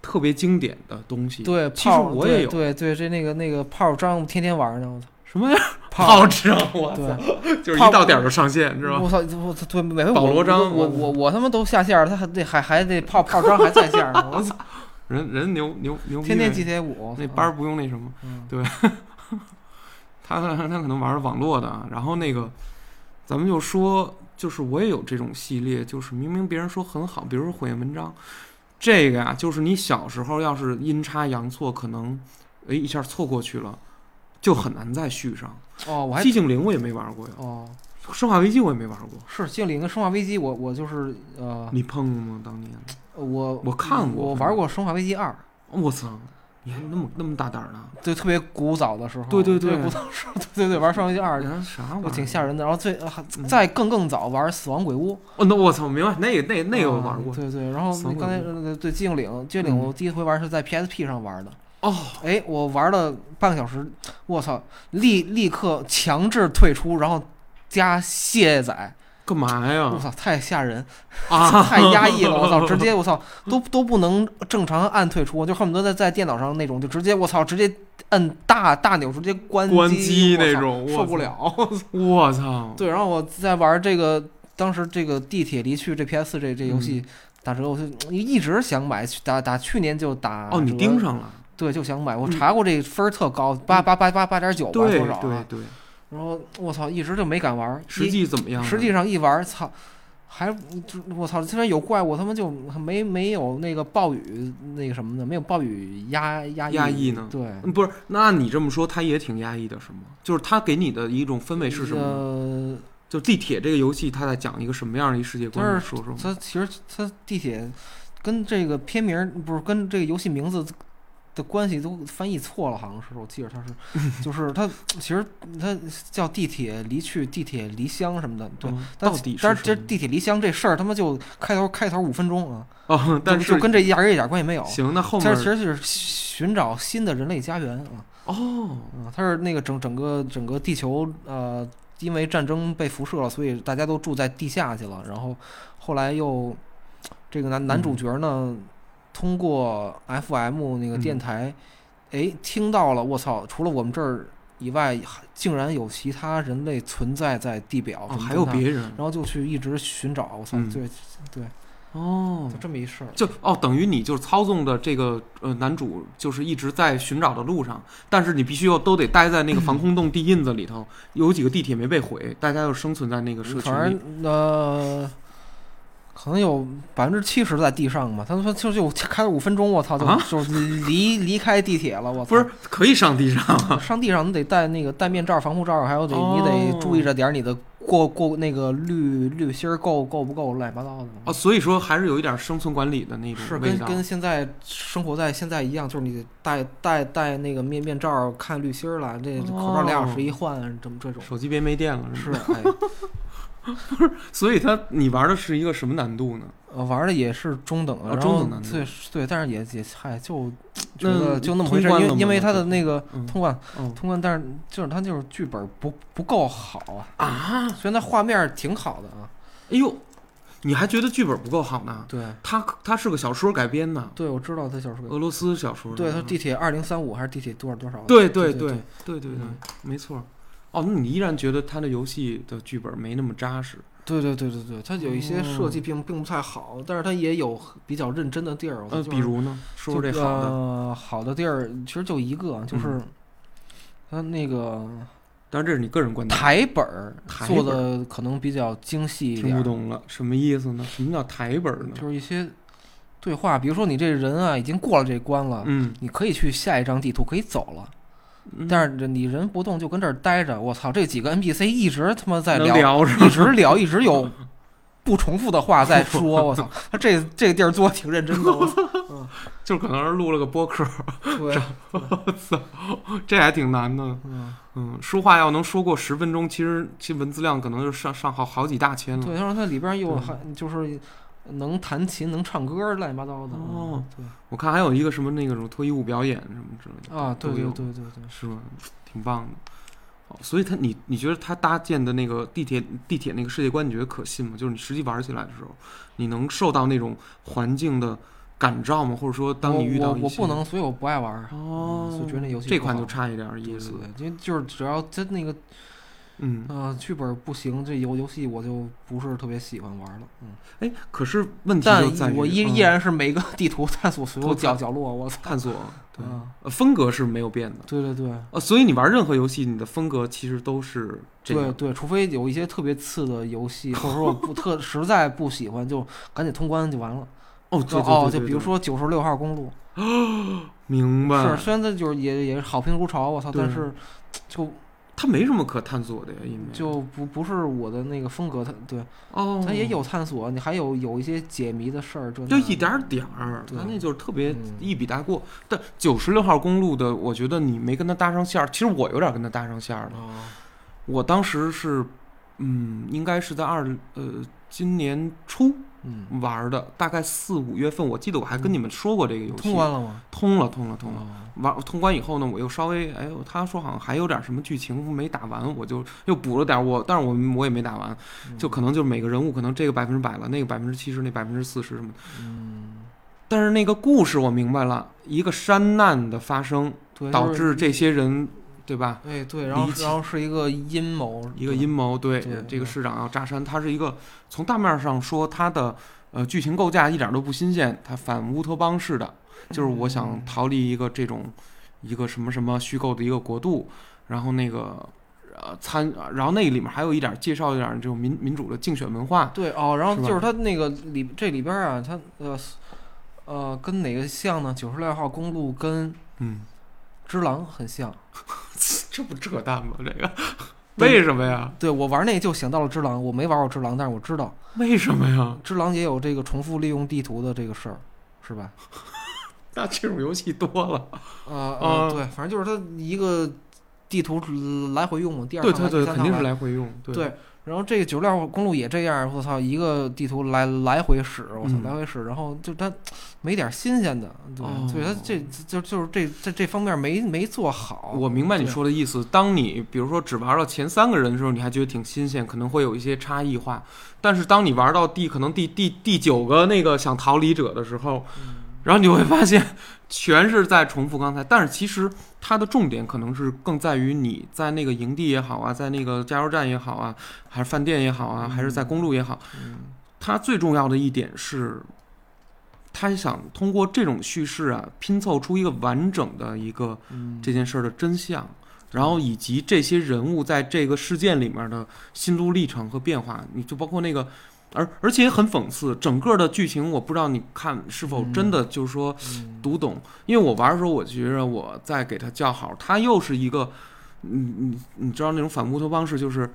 S1: 特别经典的东西。，
S2: 对，
S1: 其实
S2: 炮
S1: 我也有
S2: 对对对，这那个那个炮仗天天玩呢，我操，
S1: 什么呀？
S2: 炮
S1: 炮仗，我
S2: 对
S1: 操，就是
S2: 炮
S1: 一到点儿就上线，是吧？
S2: 我操，我操，对，每回
S1: 保
S2: 我
S1: 罗章
S2: 我我
S1: 我
S2: 我我他妈都下线了，他还得还还得炮炮仗还在线呢， 我操，
S1: 人人牛牛牛逼呗，
S2: 天天 GTA 五，
S1: 那班儿不用那什么。
S2: 嗯
S1: 他他他可能玩网络的啊，然后那个，咱们就说，就是我也有这种系列，就是明明别人说很好，比如说《火焰文章》，这个呀、就是你小时候要是阴差阳错，可能哎一下错过去了，就很难再续上。
S2: 哦，我还
S1: 寂静岭我也没玩过呀，
S2: 哦。
S1: 生化危机我也没玩过，
S2: 是《精灵》跟《生化危机》我，我就是呃，
S1: 你碰过吗？当年
S2: 我嗯
S1: 我看过
S2: 我玩过《生化危机二
S1: 我操，你还那么那么大胆儿呢？》，
S2: 就特别古早的时候，
S1: 对对对
S2: 特别古早的时候，对对对，玩《生化危 机二》
S1: 啊啥玩意
S2: 我
S1: 儿？
S2: 挺吓人的。然后最、呃还
S1: 嗯
S2: 再更更早玩《死亡鬼屋》
S1: 哦，那我操，明白，那个那个那个我
S2: 啊
S1: 玩过。
S2: 对对。然后
S1: 死亡
S2: 刚才
S1: 鬼
S2: 呃对对《寂静岭》，《寂静岭》
S1: 嗯
S2: 我第一回玩是在 PSP 上玩的，
S1: 哦，
S2: 哎，我玩了半个小时，我操，立立刻强制退出，然后加卸载，
S1: 干嘛
S2: 我
S1: 呀？
S2: 操，太吓人。
S1: 嗯啊，
S2: 太压抑了，我 操！直接我操，都都不能正常按退出，就恨不得在在电脑上那种，就直接我操，直接摁大大钮，直接关
S1: 关
S2: 机
S1: 机
S2: 我操
S1: 那种
S2: 受不了。
S1: 我操！
S2: 对，然后我在玩这个，当时这个地铁离去这 PS 这这游戏
S1: 嗯
S2: 打折，我就一直想买，去打打去年就打
S1: 哦，你
S2: 折
S1: 盯上了，
S2: 对，就想买，我
S1: 嗯
S2: 查过这分儿特高，八八八八八点九吧，
S1: 对
S2: 多少
S1: 对
S2: 啊？
S1: 对，
S2: 然后我操，一直就没敢玩，
S1: 实
S2: 一
S1: 际怎么样呢？
S2: 实际上一玩，操，还就我操，虽然有怪，我他妈就没没有那个暴雨那个什么的，没有暴雨压压抑
S1: 压抑呢
S2: 对，
S1: 嗯不是，那你这么说，他也挺压抑的，是吗？就是他给你的一种氛围是什么呢？
S2: 呃，
S1: 就地铁这个游戏，他在讲一个什么样的一世界观？
S2: 就
S1: 你
S2: 是
S1: 说说吗。
S2: 它其实它地铁跟这个片名儿不是跟这个游戏名字的关系都翻译错了，好像是我记得它 是，就是它其实它叫地铁离去、地铁离乡什么的，对。
S1: 嗯
S2: 但
S1: 到底
S2: 但
S1: 是
S2: 是这
S1: 什么？
S2: 地铁离乡这事儿，他妈就开头开头五分钟啊，
S1: 哦，但
S2: 就是就跟这一点儿一点儿关系没有。
S1: 行，那后
S2: 其实
S1: 面
S2: 其实就是寻找新的人类家园啊，
S1: 哦，
S2: 嗯，它是那个整整个整个地球呃，因为战争被辐射了，所以大家都住在地下去了。然后后来又这个男男
S1: 嗯
S2: 主角呢，通过 FM 那个电
S1: 嗯
S2: 台，哎、听到了，我操，除了我们这儿以外，还竟然有其他人类存在在地表，
S1: 哦
S2: 什么
S1: 还有
S2: 状态，
S1: 别人
S2: 然后就去一直寻找，我操，
S1: 嗯
S2: 对对，
S1: 哦
S2: 就，这么一事儿。
S1: 就哦，等于你就是操纵的这个呃男主，就是一直在寻找的路上，但是你必须要都得待在那个防空洞地印子里头，有几个地铁没被毁，大家又生存在那个社区
S2: 反
S1: 里。
S2: 正呃，可能有百分之七十在地上吧。他们说就就开了五分钟，我操，就、
S1: 啊
S2: 就离离开地铁了，我操。
S1: 不是可以上地上
S2: 上地上你得戴那个戴面罩、防护罩，还有得、你
S1: 哦
S2: 得注意着点儿你的过过那个滤滤芯儿够够不够，乱七八糟的。
S1: 哦，所以说还是有一点生存管理的那
S2: 是
S1: 种味
S2: 跟
S1: 道。
S2: 跟现在生活在现在一样，就是你得戴戴戴那个面面罩看滤芯儿了，
S1: 哦
S2: 这口罩俩小时一换，这么这种
S1: 手机别没电了，
S2: 是
S1: 吧？
S2: 哎，
S1: 所以它你玩的是一个什么难度呢？
S2: 呃，玩的也是中等
S1: 啊
S2: 然
S1: 中
S2: 后
S1: 等难度
S2: 对对，但是也也嗨，就觉得就那么回事，
S1: 那通关
S2: 因
S1: 了
S2: 为
S1: 吗
S2: 因为他的那个
S1: 嗯
S2: 通关
S1: 嗯
S2: 通关，但是就是他就是剧本不不够好啊，
S1: 啊，
S2: 虽然他画面挺好的啊，
S1: 哎呦，你还觉得剧本不够好呢？
S2: 对
S1: 它它是个小说改编呢，
S2: 对，我知道他小说，
S1: 俄罗斯小说呢。
S2: 对他地铁二零三五还是地铁多少多少，
S1: 啊对对
S2: 对
S1: 对
S2: 对
S1: 对对对
S2: 嗯，
S1: 没错。哦，那你依然觉得他的游戏的剧本没那么扎实？
S2: 对对对对对，他有一
S1: 哦
S2: 些设计并并不太好，但是他也有比较认真的地儿，我
S1: 呃，
S2: 觉得就是
S1: 比如呢？说说这
S2: 就
S1: 好的。嗯
S2: 呃好的地儿，其实就一个，就是他那个
S1: 当然这是你个人观点，
S2: 台本儿
S1: 嗯台
S2: 做
S1: 本
S2: 的可能比较精细一
S1: 听
S2: 点
S1: 不
S2: 儿，
S1: 懂了，什么意思呢？什么叫台本呢？
S2: 就是一些对话，比如说你这人啊已经过了这关了，
S1: 嗯，
S2: 你可以去下一张地图，可以走了，
S1: 嗯
S2: 但是你人不动就跟这儿待着，我操，这几个 NPC 一直他妈在
S1: 能
S2: 聊，
S1: 聊着，
S2: 一直聊，一 直有不重复的话在说，我操，他这这个地儿做的挺认真的，我操，
S1: 就可能是录了个播客，
S2: 对，
S1: 这还挺难的。
S2: 嗯，
S1: 嗯，说话要能说过十分钟，其实其实文字量可能就上上好好几大千了。
S2: 对，然后它里边又
S1: 对
S2: 还就是能弹琴、能唱歌，乱七八糟的。
S1: 哦
S2: 嗯，
S1: 我看还有一个什么那个什么脱衣舞表演什么之类的
S2: 对啊，对
S1: 都
S2: 对
S1: 有
S2: 对对对，
S1: 是吧？挺棒的。哦，所以他你你觉得他搭建的那个地铁地铁那个世界观，你觉得可信吗？就是你实际玩起来的时候，你能受到那种环境的感召吗？或者说，当你遇到
S2: 我我
S1: 一
S2: 我
S1: 些
S2: 不能，所以我不爱玩儿。
S1: 哦，
S2: 嗯所以觉得那游戏
S1: 这
S2: 不
S1: 款
S2: 好
S1: 就差一点儿
S2: 对
S1: 意思
S2: 对。对，因为就是只要真那个
S1: 嗯，
S2: 呃剧本不行，这游游戏我就不是特别喜欢玩了。嗯，
S1: 哎，可是问题
S2: 但
S1: 就在于
S2: 我依
S1: 嗯
S2: 依然是每个地图探索所有
S1: 都
S2: 角
S1: 探
S2: 角落，我操！
S1: 探索对、
S2: 啊
S1: 呃风格是没有变的。
S2: 对对对
S1: 呃，所以你玩任何游戏，你的风格其实都是这
S2: 对
S1: 样。
S2: 对，除非有一些特别次的游戏，或者说我不特 实在不喜欢，就赶紧通关就完了。
S1: 哦，对对对
S2: 哦，
S1: 对
S2: 就比如
S1: 对
S2: 说九十六号公路，
S1: 明白，
S2: 是，虽然它就是也也是好评如潮，我操，
S1: 对
S2: 但是就
S1: 它没什么可探索的呀，因为
S2: 就不不是我的那个风格，它对，
S1: 哦，
S2: 它也有探索，你还有有一些解谜的事儿，这
S1: 就
S2: 那
S1: 一点
S2: 的
S1: 儿点儿，
S2: 嗯对
S1: 他那就是特别
S2: 嗯
S1: 一笔带过。但九十六号公路的，我觉得你没跟他搭上线儿，其实我有点跟他搭上线儿了。
S2: 哦
S1: 我当时是，嗯，应该是在二呃今年初
S2: 嗯，
S1: 玩的，大概四五月份，我记得我还跟你们说过这个游戏，
S2: 通关了嗯吗？哦
S1: 通了，通了，通了。
S2: 了，
S1: 玩通关以后呢，我又稍微，哎呦，他说好像还有点什么剧情没打完，我就又补了点儿我，但是我我也没打完，
S2: 嗯
S1: 就可能就是每个人物可能这个百分之百了，那个百分之七十，那百分之四十什么的。
S2: 嗯，
S1: 但是那个故事我明白了，一个山难的发生
S2: 对，
S1: 导
S2: 就是
S1: 致这些人，对吧？
S2: 哎对，然后
S1: 离奇
S2: 然后是一个阴谋，
S1: 一个阴谋，对
S2: 对
S1: 这个市长要炸山，它是一个从大面上说它的呃剧情构架一点都不新鲜，它反乌托邦式的，就是我想逃离一个这种一个什么什么虚构的一个国度，然后那个呃参，然后那里面还有一点介绍一点这种民民主的竞选文化，
S2: 对哦，然后
S1: 是
S2: 就
S1: 吧
S2: 是它那个里这里边儿啊，它呃呃跟哪个像呢？九十六号公路跟
S1: 嗯，
S2: 只狼很像，
S1: 这不扯淡吗？这个为什么呀？
S2: 对我玩那就想到了只狼，我没玩过只狼，但是我知道。
S1: 为什么呀？
S2: 只狼也有这个重复利用地图的这个事儿，是吧？
S1: 那这种游戏多了。
S2: 呃呃，
S1: 嗯
S2: 对，反正就是它一个地图来回用嘛，第二
S1: 对
S2: 趟
S1: 对对，
S2: 来第三
S1: 肯
S2: 趟
S1: 定是
S2: 来。
S1: 来回用。对
S2: 对，然后这个九十六公路也这样，我操，一个地图来来回使，我操，
S1: 嗯
S2: 来回使，然后就它没点新鲜的，对，
S1: 哦
S2: 所以它这就就是这这这方面没没做好。
S1: 哦我明白你
S2: 对
S1: 说的意思。当你比如说只玩到前三个人的时候，你还觉得挺新鲜，可能会有一些差异化。但是当你玩到第可能第第第九个那个想逃离者的时候，然后你会发现全是在重复刚才。但是其实它的重点可能是更在于你在那个营地也好啊，在那个加油站也好啊，还是饭店也好啊，还是在公路也好，
S2: 嗯
S1: 它最重要的一点是，他想通过这种叙事啊，拼凑出一个完整的一个
S2: 嗯，
S1: 这件事儿的真相，然后以及这些人物在这个事件里面的心路历程和变化，你就包括那个。而而且也很讽刺，整个的剧情我不知道你看是否真的就是说
S2: 嗯
S1: 读懂，因为我玩的时候，我觉着我在给他叫好，他又是一个，你你你知道那种反乌托邦式，就是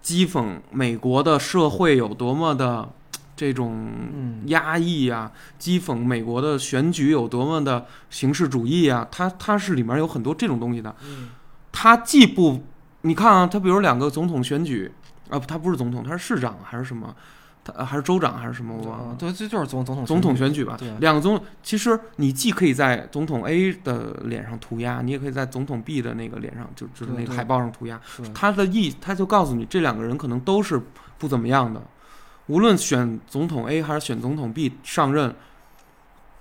S1: 讥讽美国的社会有多么的这种
S2: 嗯
S1: 压抑啊，讥讽美国的选举有多么的形式主义啊，它它是里面有很多这种东西的，
S2: 嗯
S1: 它既不，你看啊，它比如两个总统选举啊，不它不是总统，它是市长还是什么？他呃还是州长还是什么，我忘了
S2: 啊，。对，这就是总总统
S1: 总统
S2: 选
S1: 选举吧
S2: 对，啊
S1: 两个总，其实你既可以在总统 A 的脸上涂鸦，你也可以在总统 B 的那个脸上，就就是
S2: 对
S1: 那个
S2: 对
S1: 海报上涂鸦。
S2: 举对
S1: 他的意，他就告诉你，这两个人可能都是不怎么样的，无论选总统 A 还是选总统 B 上任，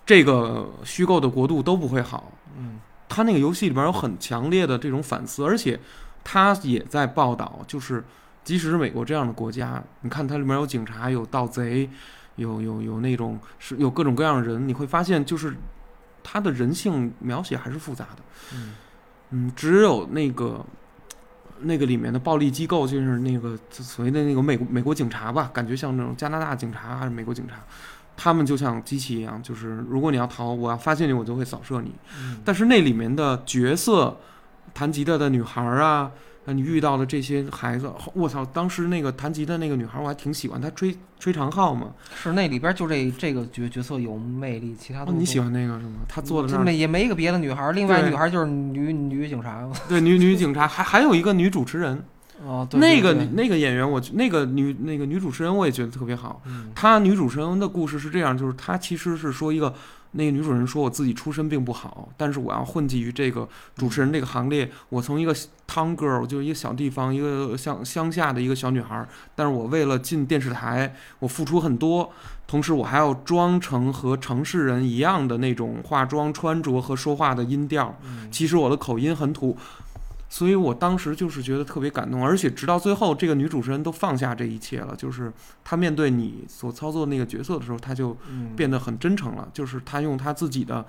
S1: 这个虚构的国度都不会好。
S2: 嗯
S1: 他那个游戏里边有很强烈的这种反思，而且他也在报道，就是即使是美国这样的国家，你看它里面有警察、有盗贼、有有有那种是有各种各样的人，你会发现就是他的人性描写还是复杂的。
S2: 嗯
S1: 嗯，只有那个呃那个里面的暴力机构，就是那个呃所谓的那个美国美国警察吧，感觉像那种加拿大警察还是美国警察，他们就像机器一样，就是如果你要逃，我要发现你，我就会扫射你。
S2: 嗯，
S1: 但是那里面的角色，弹吉他的女孩儿啊，啊你遇到的这些孩子，哦我操！当时那个弹吉的那个女孩儿，我还挺喜欢，她吹吹长号嘛。
S2: 是那里边就这这个角角色有魅力，其他
S1: 哦
S2: 都、
S1: 你喜欢那个是吗？她坐在
S2: 这
S1: 那儿，
S2: 没也没一个别的女孩儿，另外
S1: 对
S2: 女孩儿就是女女警察
S1: 对，女女警察，还还有一个女主持人，
S2: 哦，对
S1: 那个
S2: 对
S1: 女那个演员，我觉那个女那个女主持人，我也觉得特别好。
S2: 嗯
S1: 她女主持人的故事是这样，就是她其实是说一个。那个女主持人说：“我自己出身并不好，但是我要混迹于这个主持人这个行列。我从一个 town girl，就是一个小地方、一个乡乡下的一个小女孩儿，但是我为了进电视台，我付出很多，同时我还要装成和城市人一样的那种化妆、穿着和说话的音调。
S2: 嗯
S1: 其实我的口音很土，所以我当时就是觉得特别感动，而且直到最后，这个女主持人都放下这一切了，就是她面对你所操作那个角色的时候，她就
S2: 嗯
S1: 变得很真诚了，就是她用她自己的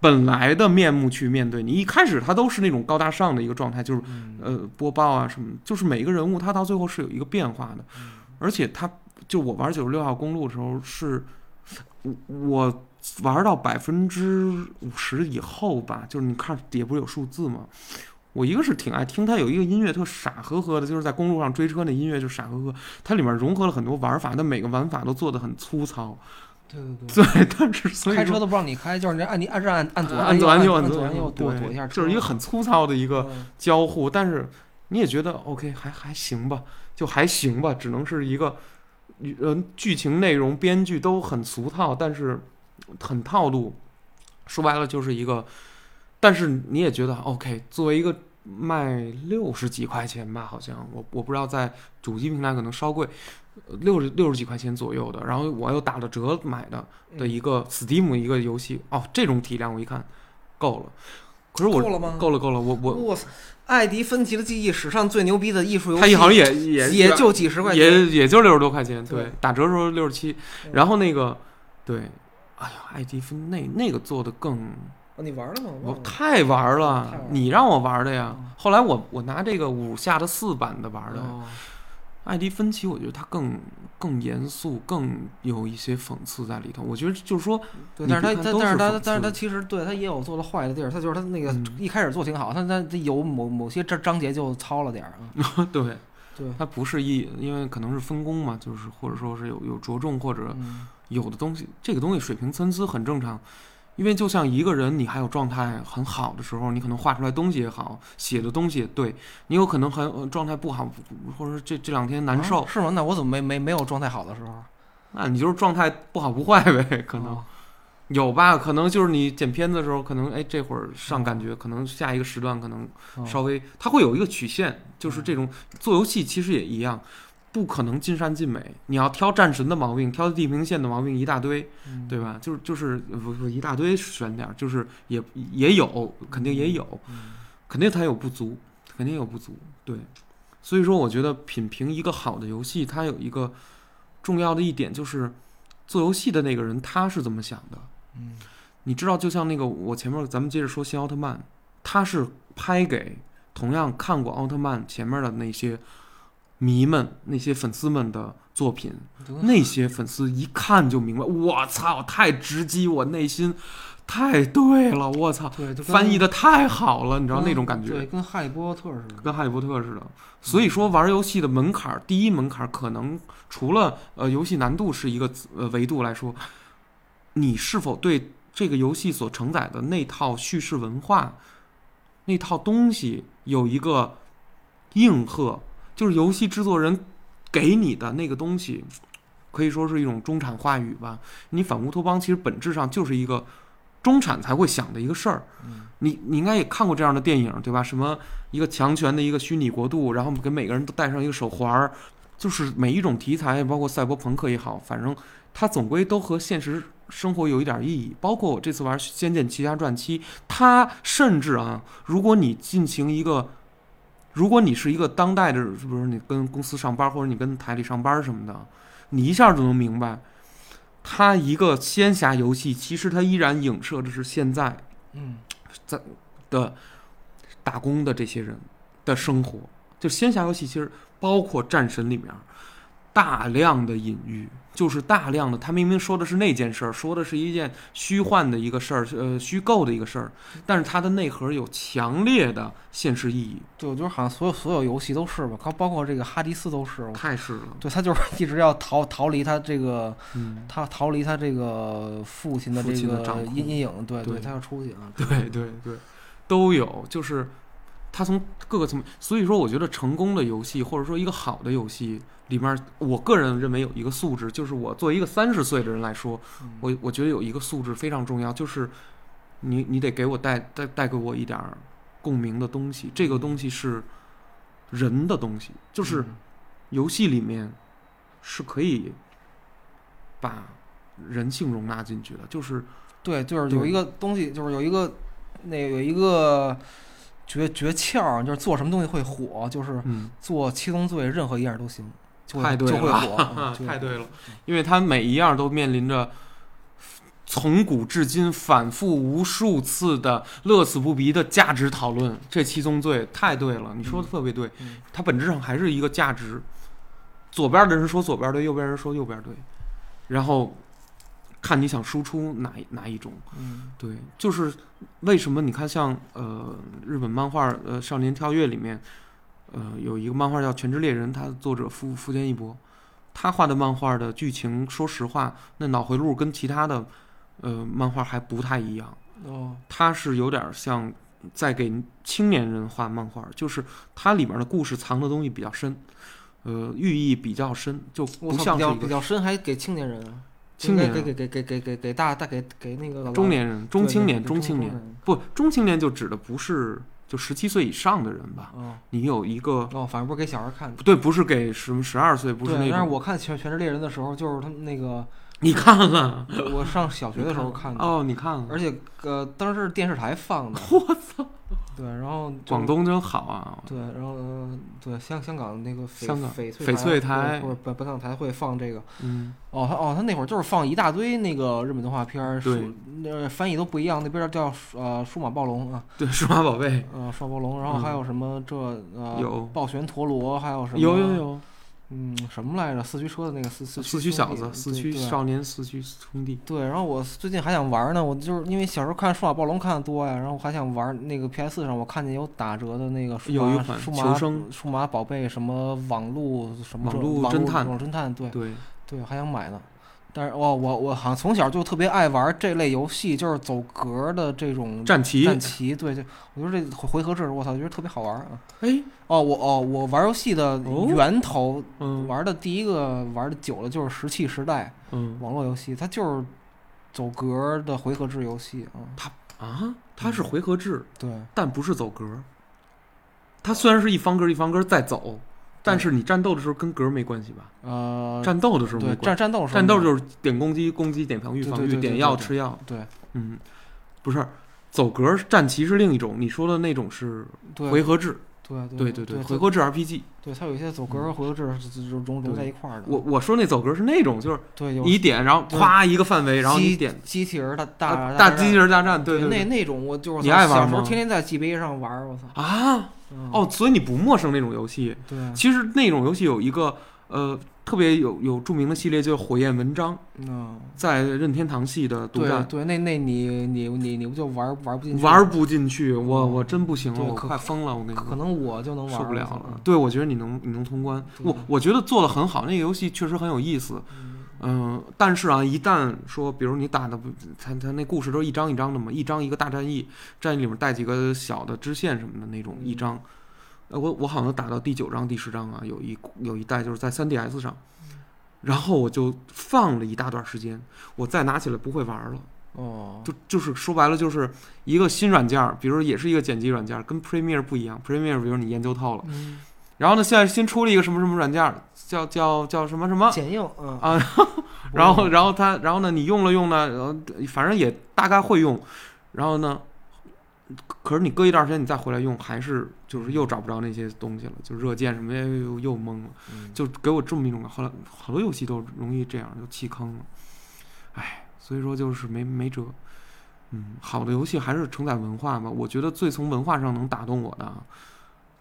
S1: 本来的面目去面对你。一开始她都是那种高大上的一个状态，就是
S2: 嗯
S1: 呃播报啊什么，就是每一个人物他到最后是有一个变化的，而且他就我玩九十六号公路的时候是，我我玩到百分之五十以后吧，就是你看底下不是有数字吗？我一个是挺爱听它有一个音乐特傻呵呵的，就是在公路上追车那音乐就傻呵呵，它里面融合了很多玩法，但每个玩法都做的很粗糙。
S2: 对对对。
S1: 对，但是所以
S2: 开
S1: 说
S2: 车都不让你开，就是你按你按着按按左
S1: 按
S2: 右
S1: 左
S2: 按
S1: 右
S2: 按
S1: 左
S2: 按右躲
S1: 对
S2: 躲一下车，
S1: 就是一个很粗糙的一个
S2: 嗯
S1: 交互，但是你也觉得 OK 还还行吧，就还行吧，只能是一个，呃，剧情内容、编剧都很俗套，但是很套路。说白了就是一个，但是你也觉得 OK，作为一个卖六十几块钱吧，好像我我不知道在主机平台可能稍贵，六十六十几块钱左右的，然后我又打了折买的的一个 Steam 一个游戏，哦，这种体量我一看够了，可是我
S2: 够了吗
S1: 够了够了，我我
S2: 我操！艾迪芬奇的记忆史上最牛逼的艺术游戏，
S1: 它一好像也也
S2: 也就几十块钱，
S1: 也也就六十多块钱，对
S2: 对，
S1: 打折的时候六十七
S2: 嗯。
S1: 然后那个，对，哎呀，爱迪芬那那个做的更，
S2: 哦你玩了吗？
S1: 我
S2: 忘了
S1: 太玩
S2: 太
S1: 了
S2: 玩了，
S1: 你让我玩的呀
S2: 嗯。
S1: 后来我我拿这个五下的四版的玩的，
S2: 哦
S1: 爱迪芬奇，我觉得它更更严肃，更有一些讽刺在里头。我觉得就是说，
S2: 对，
S1: 你
S2: 但是
S1: 别
S2: 他
S1: 看
S2: 但
S1: 都是
S2: 但是
S1: 讽
S2: 他
S1: 刺
S2: 但是他其实对他也有做了坏的地儿，他就是他那个
S1: 嗯
S2: 一开始做挺好，但他他有某某些章章节就糙了点儿啊。
S1: 嗯对，
S2: 对，
S1: 它不是一，因为可能是分工嘛，就是或者说是有有着重或者
S2: 嗯
S1: 有的东西，这个东西水平参差很正常，因为就像一个人，你还有状态很好的时候，你可能画出来东西也好，写的东西也对，你有可能很、呃状态不好，或者是这这两天难受，
S2: 啊是吗？那我怎么没没没有状态好的时候？
S1: 那你就是状态不好不坏呗，可能、
S2: 哦
S1: 有吧，可能就是你剪片子的时候，可能哎这会儿上感觉，可能下一个时段可能
S2: 哦嗯
S1: 稍微，它会有一个曲线，就是这种做游戏其实也一样。不可能尽善尽美，你要挑战神的毛病，挑地平线的毛病一大堆，
S2: 嗯
S1: 对吧？就是就是不不一大堆选点儿，就是也也有，肯定也有，
S2: 嗯
S1: 肯定它有不足，肯定有不足。对，所以说我觉得品评一个好的游戏，它有一个重要的一点就是，做游戏的那个人他是怎么想的。
S2: 嗯
S1: 你知道，就像那个我前面咱们接着说新奥特曼，他是拍给同样看过奥特曼前面的那些迷们、那些粉丝们的作品，
S2: 对
S1: 那些粉丝一看就明白，我操，太直击我内心，太对了，我操，
S2: 对，就跟
S1: 翻译的太好了，你知道那种感
S2: 对，
S1: 觉，
S2: 跟哈利波特似的。
S1: 跟哈利波特似的。所以说，玩游戏的门槛儿，第一门槛儿可能除了呃游戏难度是一个呃维度来说，你是否对这个游戏所承载的那套叙事文化、那套东西有一个应和，就是游戏制作人给你的那个东西，可以说是一种中产话语吧。你反乌托邦其实本质上就是一个中产才会想的一个事儿。
S2: 嗯
S1: 你你应该也看过这样的电影，对吧？什么一个强权的一个虚拟国度，然后给每个人都戴上一个手环儿，就是每一种题材，包括赛博朋克也好，反正它总归都和现实生活有一点意义。包括我这次玩《仙剑奇侠传七》，它甚至啊，如果你进行一个，如果你是一个当代的，是不是你跟公司上班，或者你跟台里上班什么的，你一下就能明白，它一个仙侠游戏，其实它依然影射的是现在
S2: 嗯
S1: 的打工的这些人的生活。就仙侠游戏其实包括战神里面大量的隐喻，就是大量的他明明说的是那件事儿，说的是一件虚幻的一个事儿，呃，虚构的一个事儿，但是它的内核有强烈的现实意义，
S2: 对，我觉得好像所有所有游戏都是吧，包包括这个哈迪斯都是，我
S1: 太是了，
S2: 对他就是一直要逃逃离他这个
S1: 嗯，
S2: 他逃离他这个父亲的
S1: 父
S2: 这
S1: 亲的
S2: 个
S1: 掌控
S2: 阴阴影，对
S1: 对
S2: 他要出去啊，
S1: 对对对，都有，就是它从各个层面，所以说我觉得成功的游戏或者说一个好的游戏里面，我个人认为有一个素质，就是我作为一个三十岁的人来说，
S2: 嗯
S1: 我我觉得有一个素质非常重要，就是你你得给我带带带给我一点儿共鸣的东西，这个东西是人的东西，就是
S2: 嗯
S1: 游戏里面是可以把人性容纳进去的，就是
S2: 对，就是有
S1: 对
S2: 一个东西，就是有一个那个有一个诀诀窍，就是做什么东西会火，就是
S1: 嗯，
S2: 做七宗罪任何一样都行，就
S1: 太
S2: 会
S1: 对
S2: 就会
S1: 了
S2: 火，
S1: 啊
S2: 嗯就会
S1: 太对
S2: 火
S1: 了，因为它每一样都面临着。从古至今反复无数次的乐此不疲的价值讨论，这七宗罪太对了，你说的特别对。
S2: 嗯
S1: 它本质上还是一个价值。左边的人说左边对，右边人说右边对，然后看你想输出哪一哪一种。
S2: 嗯
S1: 对，就是为什么你看像呃日本漫画呃《少年跳跃》里面，呃有一个漫画叫《全职猎人》，它的作者富富坚义博，他画的漫画的剧情，说实话，那脑回路跟其他的呃漫画还不太一样。
S2: 哦
S1: 它是有点像在给青年人画漫画，就是它里面的故事藏的东西比较深，呃，寓意比较深，就
S2: 我
S1: 不像是
S2: 操，比较
S1: 一
S2: 比
S1: 个
S2: 较深，还给青年人啊，
S1: 青年
S2: 应该给
S1: 人、
S2: 给给给给给大大给给那个老
S1: 中年人、中
S2: 对
S1: 青
S2: 对
S1: 年、
S2: 对
S1: 中青年，
S2: 年，
S1: 不，中青年就指的不是就十七岁以上的人吧？
S2: 嗯，
S1: 你有一个
S2: 哦，反正不是给小孩看的
S1: 不。对，不是给什么十二岁，不是
S2: 对，啊
S1: 那
S2: 但是
S1: 种。
S2: 我看《全全职猎人》的时候，就是他们那个，
S1: 你看了
S2: 我上小学的时候看的，
S1: 哦，你看了，
S2: 嗯而且呃，当时是电视台放的
S1: ，我操，
S2: 对，然后就
S1: 广东真好啊！
S2: 对，然后呃对香香港那个翡
S1: 香港
S2: 翡
S1: 翡翠台
S2: 台或者本本港台会放这个
S1: 嗯，
S2: 哦，他哦他那会儿就是放一大堆那个日本动画片儿，
S1: 对
S2: 数那翻译都不一样，那边儿叫呃数码暴龙啊，
S1: 对，数码宝贝
S2: 呃数码暴龙，然后还有什么这呃
S1: 嗯有
S2: 暴旋陀螺，还有什么
S1: 有有有，
S2: 嗯什么来着四驱车的那个四四
S1: 四驱小子、四驱
S2: 少。对
S1: 少年、四驱兄弟，
S2: 对，然后我最近还想玩儿呢，我就是因为小时候看数码暴龙看的多呀，然后我还想玩儿那个 PS 上，我看见有打折的那个数
S1: 有
S2: 码
S1: 一款
S2: 数
S1: 求
S2: 码
S1: 生
S2: 数码宝贝什么网路什么
S1: 网
S2: 这
S1: 路
S2: 网
S1: 侦探
S2: 网路侦探，对嗯
S1: 对。
S2: 对，还想买呢。但是哇，我我好像从小就特别爱玩儿这类游戏，就是走格儿的这种
S1: 战旗，
S2: 战棋，对，就我觉得这回合制，我操，觉得特别好玩儿啊。
S1: 哎，
S2: 哦，我哦，我玩儿游戏的
S1: 哦
S2: 源头，
S1: 嗯
S2: 玩儿的第一个玩儿的久了就是石器时代，
S1: 嗯
S2: 网络游戏，它就是走格儿的回合制游戏啊、
S1: 啊，它
S2: 嗯
S1: 是回合制，
S2: 对，
S1: 但不是走格。它虽然是一方格一方格在走，但是你战斗的时候跟格没关系吧？
S2: 呃，
S1: 战斗的时候没
S2: 对
S1: 关
S2: 战
S1: 系，
S2: 战斗是
S1: 战斗
S2: 是
S1: 就是点攻击、攻击、点防御、
S2: 嗯对对
S1: 防御、
S2: 对对
S1: 点
S2: 对
S1: 药、
S2: 对
S1: 吃药。
S2: 对
S1: 嗯，不是走格战棋是另一种，你说的那种是
S2: 对
S1: 回合制，
S2: 对
S1: 对
S2: 对
S1: 对，
S2: 它
S1: 回合制 RPG。
S2: 对它有一些走格儿和回合制是是融融在一块儿的。
S1: 我我说那走格是那种，就是
S2: 对嗯有
S1: 你点，然后
S2: 对
S1: 咵一个范围，然后你
S2: 机
S1: 点
S2: 机器人儿大
S1: 啊
S2: 大
S1: 大
S2: 战
S1: 机器人大战，对对
S2: 那
S1: 对
S2: 那种我就是
S1: 你
S2: 操
S1: 爱玩
S2: 小时候
S1: 吗
S2: 天天在 GBA 上玩儿，我操
S1: 啊
S2: 嗯
S1: 哦，所以你不陌生那种游戏。
S2: 对
S1: 其实那种游戏有一个呃特别有有著名的系列，就是《火焰纹章》，
S2: 嗯。
S1: 在任天堂系的独
S2: 对
S1: 占，
S2: 对，那那你你你你不就玩儿玩不进去？嗯
S1: 玩不进去，我我真不行了，
S2: 对
S1: 我
S2: 可
S1: 快疯了，我跟你
S2: 可
S1: 说。
S2: 可能我就能玩
S1: 受
S2: 儿
S1: 不了
S2: 我操
S1: 了，对，我觉得你能你能通关，
S2: 对
S1: 我我觉得做的很好，那个游戏确实很有意思，
S2: 嗯
S1: 嗯、但是啊，一旦说，比如你打的不，他他那故事都是一章一章的嘛，一章一个大战役，战役里面带几个小的支线什么的那种
S2: 嗯
S1: 一章，呃，我我好像打到第九章、第十章啊，有一有一代就是在 3DS 上，
S2: 嗯
S1: 然后我就放了一大段时间，我再拿起来不会玩了。
S2: 哦，
S1: 就就是说白了，就是一个新软件儿，比如也是一个剪辑软件儿，跟 Premiere 不一样。Premiere 比如你研究透了，
S2: 嗯，
S1: 然后呢，现在新出了一个什么什么软件儿，叫叫叫什么什么，
S2: 剪映啊
S1: 啊，然后然后它然后呢，你用了用呢，然后反正也大概会用，然后呢，可是你隔一段时间你再回来用，还是就是又找不着那些东西了，就热键什么的又又又懵了，
S2: 嗯
S1: 就给我这么一种感觉。后来好多游戏都容易这样，就弃坑了。哎，所以说就是没没辙。嗯，好的游戏还是承载文化吧。我觉得最从文化上能打动我的啊，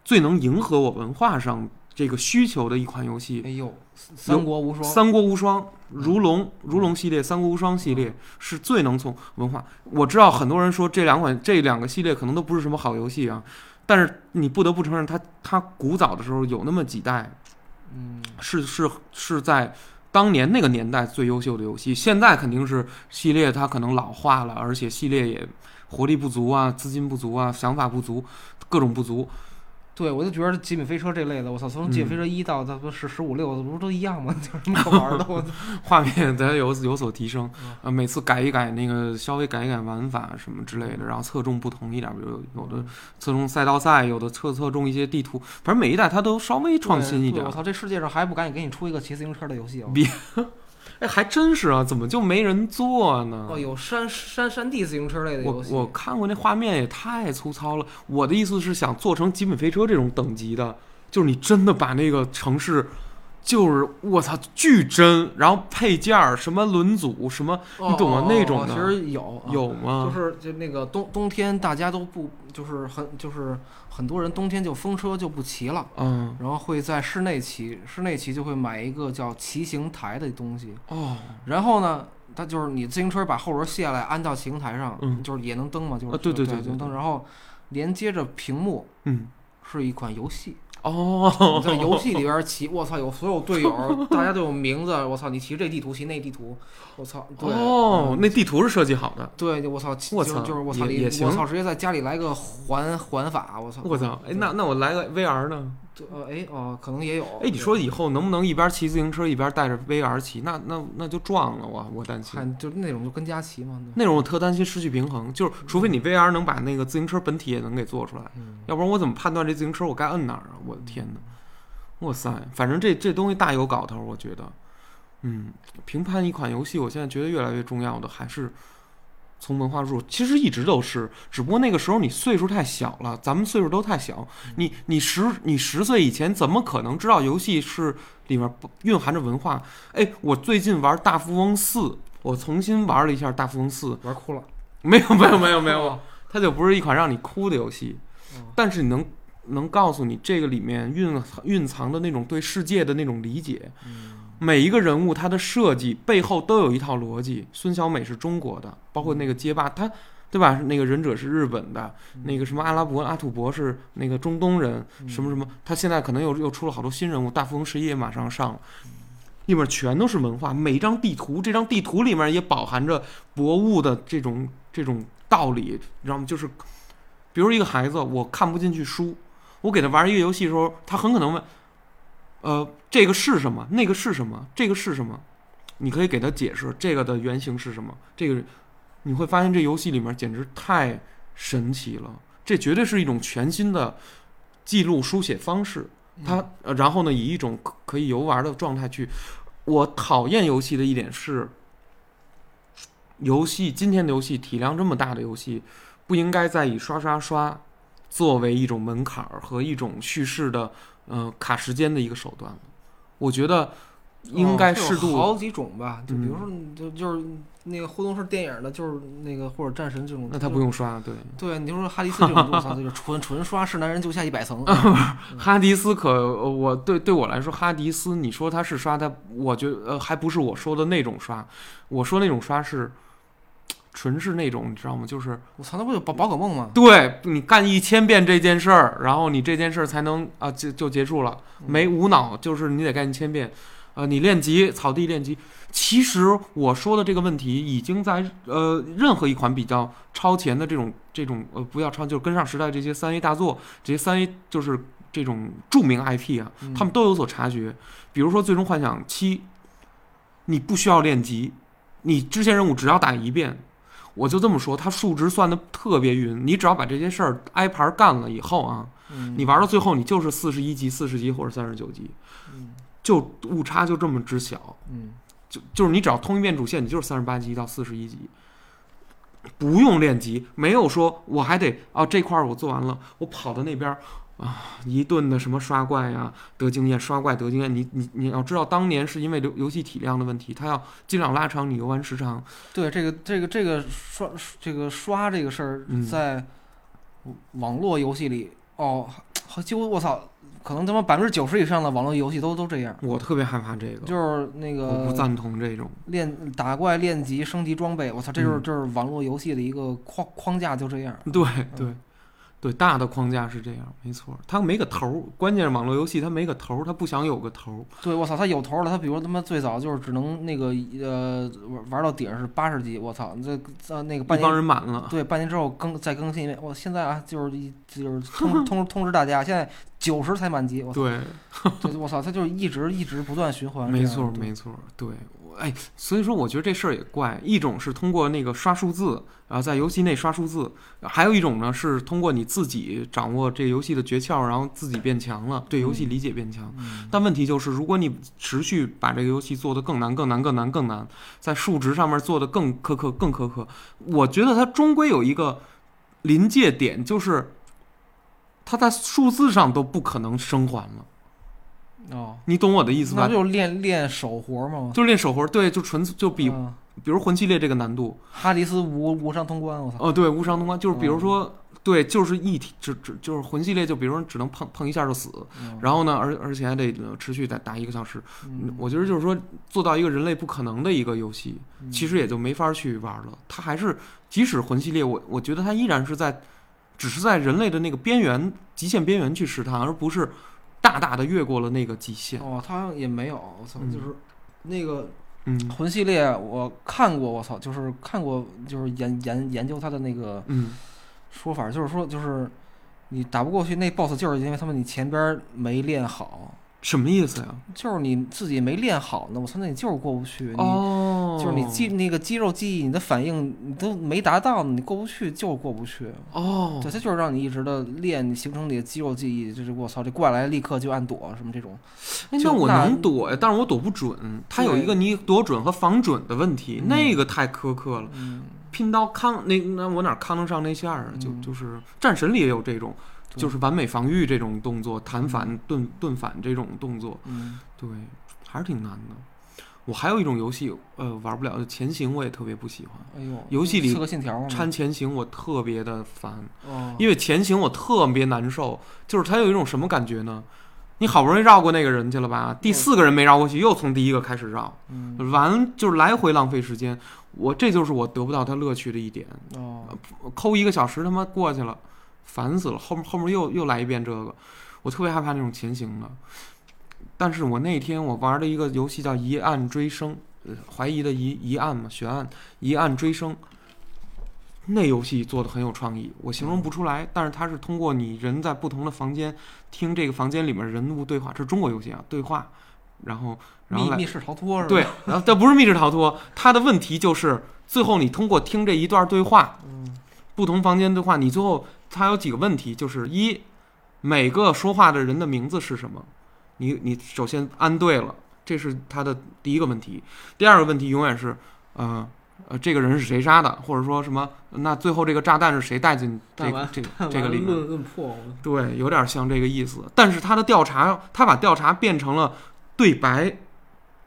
S1: 最能迎合我文化上这个需求的一款游戏
S2: 哎呦，三国无
S1: 《
S2: 双，
S1: 三国无双》《如龙》《如龙》系列，《三国无双》系列是最能从文化。我知道很多人说这两款这两个系列可能都不是什么好游戏啊，但是你不得不承认它，它古早的时候有那么几代
S2: 嗯，
S1: 是是是在当年那个年代最优秀的游戏。现在肯定是系列它可能老化了，而且系列也活力不足啊，资金不足啊，想法不足，各种不足。
S2: 对我就觉得极品飞车这类的，我操，从
S1: 嗯
S2: 极品飞车一到它不十十五六，这不都一样吗？ 有什么可玩的？我操，
S1: 画面得有有所提升
S2: 嗯，
S1: 呃，每次改一改那个，稍微改一改玩法什么之类的，然后侧重不同一点，比如有
S2: 嗯
S1: 的侧重赛道赛，有的侧侧重一些地图，反正每一代它都稍微创新一
S2: 对
S1: 点
S2: 我。操，这世界上还不赶紧给你出一个骑自行车的游戏啊？
S1: 比哎，还真是啊，怎么就没人做呢？
S2: 哦，有山山山地自行车类的游
S1: 我
S2: 戏，
S1: 我看过那画面也太粗糙了。我的意思是想做成极品飞车这种等级的，就是你真的把那个城市，就是我操巨真，然后配件儿什么轮组什么，
S2: 哦
S1: 你懂吗
S2: 哦
S1: 那种
S2: 哦
S1: 的
S2: 其实有啊
S1: 有吗？
S2: 就是就那个冬冬天大家都不就是很就是很多人冬天就风车就不骑了，
S1: 嗯
S2: 然后会在室内骑，室内骑就会买一个叫骑行台的东西，
S1: 哦，
S2: 然后呢，它就是你自行车把后轮卸下来安到骑行台上，
S1: 嗯
S2: 就是也能蹬嘛，就是、
S1: 啊对对
S2: 对
S1: 对对
S2: 能蹬，然后连接着屏 幕
S1: 嗯，
S2: 是一款游戏，
S1: 哦
S2: 你，在游戏里边骑，我操，有所有队友，大家都有名字，我操，你骑这地图，骑那地图，我操，对，
S1: 哦
S2: 嗯，
S1: 那地图是设计好的，
S2: 对，就我操，
S1: 我
S2: 就
S1: 操
S2: 就是我操，
S1: 也
S2: 你
S1: 也行
S2: 我操，直接在家里来个环环法，我操，
S1: 我操，哎，
S2: 对
S1: 那那我来个 VR 呢？
S2: 就呃哎哦，可能也有，
S1: 哎，你说以后能不能一边骑自行车一边带着 VR 骑？那那那就撞了我，我担心。
S2: 看就那种就跟家骑嘛，对
S1: 那种我特担心失去平衡，就是除非你 VR 能把那个自行车本体也能给做出来，
S2: 嗯，
S1: 要不然我怎么判断这自行车我该摁哪儿啊？我的天哪！哇塞，反正这这东西大有搞头，我觉得。嗯，评判一款游戏，我现在觉得越来越重要的还是从文化入手，其实一直都是，只不过那个时候你岁数太小了，咱们岁数都太小，你你十你十岁以前怎么可能知道游戏是里面不蕴含着文化？哎，我最近玩大富翁四，我重新玩了一下大富翁四，
S2: 玩哭了，
S1: 没有没有没有没有，它就不是一款让你哭的游戏，
S2: 嗯
S1: 但是你能能告诉你这个里面蕴蕴藏的那种对世界的那种理解，
S2: 嗯
S1: 每一个人物他的设计背后都有一套逻辑。孙小美是中国的，包括那个街霸，他对吧？那个忍者是日本的，那个什么阿拉伯阿土伯是那个中东人，什么什么，他现在可能又又出了好多新人物，大富翁十一也马上上了。里面全都是文化，每一张地图，这张地图里面也饱含着博物的这种这种道理，你知道吗？就是，比如一个孩子，我看不进去书，我给他玩一个游戏的时候，他很可能问，呃，这个是什么？那个是什么？这个是什么？你可以给他解释这个的原型是什么。这个你会发现，这游戏里面简直太神奇了，这绝对是一种全新的记录书写方式。它，呃然后呢，以一种可可以游玩的状态去。我讨厌游戏的一点是，游戏今天的游戏体量这么大的游戏，不应该再以刷刷刷作为一种门槛儿和一种叙事的呃卡时间的一个手段了。我觉得应该
S2: 哦是有
S1: 适度、
S2: 好几种吧，就比如
S1: 嗯
S2: 说你就就是那个互动式电影的，就是那个或者战神这种，
S1: 那他
S2: 就
S1: 不。用刷，对。
S2: 对，你就说哈迪斯这种，我操，这个纯纯刷是男人就下一百层，
S1: 嗯哈迪斯可，呃我对对我来说，哈迪斯，你说他是刷他，我觉得呃还不是我说的那种刷，我说那种刷是，纯是那种你知道吗？就是
S2: 我操，那不就宝宝可梦吗？
S1: 对你干一千遍这件事儿，然后你这件事儿才能啊就就结束了， 没无脑，就是你得干一千遍。呃，你练级，草地练级。其实我说的这个问题，已经在呃任何一款比较超前的这种这种呃不要超，就是跟上时代这些三 A 大作，这些三 A 就是这种著名 IP 啊，
S2: 嗯
S1: 他们都有所察觉。比如说《最终幻想七》，你不需要练级，你支线任务只要打一遍。我就这么说，它数值算的特别匀，你只要把这些事儿挨盘儿干了以后啊，
S2: 嗯
S1: 你玩到最后你就是四十一级、四十级或者三十九级，
S2: 嗯
S1: 就误差就这么之小。
S2: 嗯
S1: 就就是你只要通一遍主线，你就是三十八级到四十一级，不用练级，没有说我还得啊这块儿我做完了，我跑到那边儿啊一顿的什么刷怪呀、得经验，刷怪得经验。你你你要知道，当年是因为游游戏体量的问题，它要尽量拉长你游玩时长。
S2: 对这个这个这个刷这个刷这个事儿
S1: 嗯，
S2: 在网络游戏里，哦，好几乎我操，可能他妈百分之九十以上的网络游戏都都这样，
S1: 我特别害怕这个，
S2: 就是那
S1: 我不
S2: 个
S1: 赞同这种。
S2: 练打怪、练级、升级装备，我操，
S1: 嗯
S2: 这就是这是网络游戏的一个框框架，就这样。
S1: 对
S2: 嗯
S1: 对对，大的框架是这样，没错，它没个头儿。关键是网络游戏它没个头儿，它不想有个头儿。
S2: 对，我操，他有头儿了。他比如他妈最早就是只能那个呃玩玩到底儿是八十级，我操，这呃那个半
S1: 一
S2: 年
S1: 帮人满了，
S2: 对，半年之后更再更新一遍。我现在啊，就是一就是 通通通知大家，现在九十才满级。我操，
S1: 对，
S2: 对我操，他就是一直一直不断循环这
S1: 没
S2: 样。
S1: 错，
S2: 对
S1: 没错，对，我哎，所以说我觉得这事儿也怪，一种是通过那个刷数字，然后在游戏内刷数字，还有一种呢是通过你自己掌握这游戏的诀窍，然后自己变强了，对游戏理解变强。
S2: 嗯
S1: 但问题就是，如果你持续把这个游戏做得更难、更难、更难、更难，在数值上面做得更苛刻、更苛刻，我觉得它终归有一个临界点，就是它在数字上都不可能生还了。
S2: 哦，
S1: 你懂我的意思
S2: 那
S1: 吧
S2: 不？就是练练手活嘛。我操
S1: 就是练手活，对，就纯就比
S2: 嗯
S1: 比如魂系列这个难度，
S2: 哈迪斯无无伤通关，我操。
S1: 哦，对，无伤通关，就是比如说，对，就是一体，只只就是魂系列，就比如说只能碰碰一下就死，
S2: 嗯
S1: 然后呢，而而且还得呃持续打打一个小时，嗯我觉得就是说做到一个人类不可能的一个游戏，
S2: 嗯
S1: 其实也就没法去玩了。它还是，即使魂系列，我我觉得它依然是在，只是在人类的那个边缘、极限边缘去试探，而不是大大的越过了那个极限。
S2: 哦，他好像也没有，我操，
S1: 嗯
S2: 就是那个
S1: 嗯
S2: 魂系列我看过，我操，就是看过，就是研研研究他的那个
S1: 嗯，
S2: 说法，就是说就是你打不过去那 boss，就是因为他们你前边儿没练好，
S1: 什么意思呀？
S2: 就是你自己没练好呢，我操，那你就是过不去，你、
S1: 哦，
S2: 就是你肌那个肌肉记忆，你的反应你都没达到，你过不去就是过不去。
S1: 哦
S2: 对，，它就是让你一直的练，你形成你的肌肉记忆，就是我操，这怪来立刻就按躲什么这种。
S1: 哎
S2: 就
S1: 那我
S2: 那
S1: 能躲呀，但是我躲不准。它有一个你躲准和防准的问题，
S2: 嗯
S1: 那个太苛刻了。
S2: 嗯，
S1: 拼刀康那那我哪康得上那下儿啊？就
S2: 嗯
S1: 就是战神里也有这种，
S2: 对
S1: 就是完美防御这种动作，弹反盾盾反这种动作，
S2: 嗯
S1: 对，还是挺难的。我还有一种游戏，呃，玩不了，就潜行我也特别不喜欢。
S2: 哎呦，
S1: 游戏里
S2: 刺客信条嘛
S1: 掺潜行我特别的烦，
S2: 哦，
S1: 因为前行我特别难受，就是它有一种什么感觉呢？你好不容易绕过那个人去了吧，第四个人没绕过去，又从第一个开始绕，
S2: 嗯
S1: 完就是来回浪费时间。我这就是我得不到它乐趣的一点，
S2: 哦，
S1: 我抠一个小时他妈过去了，烦死了。后面后面又又来一遍这个，我特别害怕那种前行的。但是我那天我玩的一个游戏叫《疑案追声》，呃，怀疑的疑疑案嘛，悬案，疑案追声。那游戏做的很有创意，我形容不出来，但是它是通过你人在不同的房间听这个房间里面人物对话，这是中国游戏啊，对话，然后然后
S2: 密
S1: 来
S2: 密室逃脱是吧？
S1: 对，然后这不是密室逃脱，它的问题就是最后你通过听这一段对话，
S2: 嗯
S1: 不同房间对话，你最后它有几个问题，就是一，每个说话的人的名字是什么？你你首先安对了，这是它的第一个问题。第二个问题永远是，呃呃，这个人是谁杀的，或者说什么？那最后这个炸弹是谁带进这
S2: 弹
S1: 个
S2: 完
S1: 这个
S2: 看
S1: 这个
S2: 完
S1: 里面？
S2: 论论破，我
S1: 对，有点像这个意思。但是他的调查，他把调查变成了对白，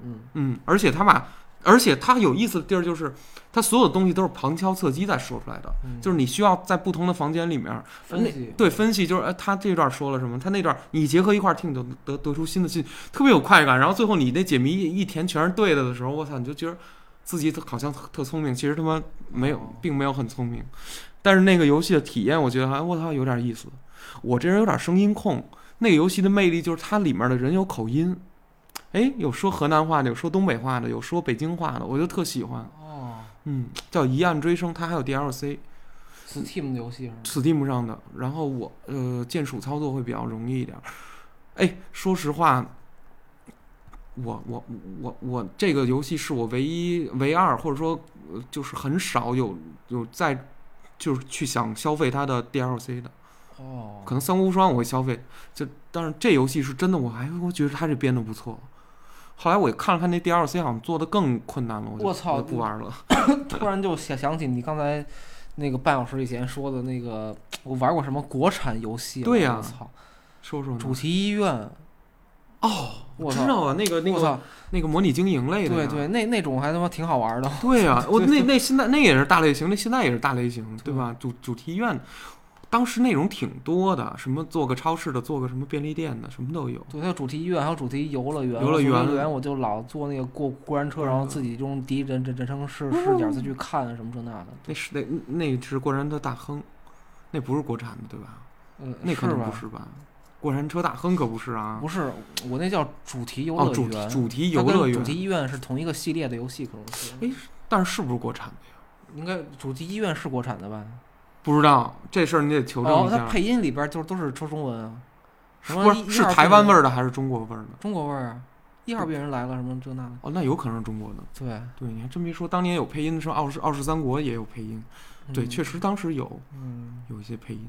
S2: 嗯
S1: 嗯，而且他把，而且他有意思的地儿就是，他所有的东西都是旁敲侧击再说出来的，
S2: 嗯
S1: 就是你需要在不同的房间里面
S2: 分析
S1: 对分析，就是哎，他这段说了什么，他那段你结合一块儿听，你就得得出新的信，特别有快感。然后最后你那解谜一一填全是对的的时候，我操，你就觉得自己好像特聪明，其实他妈没有
S2: 哦，
S1: 并没有很聪明。但是那个游戏的体验，我觉得还我操有点意思。我这人有点声音控，那个游戏的魅力就是它里面的人有口音，哎，有说河南话的，有说东北话的，有说北京话的，我就特喜欢。
S2: 哦，
S1: 嗯，叫《一案追声》，它还有 DLC。
S2: Steam 的游戏是吗？
S1: Steam 上的，然后我呃键鼠操作会比较容易一点儿。哎，说实话，我我我我这个游戏是我唯一唯二，或者说呃就是很少有有在就是去想消费它的 DLC 的，
S2: 哦，
S1: 可能三国无双我会消费，就但是这游戏是真的，我还我觉得它这编的不错。后来我看了看那 DLC，好像做的更困难了，我就
S2: 我操
S1: 我就不玩了。
S2: 突然就想想起你刚才那个半小时以前说的那个，我玩过什么国产游戏了？
S1: 对呀
S2: 我操，
S1: 说说呢
S2: 主题医院，
S1: 哦，
S2: 我
S1: 知
S2: 操
S1: 道啊，那个那
S2: 我
S1: 个
S2: 操，
S1: 那个模拟经营类的
S2: 对
S1: 呀
S2: 对，那那种还他妈挺好玩的。
S1: 对 啊，我那那现在那也是大类型，那现在也是大类型，对吧？主主题医院，当时内容挺多的，什么做个超市的，做个什么便利店的，什么都有。
S2: 对，它有主题医院，还有主题游乐园。
S1: 游乐园嗯
S2: 我从游乐园我就老坐那个过过山车，然后自己用第一人人人称视视角再去看什么这那的。
S1: 那是那那是过山车大亨，那不是国产的，对吧？
S2: 嗯，
S1: 那可
S2: 是
S1: 能不
S2: 吧？
S1: 是吧？过山车大亨可不是啊。
S2: 不是，我那叫主题游
S1: 哦，
S2: 乐
S1: 主
S2: 园。
S1: 主题
S2: 它
S1: 游
S2: 跟
S1: 乐
S2: 主题
S1: 园，
S2: 医院是同一个系列的游戏，可能是。
S1: 哎但是是不是国产的呀？
S2: 应该主题医院是国产的吧？
S1: 不知道这事儿你得求证
S2: 哦
S1: 一，
S2: 它
S1: 下。
S2: 配音里边就是都是说中文啊，什么
S1: 不
S2: 一
S1: 是是
S2: 一二
S1: 台湾味
S2: 病人
S1: 儿的还是中国味儿的？
S2: 中国味儿啊，一二病人来了什么这那的，
S1: 哦，那有可能是中国的。
S2: 对，
S1: 对，你还真别说，当年有配音的时候，《傲视傲视三国》也有配音。对，
S2: 嗯
S1: 确，实当时有
S2: 嗯，
S1: 有一些配音。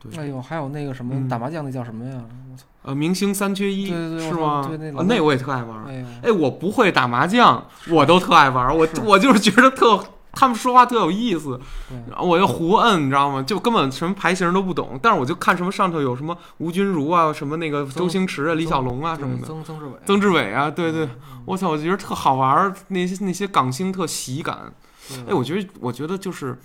S1: 对，
S2: 哎呦，还有那个什
S1: 嗯
S2: 么打麻将那叫什么呀？我操，
S1: 呃，明星三缺一
S2: 对对对
S1: 是
S2: 我
S1: 吗？
S2: 操对那老
S1: 啊
S2: 外
S1: 我也特爱玩儿。
S2: 哎呦，
S1: 哎，我不会打麻将，我都特爱玩儿。我
S2: 是
S1: 我就是觉得特，他们说话特有意思，
S2: 对，
S1: 然后我就胡摁，你知道吗？就根本什么牌型都不懂，但是我就看什么上头有什么吴君如啊，什么那个周
S2: 曾
S1: 星驰啊、李
S2: 曾
S1: 小龙啊什么
S2: 对
S1: 的，
S2: 曾曾志伟，
S1: 曾志伟啊，对对，
S2: 嗯，
S1: 我操，我觉得特好玩儿，那些那些港星特喜感。哎，
S2: 对
S1: 我觉得，我觉得就是，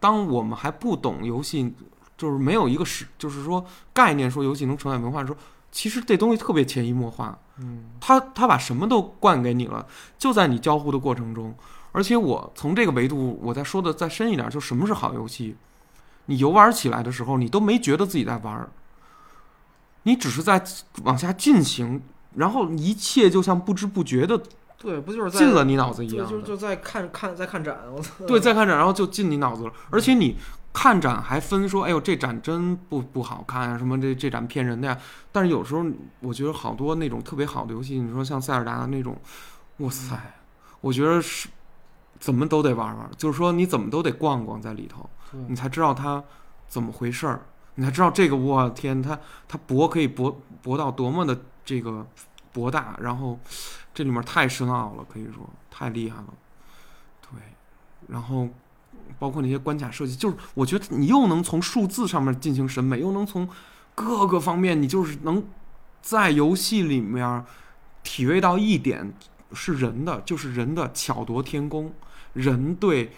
S1: 当我们还不懂游戏，就是没有一个是，就是说概念，说游戏能承载文化的时候，其实这东西特别潜移默化。
S2: 嗯，
S1: 他他把什么都灌给你了，就在你交互的过程中。而且我从这个维度，我再说的再深一点，就什么是好游戏。你游玩起来的时候，你都没觉得自己在玩儿，你只是在往下进行，然后一切就像不知不觉的
S2: 对，不就是在
S1: 进了你脑子一
S2: 就
S1: 样
S2: 就
S1: 的
S2: 就在看看在看展，我操，
S1: 对，再看展，然后就进你脑子了。而且你看展还分说，哎呦，这展真不不好看啊，什么这这展骗人的呀。但是有时候我觉得好多那种特别好的游戏，你说像塞尔达那种，哇塞，我觉得是怎么都得玩玩，就是说你怎么都得逛逛在里头，
S2: 对
S1: 你才知道它怎么回事儿，你才知道这个，我天，它它博可以博博到多么的这个博大，然后这里面太深奥了，可以说太厉害了，对。然后包括那些关卡设计，就是我觉得你又能从数字上面进行审美，又能从各个方面，你就是能在游戏里面体味到一点是人的，就是人的巧夺天工，人对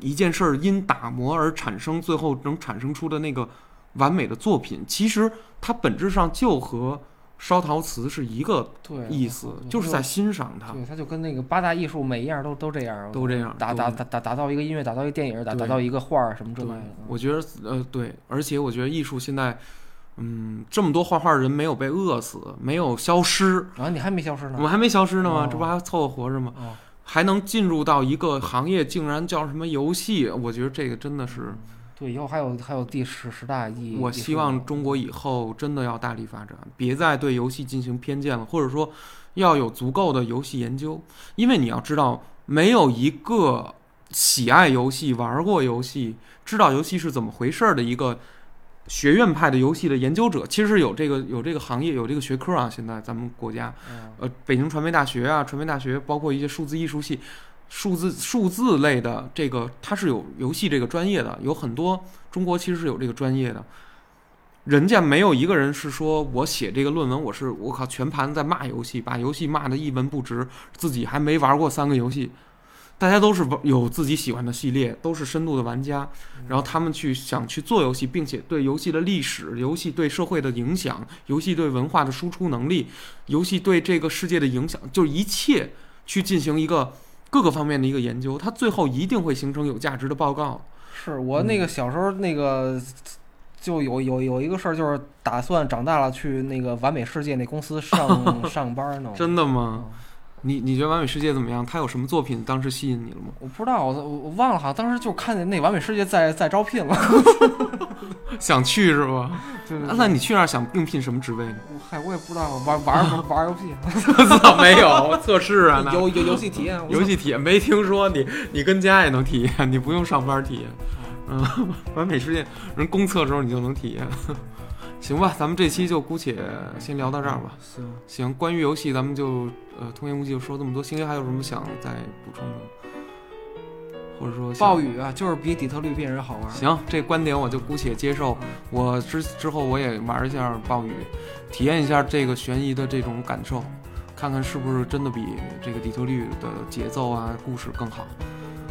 S1: 一件事儿因打磨而产生，最后能产生出的那个完美的作品，其实它本质上就和烧陶瓷是一个
S2: 对
S1: 意思，就是在。欣赏它。
S2: 对，他就跟那个八大艺术每一样都都这样，
S1: 啊都这样
S2: 打
S1: 都
S2: 打
S1: 这
S2: 打打打造一个音乐，打造一个电影，打
S1: 对
S2: 打造一个画儿什么之
S1: 对
S2: 类的。嗯
S1: 我觉得呃对，而且我觉得艺术现在，嗯，这么多画画人没有被饿死，没有消失，
S2: 然后你还没消失
S1: 我
S2: 呢
S1: 们，还没消失呢吗？
S2: 哦
S1: 这不还凑合活着吗？
S2: 哦，
S1: 还能进入到一个行业，竟然叫什么游戏？我觉得这个真的是，
S2: 对，以后还有还有第十十大艺，
S1: 我
S2: 艺术
S1: 希
S2: 呢
S1: 望中国以后真的要大力发展，别再对游戏进行偏见了，或者说要有足够的游戏研究，因为你要知道，没有一个喜爱游戏、玩过游戏、知道游戏是怎么回事儿的一个学院派的游戏的研究者，其实是有这个有这个行业有这个学科啊，现在咱们国家。
S2: 嗯
S1: 呃，北京传媒大学啊，传媒大学包括一些数字艺术系、数字数字类的这个，它是有游戏这个专业的，有很多中国其实是有这个专业的。人家没有一个人是说我写这个论文，我是我靠全盘在骂游戏，把游戏骂得一文不值，自己还没玩过三个游戏。大家都是玩有自己喜欢的系列，都是深度的玩家，然后他们去想去做游戏，并且对游戏的历史、游戏对社会的影响、游戏对文化的输出能力、游戏对这个世界的影响，就是一切去进行一个各个方面的一个研究，它最后一定会形成有价值的报告。
S2: 是我
S1: 嗯
S2: 那个小时候那个就有有有一个事儿，就是
S1: 哦
S2: 打算长大了去那个完美世界那公司上上班呢。
S1: 真的吗？
S2: 嗯
S1: 你你觉得《完美世界》怎么样？他有什么作品当时吸引你了吗？
S2: 我不知道，我我我忘了，好像当时就看见那完美世界在在招聘了。
S1: 想去是吧？
S2: 对对
S1: 那
S2: 对
S1: 那你去那儿想应聘什么职位呢？
S2: 我嗨，我也不知道玩玩玩游戏，
S1: 我操，没有测试啊，那
S2: 游游游戏体验，我
S1: 游戏体验没听说你，你跟家也能体验，你不用上班体验。嗯，完美世界人公测的时候你就能体验。 行吧，咱们这期就姑且先聊到这儿吧。
S2: 行，
S1: 行，关于游戏咱们就呃通言无忌就说这么多。星爷还有什么想再补充的吗？或者说想
S2: 暴雨啊，就是比底特律变人好玩。
S1: 行，这观点我就姑且接受。我之之后我也玩一下暴雨，体验一下这个悬疑的这种感受，看看是不是真的比这个底特律的节奏啊、故事更好。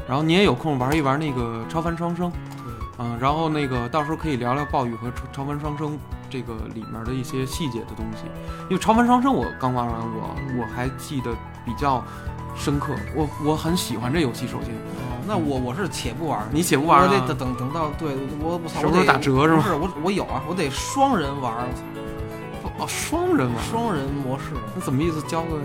S1: 然后你也有空玩一玩那个超凡双生，嗯，然后那个到时候可以聊聊暴雨和超超凡双生这个里面的一些细节的东西。因为超凡双生我刚玩完，我我还记得比较深刻，我我很喜欢这游戏。首先，
S2: 哦那我我是且不玩，
S1: 你且不玩、啊，
S2: 我得等等等到对我我操，
S1: 什么
S2: 我
S1: 时候
S2: 得
S1: 打折是
S2: 不
S1: 吗？
S2: 是我我有啊，我得双人玩，我操
S1: 哦，双人玩，
S2: 双人模式，
S1: 那怎么意思？交个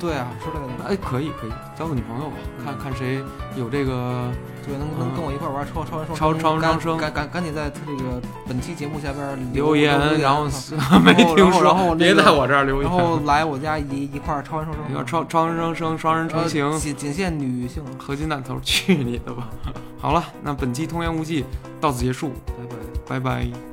S2: 对啊之类的，
S1: 哎，可以可以，交个女朋友吧，看
S2: 嗯
S1: 看谁有这个。
S2: 对，能能
S1: 嗯
S2: 跟我一块玩超超人
S1: 超
S2: 双
S1: 超人
S2: 赶
S1: 双生
S2: 赶赶赶紧在这个本期节目下边
S1: 留言然后
S2: 我操
S1: 没
S2: 啊然后
S1: 听说，
S2: 然后那
S1: 别
S2: 个
S1: 在我这儿留
S2: 然
S1: 言。
S2: 后来我家一一块儿超人双
S1: 你
S2: 生
S1: 要，超超人双生双人成型，
S2: 呃仅仅限女性，
S1: 合金弹头， 去你的吧！好了，那本期通言无忌到此结束，
S2: 拜拜。
S1: 拜拜。